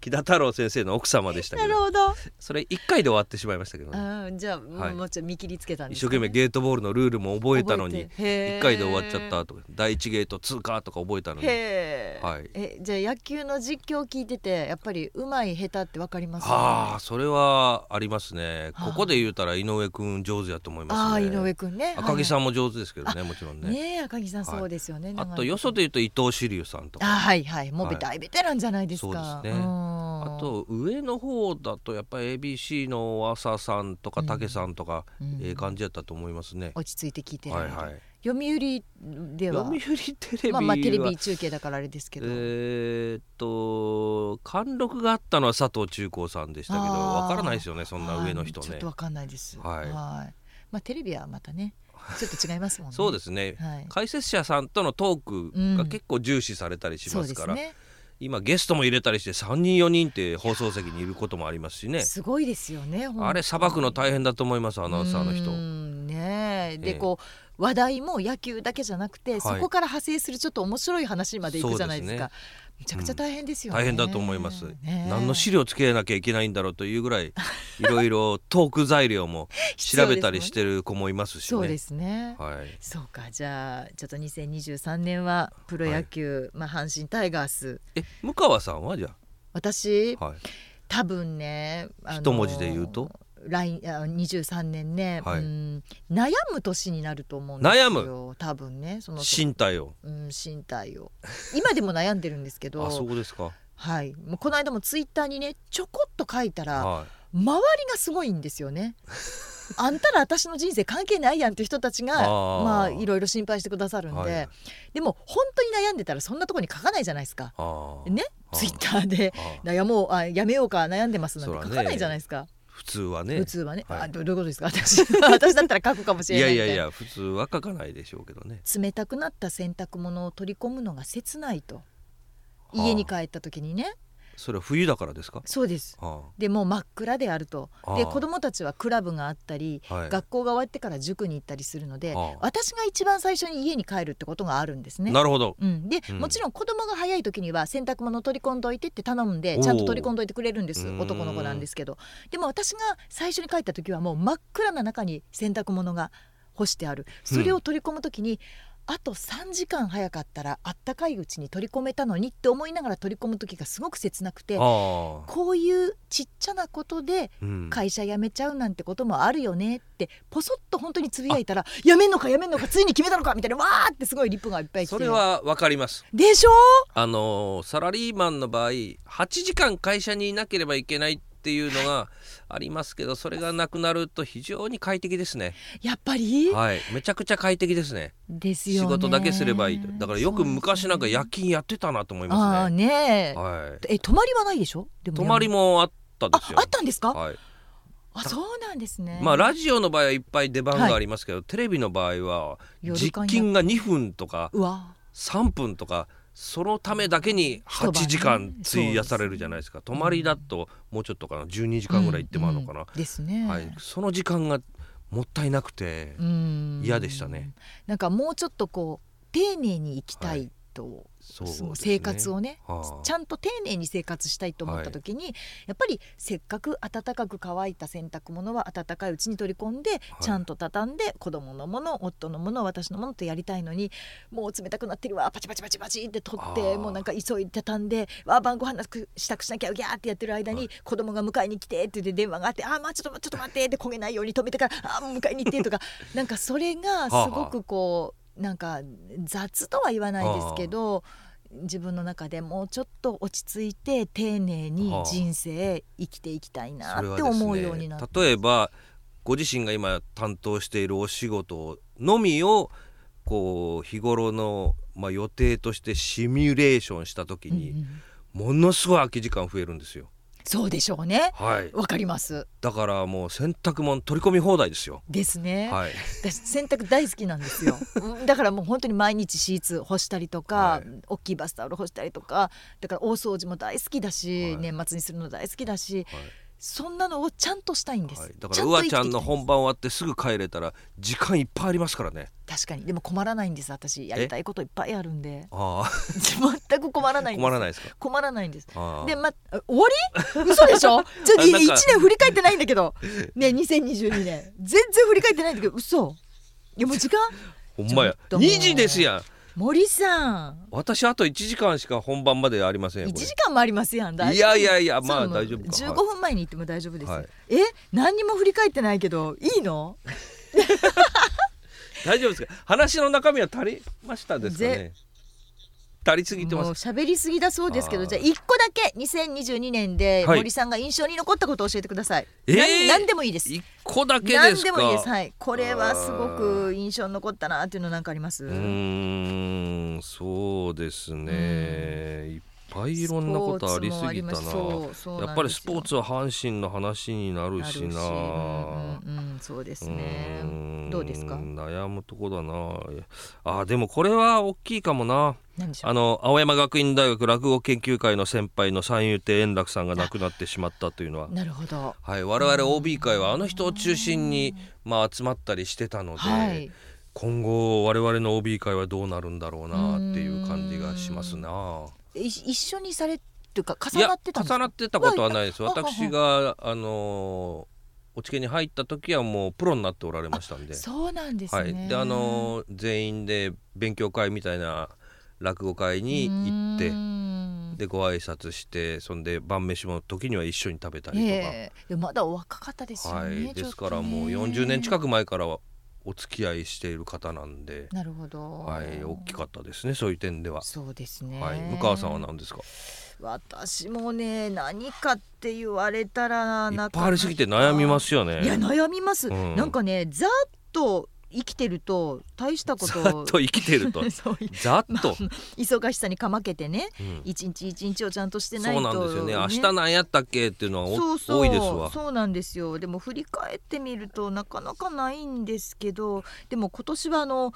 D: 木田太郎先生の奥様でした
B: な
D: け
B: る
D: ど
B: ほど
D: それ1回で終わってしまいましたけどね
B: あーじゃあ、も
D: は
B: う
D: い
B: もうちょっと見切りつけたんで
D: 一
B: す
D: 生
B: ね、
D: 懸命ゲートボールのルールも覚えたのに
B: 覚えてへー
D: 1回で終わっちゃったとか第1ゲート通過とか覚えたのに
B: へえ、
D: はい
B: えじゃあ野球の実況聞いててやっぱりうまい下手ってわかります
D: ああ
B: あ
D: それはありますね
B: はい
D: ここで言うたら井上くん上手やと思い
B: あ
D: ます
B: ー井
D: ね
B: 上くんね
D: 赤木さ
B: ん
D: んも上手ですけどねもちろん
B: ね
D: ね
B: え赤木さん
D: はい
B: そうですよね、
D: あ
B: 長
D: と
B: い
D: よそで言うと伊藤志龍さんと
B: あ
D: か
B: はいはいもう
D: はい
B: 大ベテランじゃないですか、
D: そうですね
B: ん
D: あと上の方だとやっぱり ABC の和佐さんとか
B: うん
D: 武さんとか
B: うん
D: ええ感じやったと思いますね
B: 落ち着いて聞いてら
D: は
B: れ
D: い
B: る、
D: はい
B: 読売では
D: 読売テレビ
B: まあまあテレ
D: は
B: ビ中継だからあれですけど、
D: えーっと貫禄があったのは佐藤中高さんでしたけど
B: あー
D: わからないですよねそんな上の人
B: はいちょっ
D: ね
B: とわかんないです。は。
D: はいい
B: まあテレビはまたね、ちょっと違いますもんね。。
D: そうですすね
B: はい。
D: 解説者さんとのトーク
B: う
D: が
B: ん
D: 結構重視されたりしますから、
B: そうです
D: 今ゲストも入れたりして3人4人って放送席にいることもありますし
B: ね。
D: ね
B: すごいですよね。
D: あれさばくの大変だと思いますア
B: ア
D: ナウンサーの人
B: ねえで、
D: ええ
B: こう話題も野球だけじゃなくて、
D: い
B: そこから派生するちょっと面白い話にまでいくじゃないですか。めちゃくちゃ大変ですよね。
D: 大変だと思います、
B: ねえ
D: 何の資料つけなきゃいけないんだろうというぐら いいろいろトーク材料も調べたりしてる子もいますし
B: そうで
D: ね
B: すね。
D: はい
B: そうかじゃあちょっと2023年はプロ野球、まあ阪神タイガース
D: え向川さんはじゃ
B: 私
D: あ、はい、
B: 多分ね、あの
D: 一文字で言うと
B: 来あ23年ね、
D: はい
B: うん悩む年になると思うんですよ
D: 悩む
B: 多分ねその
D: 身体を
B: うん、身体を今でも悩んでるんですけ
D: あ
B: ど
D: そうですか
B: はいもうこの間もツイッターにねちょこっと書いたら
D: は
B: 周りがすごいんですよね。あんたら私の人生関係ないやんっていう人たちが
D: あー
B: まあいろいろ心配してくださ
D: い
B: るんで、
D: はいあ
B: でも本当に悩んでたらそんなところに書かないじゃないですか。
D: ー
B: ね
D: あー
B: ツイッターで
D: あー
B: 悩もうあやめようか悩んでますなんて書かないじゃないですか。
D: 普通はね
B: 普通はね、
D: はい
B: あどどういうことですか私私だったら書くかもし
D: い
B: れな
D: や
B: いみ
D: い
B: た
D: や
B: いない
D: や普通は書かないでしょうけどね
B: 冷たくなった洗濯物を取り込むのが切ないと
D: あ
B: 家に帰った時にね、
D: それは冬だからですか
B: そうです
D: あ
B: でもう真っ暗であると
D: あ
B: で
D: ー
B: 子どもたちはクラブがあったり
D: あはい、
B: 学校が終わってから塾に行ったりするので
D: ああ
B: 私が一番最初に家に帰るってことがあるんですね。
D: なるほど
B: うん、で、
D: うん
B: もちろん子供が早い時には洗濯物取り込んどいてって頼んでちゃんと取り込んどいてくれるんです
D: おー
B: 男の子なんですけどでも私が最初に帰った時はもう真っ暗な中に洗濯物が干してあるそれを取り込む時に、あと3時間早かったらあったかいうちに取り込めたのにって思いながら取り込む時がすごく切なくて
D: ああ、
B: こういうちっちゃなことで
D: うん
B: 会社辞めちゃうなんてこともあるよねってポソッと本当につぶやいたら辞めんのか辞めんのかついに決めたのかみたいなわーってすごいリップがいっぱい来て
D: それはわかります
B: でしょ
D: あのーサラリーマンの場合8時間会社にいなければいけないっていうのがありますけどそれがなくなると非常に快適ですね
B: やっぱり
D: はいめちゃくちゃ快適ですね
B: です
D: 仕
B: よね
D: 事だけすればいいとだからよく昔なんか夜勤やってたなと思い
B: ああー
D: ますね
B: ねえ、
D: はい
B: え泊まりはないでしょでも
D: 泊まりもあったです
B: あ
D: よ
B: あったんですか、
D: はい
B: あそうなんですね
D: まあラジオの場合はいっぱい出番がありますけど、テレビの場合は
B: 夜
D: 実
B: 間や
D: 勤が2分とか
B: うわ
D: 3分とかそのためだけに8時間費やされるじゃないですか泊まりだともうちょっとかな12時間ぐらい行ってもらうのかな、
B: うんですね
D: はい、その時間がもったいなくて、
B: うん
D: 嫌でしたね
B: なんかもうちょっとこう丁寧に生きた
D: はい
B: と、
D: そうです
B: そ
D: ね
B: の生活をね
D: はあ
B: ちゃんと丁寧に生活したいと思った時に、やっぱりせっかく暖かく乾いた洗濯物は暖かいうちに取り込んで、ちゃんと畳んで子供のもの夫のもの私のものとやりたいのにもう冷たくなってるわパチパチパチパチって取って
D: あー
B: もうなんか急いで畳んでわあ晩ご飯なく支度しなきゃギャーってやってる間に、
D: は
B: 子供が迎えに来てって言って電話があって「あーまあちょっとちょっと待って」って焦げないように止めてから「あーもう迎えに行って」と かなんかそれがすごくこうなんか雑とは言わないですけど。自分の中でもうちょっと落ち着いて丁寧に
D: はあ
B: 人生生きていきたいな
D: それ
B: っ
D: は
B: て
D: です
B: 思う
D: ね
B: ようになって、
D: 例えばご自身が今担当しているお仕事のみをこう日頃の、まあ、予定としてシミュレーションした時
B: うんう
D: に、
B: ん
D: ものすごい空き時間増えるんですよ。
B: そうでしょうね
D: はい、
B: わかります
D: だからもう洗濯物取り込み放題ですよ。
B: ですね、
D: はい、
B: 私洗濯大好きなん ですようんだからもう本当に毎日シーツ干したりとか、
D: はい
B: 大きいバスタオル干したりとかだから大掃除も大好きだし、
D: はい
B: 年末にするの大好きだし
D: はい
B: そんなのをちゃんとしたいんです、
D: はい、だからうわちゃんの
B: 本
D: 本番終わってすぐ帰れたら時間いっぱいありますからね
B: 確かにでも困らないんです私やりたいこといっぱいあるん で
D: ああ
B: 全く困らないんです
D: 困らないですか
B: 困らないんです
D: ああ
B: でまあ終わり嘘 でしょちょ
D: あなんか
B: 1年振り返ってないんだけどね2022年全然振り返ってないんだけど嘘いやもう 時間
D: ほんまや
B: ちょっともう
D: 2時ですやん
B: 森さん
D: 私あと1時間しか本番までありませんよ
B: 1
D: これ
B: 時間もありますやん大
D: い
B: 丈夫
D: やいやいや
B: そ
D: まあ
B: う
D: 大丈夫か
B: 15
D: はい
B: 分前に行っても大丈夫ですよ、
D: はい
B: え何にも振り返ってないけどいい の
D: 大丈夫ですか話の中身は足りましたですかね足りすぎて
B: もう
D: ます
B: 喋りすぎだそうですけ
D: あ
B: ど
D: ー
B: じゃあ1個だけ2022年で
D: はい
B: 森さんが印象に残ったことを教えてください、
D: えー
B: 何何でもいいです
D: 一個だけで
B: 何
D: す
B: で
D: か
B: もいいですはいこれはすごく印象に残ったなっていうのなんかあります
D: うーんそうですねいっぱいいろんなことありすぎたな
B: スポーツもありますそうそうなんですよ
D: やっぱりスポーツは阪神の話になる
B: あるし
D: し
B: う
D: な
B: んうんうんそうですね
D: うーん
B: どうですか
D: 悩むとこだなあでもこれは大きいかもな
B: 何でしょう
D: あの青山学院大学落語研究会の先輩の三遊亭円楽さんが亡くなってしまったというのは、
B: なるほど
D: はい、我々 OB 会はあの人を中心に、まあ、集まったりしてたので、
B: はい
D: 今後我々の OB 会はどうなるんだろうなっていう感じがしますな。
B: い一緒にされっていうか
D: い
B: 重な
D: や
B: ってたんですか
D: 重なってたことはないです
B: うわああ
D: 私があのお知見に入った時はもうプロになっておられましたんで。
B: そうなんですね、
D: はい、であの全員で勉強会みたいな落語会に行って
B: うーん
D: でご挨拶してそんで晩飯も時には一緒に食べたりとか、
B: ええでもまだお若かったですよ
D: は
B: ね、
D: い、ですからもう40年
B: く
D: 近く前からはお付き合いしている方なんで、
B: なるほど
D: はい、大きかったですねそういう点では。
B: そうですね、
D: はい、向川さんは何ですか
B: 私もね何かって言われたら
D: いっ
B: な
D: ぱ
B: か
D: いありすぎて悩みますよ
B: いや
D: ね。
B: 悩みます、
D: うん
B: なんかねざっと生きてると大したこ
D: ざ
B: と
D: っと生きてる と
B: そうい
D: ざっと、
B: 忙しさにかまけてね
D: うん
B: 一日一日をちゃんとしてない
D: そう
B: と
D: なんですよね明日なんやったっけっていうのはお
B: そうそう
D: 多いですわ。
B: そうなんですよでも振り返ってみるとなかなかないんですけどでも今年はあの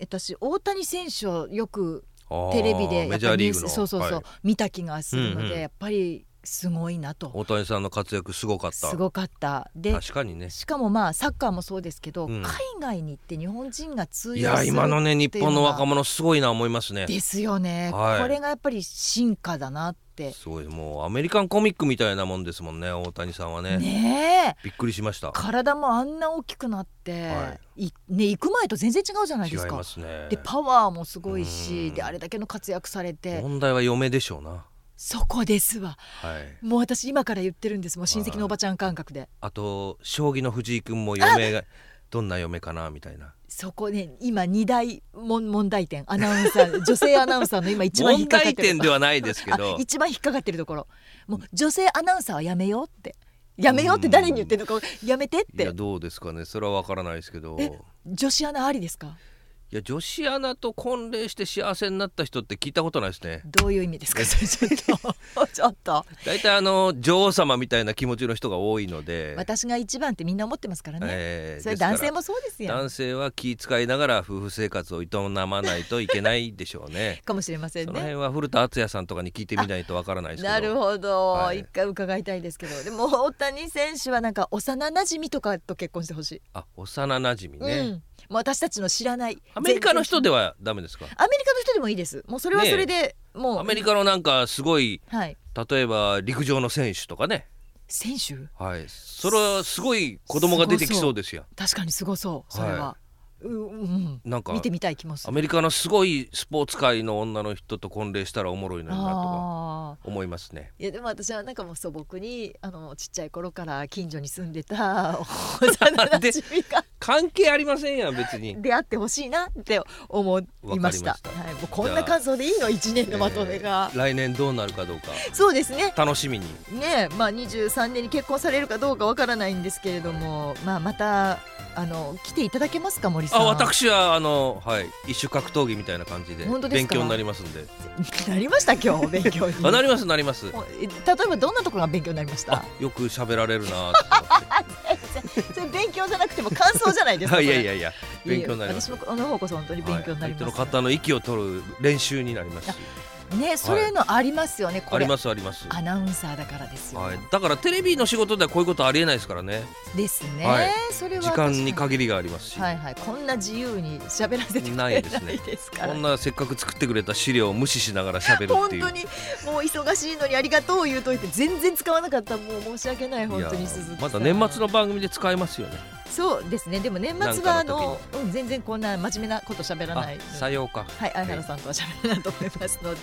B: 私大谷選手をよく
D: あー
B: テレビでや
D: メ
B: っ
D: ジ
B: ぱ
D: ャー
B: りニュ
D: リ
B: ー
D: ーグ
B: ス
D: の
B: そうそうそう、
D: はい
B: 見た気がするので、
D: うんうん
B: やっぱりすごいなと
D: 大谷さんの活躍すごかった
B: すごかったで
D: 確かにね
B: しかもまあサッカーもそうですけど、
D: うん
B: 海外に行って日本人が通
D: い
B: 用
D: や
B: する
D: 今のね日本の若
B: 者
D: 者すごいな思いますね
B: ですよね、
D: はい
B: これがやっぱり進化だなって
D: すごいもうアメリカンコミックみたいなもんですもんね大谷さんはね
B: ねえ
D: びっくりしました
B: 体もあんな大きくなって、、
D: はい
B: ね行く前と全然違うじゃない
D: 違い
B: ですか。
D: ますね
B: でパワーもすごいうし
D: ん
B: であれだけの活躍されて
D: 問題は嫁でしょうな
B: そこですわ
D: はい
B: もう私今から言ってるんですもう親戚のおばちゃん感覚で
D: あと将棋の藤井君も嫁がどんな嫁かなみたいな
B: そこね今二大もん問題点アナウンサー女性アナウンサーの今一番引
D: 問
B: っかかっ
D: 題
B: てる
D: 点ではないですけど
B: あ一番引っかかってるところもう女性アナウンサーはやめようってやめようって誰に言ってるのかやめてっ
D: いや
B: て
D: どうですかねそれはわからないですけど
B: え女子アナありですか
D: いや女子アナと婚礼して幸せになった人って聞いたことないです ね
B: どういう意味ですかそれちょっとちょっと
D: 大体あの女王様みたいな気持ちの人が多いので
B: 私が一番ってみんな思ってますからね、
D: えー
B: それ
D: ですから
B: 男性もそうですよ
D: 男性は気遣いながら夫婦生活を営まないといけないでしょう ね
B: かもしれませ
D: そ
B: ん
D: の
B: ね
D: 辺は古田敦也さんとかに聞いてみないとわからないですけど
B: なるほど、
D: はい
B: 一回伺いたいですけどでも大谷選手はなんか幼馴染とかと結婚してほし
D: あ幼馴染
B: い、
D: ね、
B: うんもう私たちの知らない
D: アメリカの人
B: 全
D: ではダメですか
B: 然アメリカの人でもいいですもうそれはそれで、もう
D: アメリカのなんかすごい
B: はい
D: 例えば陸上の選手とかね
B: 選手
D: はいそれはすごい子供が出てきそうですよ
B: 確かにすごそうそれは、
D: は
B: ううん
D: なんか
B: 見てみたい気もす
D: ア
B: る
D: メリカのすごいスポーツ界の女の人と婚礼したらおもろいのになとか
B: ああ
D: 思いますね
B: いやでも私はなんかもう素朴にあのちっちゃい頃から近所に住んでた 幼馴染みが
D: 関係ありませんやん別に
B: 出会ってほしいなって思いました
D: わかりました
B: はい、もうこんな感想でいいの一年のまとめが、
D: えー来年どうなるかどうか
B: そうですね
D: 楽しみに
B: ねまあ23年に結婚されるかどうかわからないんですけれども、まあ、またあの来ていただけますか森さん
D: あ私はあのはい一種格闘技みたいな感じで
B: 本当です
D: 勉
B: か
D: 強になりますんで
B: なりました今 日勉強に
D: あなりますなります
B: もうえ例えばどんなところが勉強になりました
D: あよく喋られるなーっ
B: それ勉強じゃなくても感想じゃない で
D: て
B: すか
D: 思って いやい
B: や
D: やいや勉強になります
B: 私もこの方こそ本当に勉強になります、
D: はい相手の方の息を取る練習になりますし
B: ねそれのありますよね、こ
D: あ
B: れ
D: りますあります。
B: アナウンサーだからですよ、
D: はい、だからテレビの仕事ではこういうことありえないですからね
B: ですね、
D: はい
B: それは
D: 時間
B: 確
D: に
B: か
D: 限りがありますし、
B: はいはいこんな自由に喋らせてくれな
D: ない
B: で
D: いですす
B: ね
D: ね
B: ですか
D: こ
B: ら
D: んなせっかく作ってくれた資料を無視しながら喋るっ
B: 本
D: ていう
B: 当にもう忙しいのにありがとう言うといて全然使わなかったもう申し訳ない本当
D: い
B: に
D: や
B: 鈴木さ
D: ま
B: ん
D: だ年末の番組で使えますよね
B: そうですねでも年末はあ
D: なんか
B: の
D: の
B: うん、全然こんな真面目なこと喋ら
D: あ
B: ないので
D: さようか
B: はい、相原さんとは喋らないと思いますので。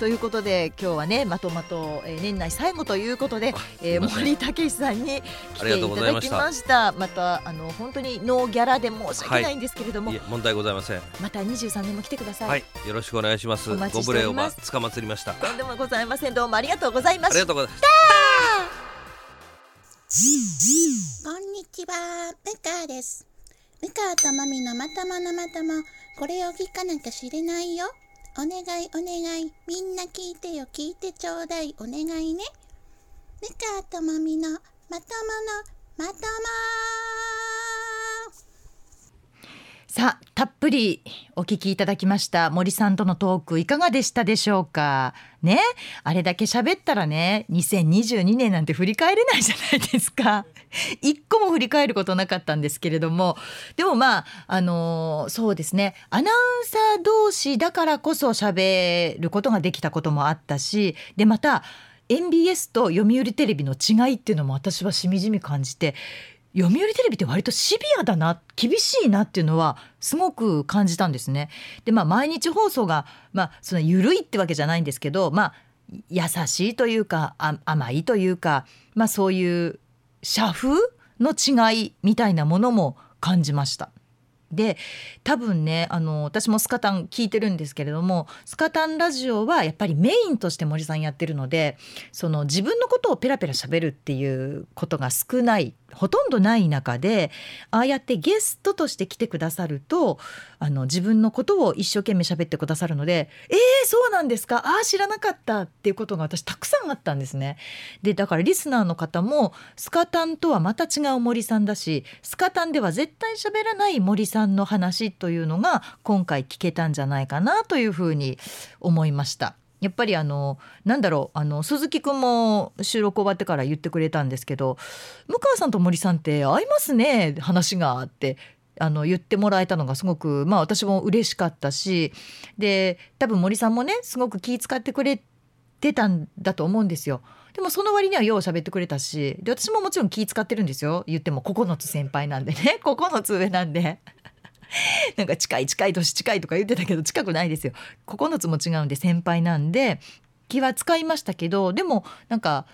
B: ということで、今日はね、まとまと、えー年内最後ということで
D: あ、
B: えー
D: すいません
B: 森武さんに来
D: ありが
B: て
D: と
B: い
D: うご
B: た
D: ざい
B: だ
D: ま
B: き
D: した
B: ました。また、あの、本当にノーギャラで申し訳ないんですけれども、
D: いえ問題ございません
B: また23年も来てください。
D: はいよろしくお願いします
B: お待ち
D: ご
B: してお
D: 無
B: り
D: 礼を
B: ま
D: ますつかまつりました
B: とんでもございません。どうもありがとうございま
D: あり
B: し
D: が
B: た。
D: とうございます
C: こんにちは、ムカーです。ムカーとマミのまたまのまたま、これを聞かなきゃ知れないよ。お願いお願い、みんな聞いてよ、聞いてちょうだい、お願いね。ムカーとマミのまたまのまたま
B: さあ、たっぷりお聞きいただきました。森さんとのトーク、いかがでしたでしょうか。ね、あれだけ喋ったらね、2022年なんて振り返れないじゃないですか。 一個も振り返ることなかったんですけれども、でもまあ、あのーそうですね。アナウンサー同士だからこそ喋ることができたこともあったし、で、また。MBS と読売テレビの違いっていうのも私はしみじみ感じて読売テレビって割とシビアだな厳しいなっていうのはすごく感じたんですね。でまあ毎日放送が、まあ、その緩いってわけじゃないんですけど、まあ、優しいというかあ甘いというか、まあ、そういう社風の違いみたいなものも感じました。で多分ねあの私もスカタン聞いてるんですけれどもスカタンラジオはやっぱりメインとして森さんやってるのでその自分のことをペラペラ喋るっていうことが少ないほとんどない中でああやってゲストとして来てくださるとあの自分のことを一生懸命喋ってくださるので「えー、そうなんですかああ知らなかった」っていうことが私たくさんあったんですね。でだからリスナーの方もスカタンとはまた違う森さんだしスカタンでは絶対喋らない森さんの話というのが今回聞けたんじゃないかなというふうに思いました。やっぱりあのなんだろうあの鈴木くんも収録終わってから言ってくれたんですけど「向川さんと森さんって合いますね話が」ってあの言ってもらえたのがすごくまあ私も嬉しかったしで多分森さんもねすごく気遣ってくれてたんだと思うんですよ。でもその割にはよう喋ってくれたしで私ももちろん気遣ってるんですよ言っても9つ先輩なんでね9つ上なんで。 なんか近い近い年近いとか言ってたけど近くないですよ9つも違うんで先輩なんで気は使いましたけどでもなんか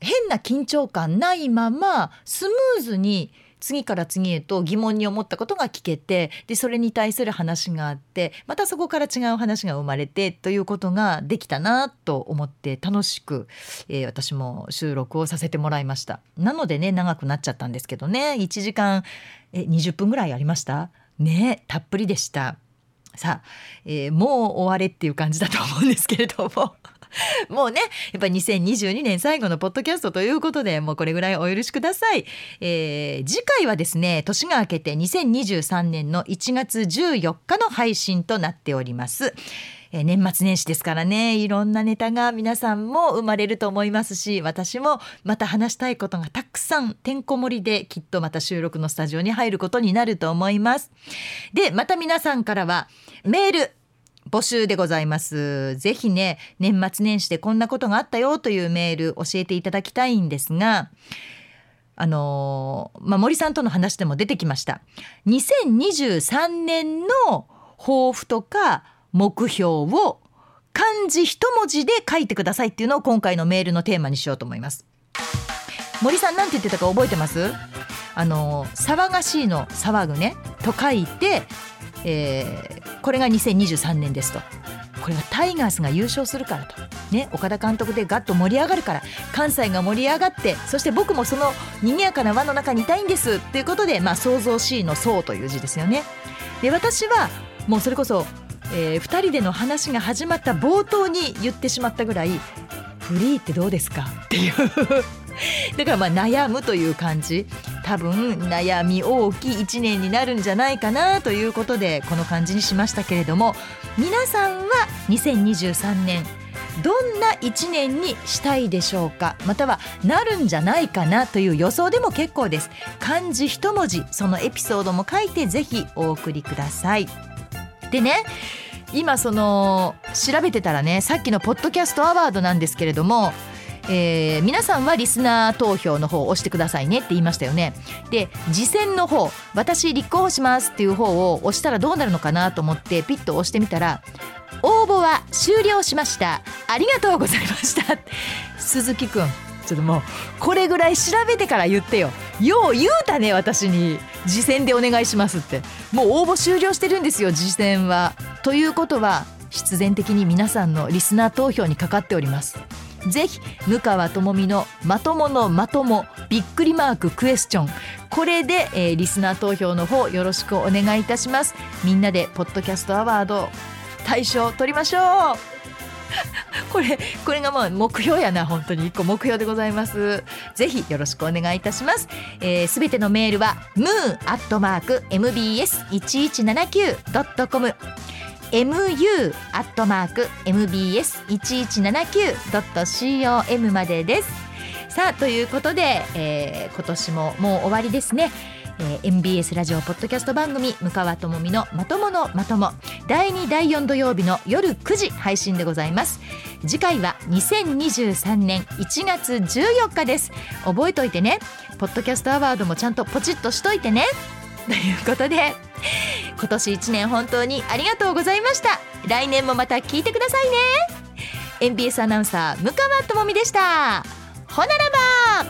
B: 変な緊張感ないままスムーズに次から次へと疑問に思ったことが聞けてでそれに対する話があってまたそこから違う話が生まれてということができたなと思って楽しく、えー私も収録をさせてもらいましたなのでね長くなっちゃったんですけどね1時間え20分ぐらいありましたねたっぷりでしたさあ、えーもう終われっていう感じだと思うんですけれども。 もうねやっぱり2022年最後のポッドキャストということでもうこれぐらいお許しください、えー次回はですね年が明けて2023年の1月14日の配信となっておりますえー年末年始ですからねいろんなネタが皆さんも生まれると思いますし私もまた話したいことがたくさんてんこ盛りできっとまた収録のスタジオに入ることになると思いますでまた皆さんからはメール募集でございます。ぜひね、年末年始でこんなことがあったよというメール教えていただきたいんですが、あのーまあ、森さんとの話でも出てきました。2023年の抱負とか目標を漢字一文字で書いてくださいっていうのを今回のメールのテーマにしようと思います。森さんなんて言ってたか覚えてますあの騒がしいの騒ぐねと書いて、えーこれが2023年ですとこれはタイガースが優勝するからと、ね、岡田監督でガッと盛り上がるから関西が盛り上がってそして僕もその賑やかな輪の中にいたいんですということで、まあ、創造しいの「そう」という字ですよね。で私はもうそれこそ、え2人での話が始まった冒頭に言ってしまったぐらい「フリーってどうですか?」っていう だからまあ悩むという感じ多分悩み大きい1年になるんじゃないかなということでこの感じにしましたけれども皆さんは2023年どんな1年にしたいでしょうかまたはなるんじゃないかなという予想でも結構です漢字一文字そのエピソードも書いてぜひお送りくださいでね今その調べてたらねさっきのポッドキャストアワードなんですけれども、えー皆さんはリスナー投票の方を押してくださいねって言いましたよねで次戦の方私立候補しますっていう方を押したらどうなるのかなと思ってピッと押してみたら応募は終了しましたありがとうございました鈴木くんちょっともうこれぐらい調べてから言ってよよう言うたね私に次戦でお願いしますってもう応募終了してるんですよ次戦はということは必然的に皆さんのリスナー投票にかかっておりますぜひ向川智美の「まとものまとも」びっくりマーククエスチョンこれで、えーリスナー投票の方よろしくお願いいたしますみんなでポッドキャストアワード大賞取りましょう これこれがもう目標やな本当に一個目標でございますぜひよろしくお願いいたしますえーすべ、てのメールは moo.mbs1179.com mu.mbs1179.com までですさあということで、えー今年ももう終わりですね、えー MBS ラジオポッドキャスト番組「向川智美のまとものまとも」第2第4土曜日の夜9時配信でございます次回は2023年1月14日です覚えといてねポッドキャストアワードもちゃんとポチッとしといてねということで今年1年本当にありがとうございました来年もまた聞いてくださいね NBS アナウンサー向川智美でしたほならば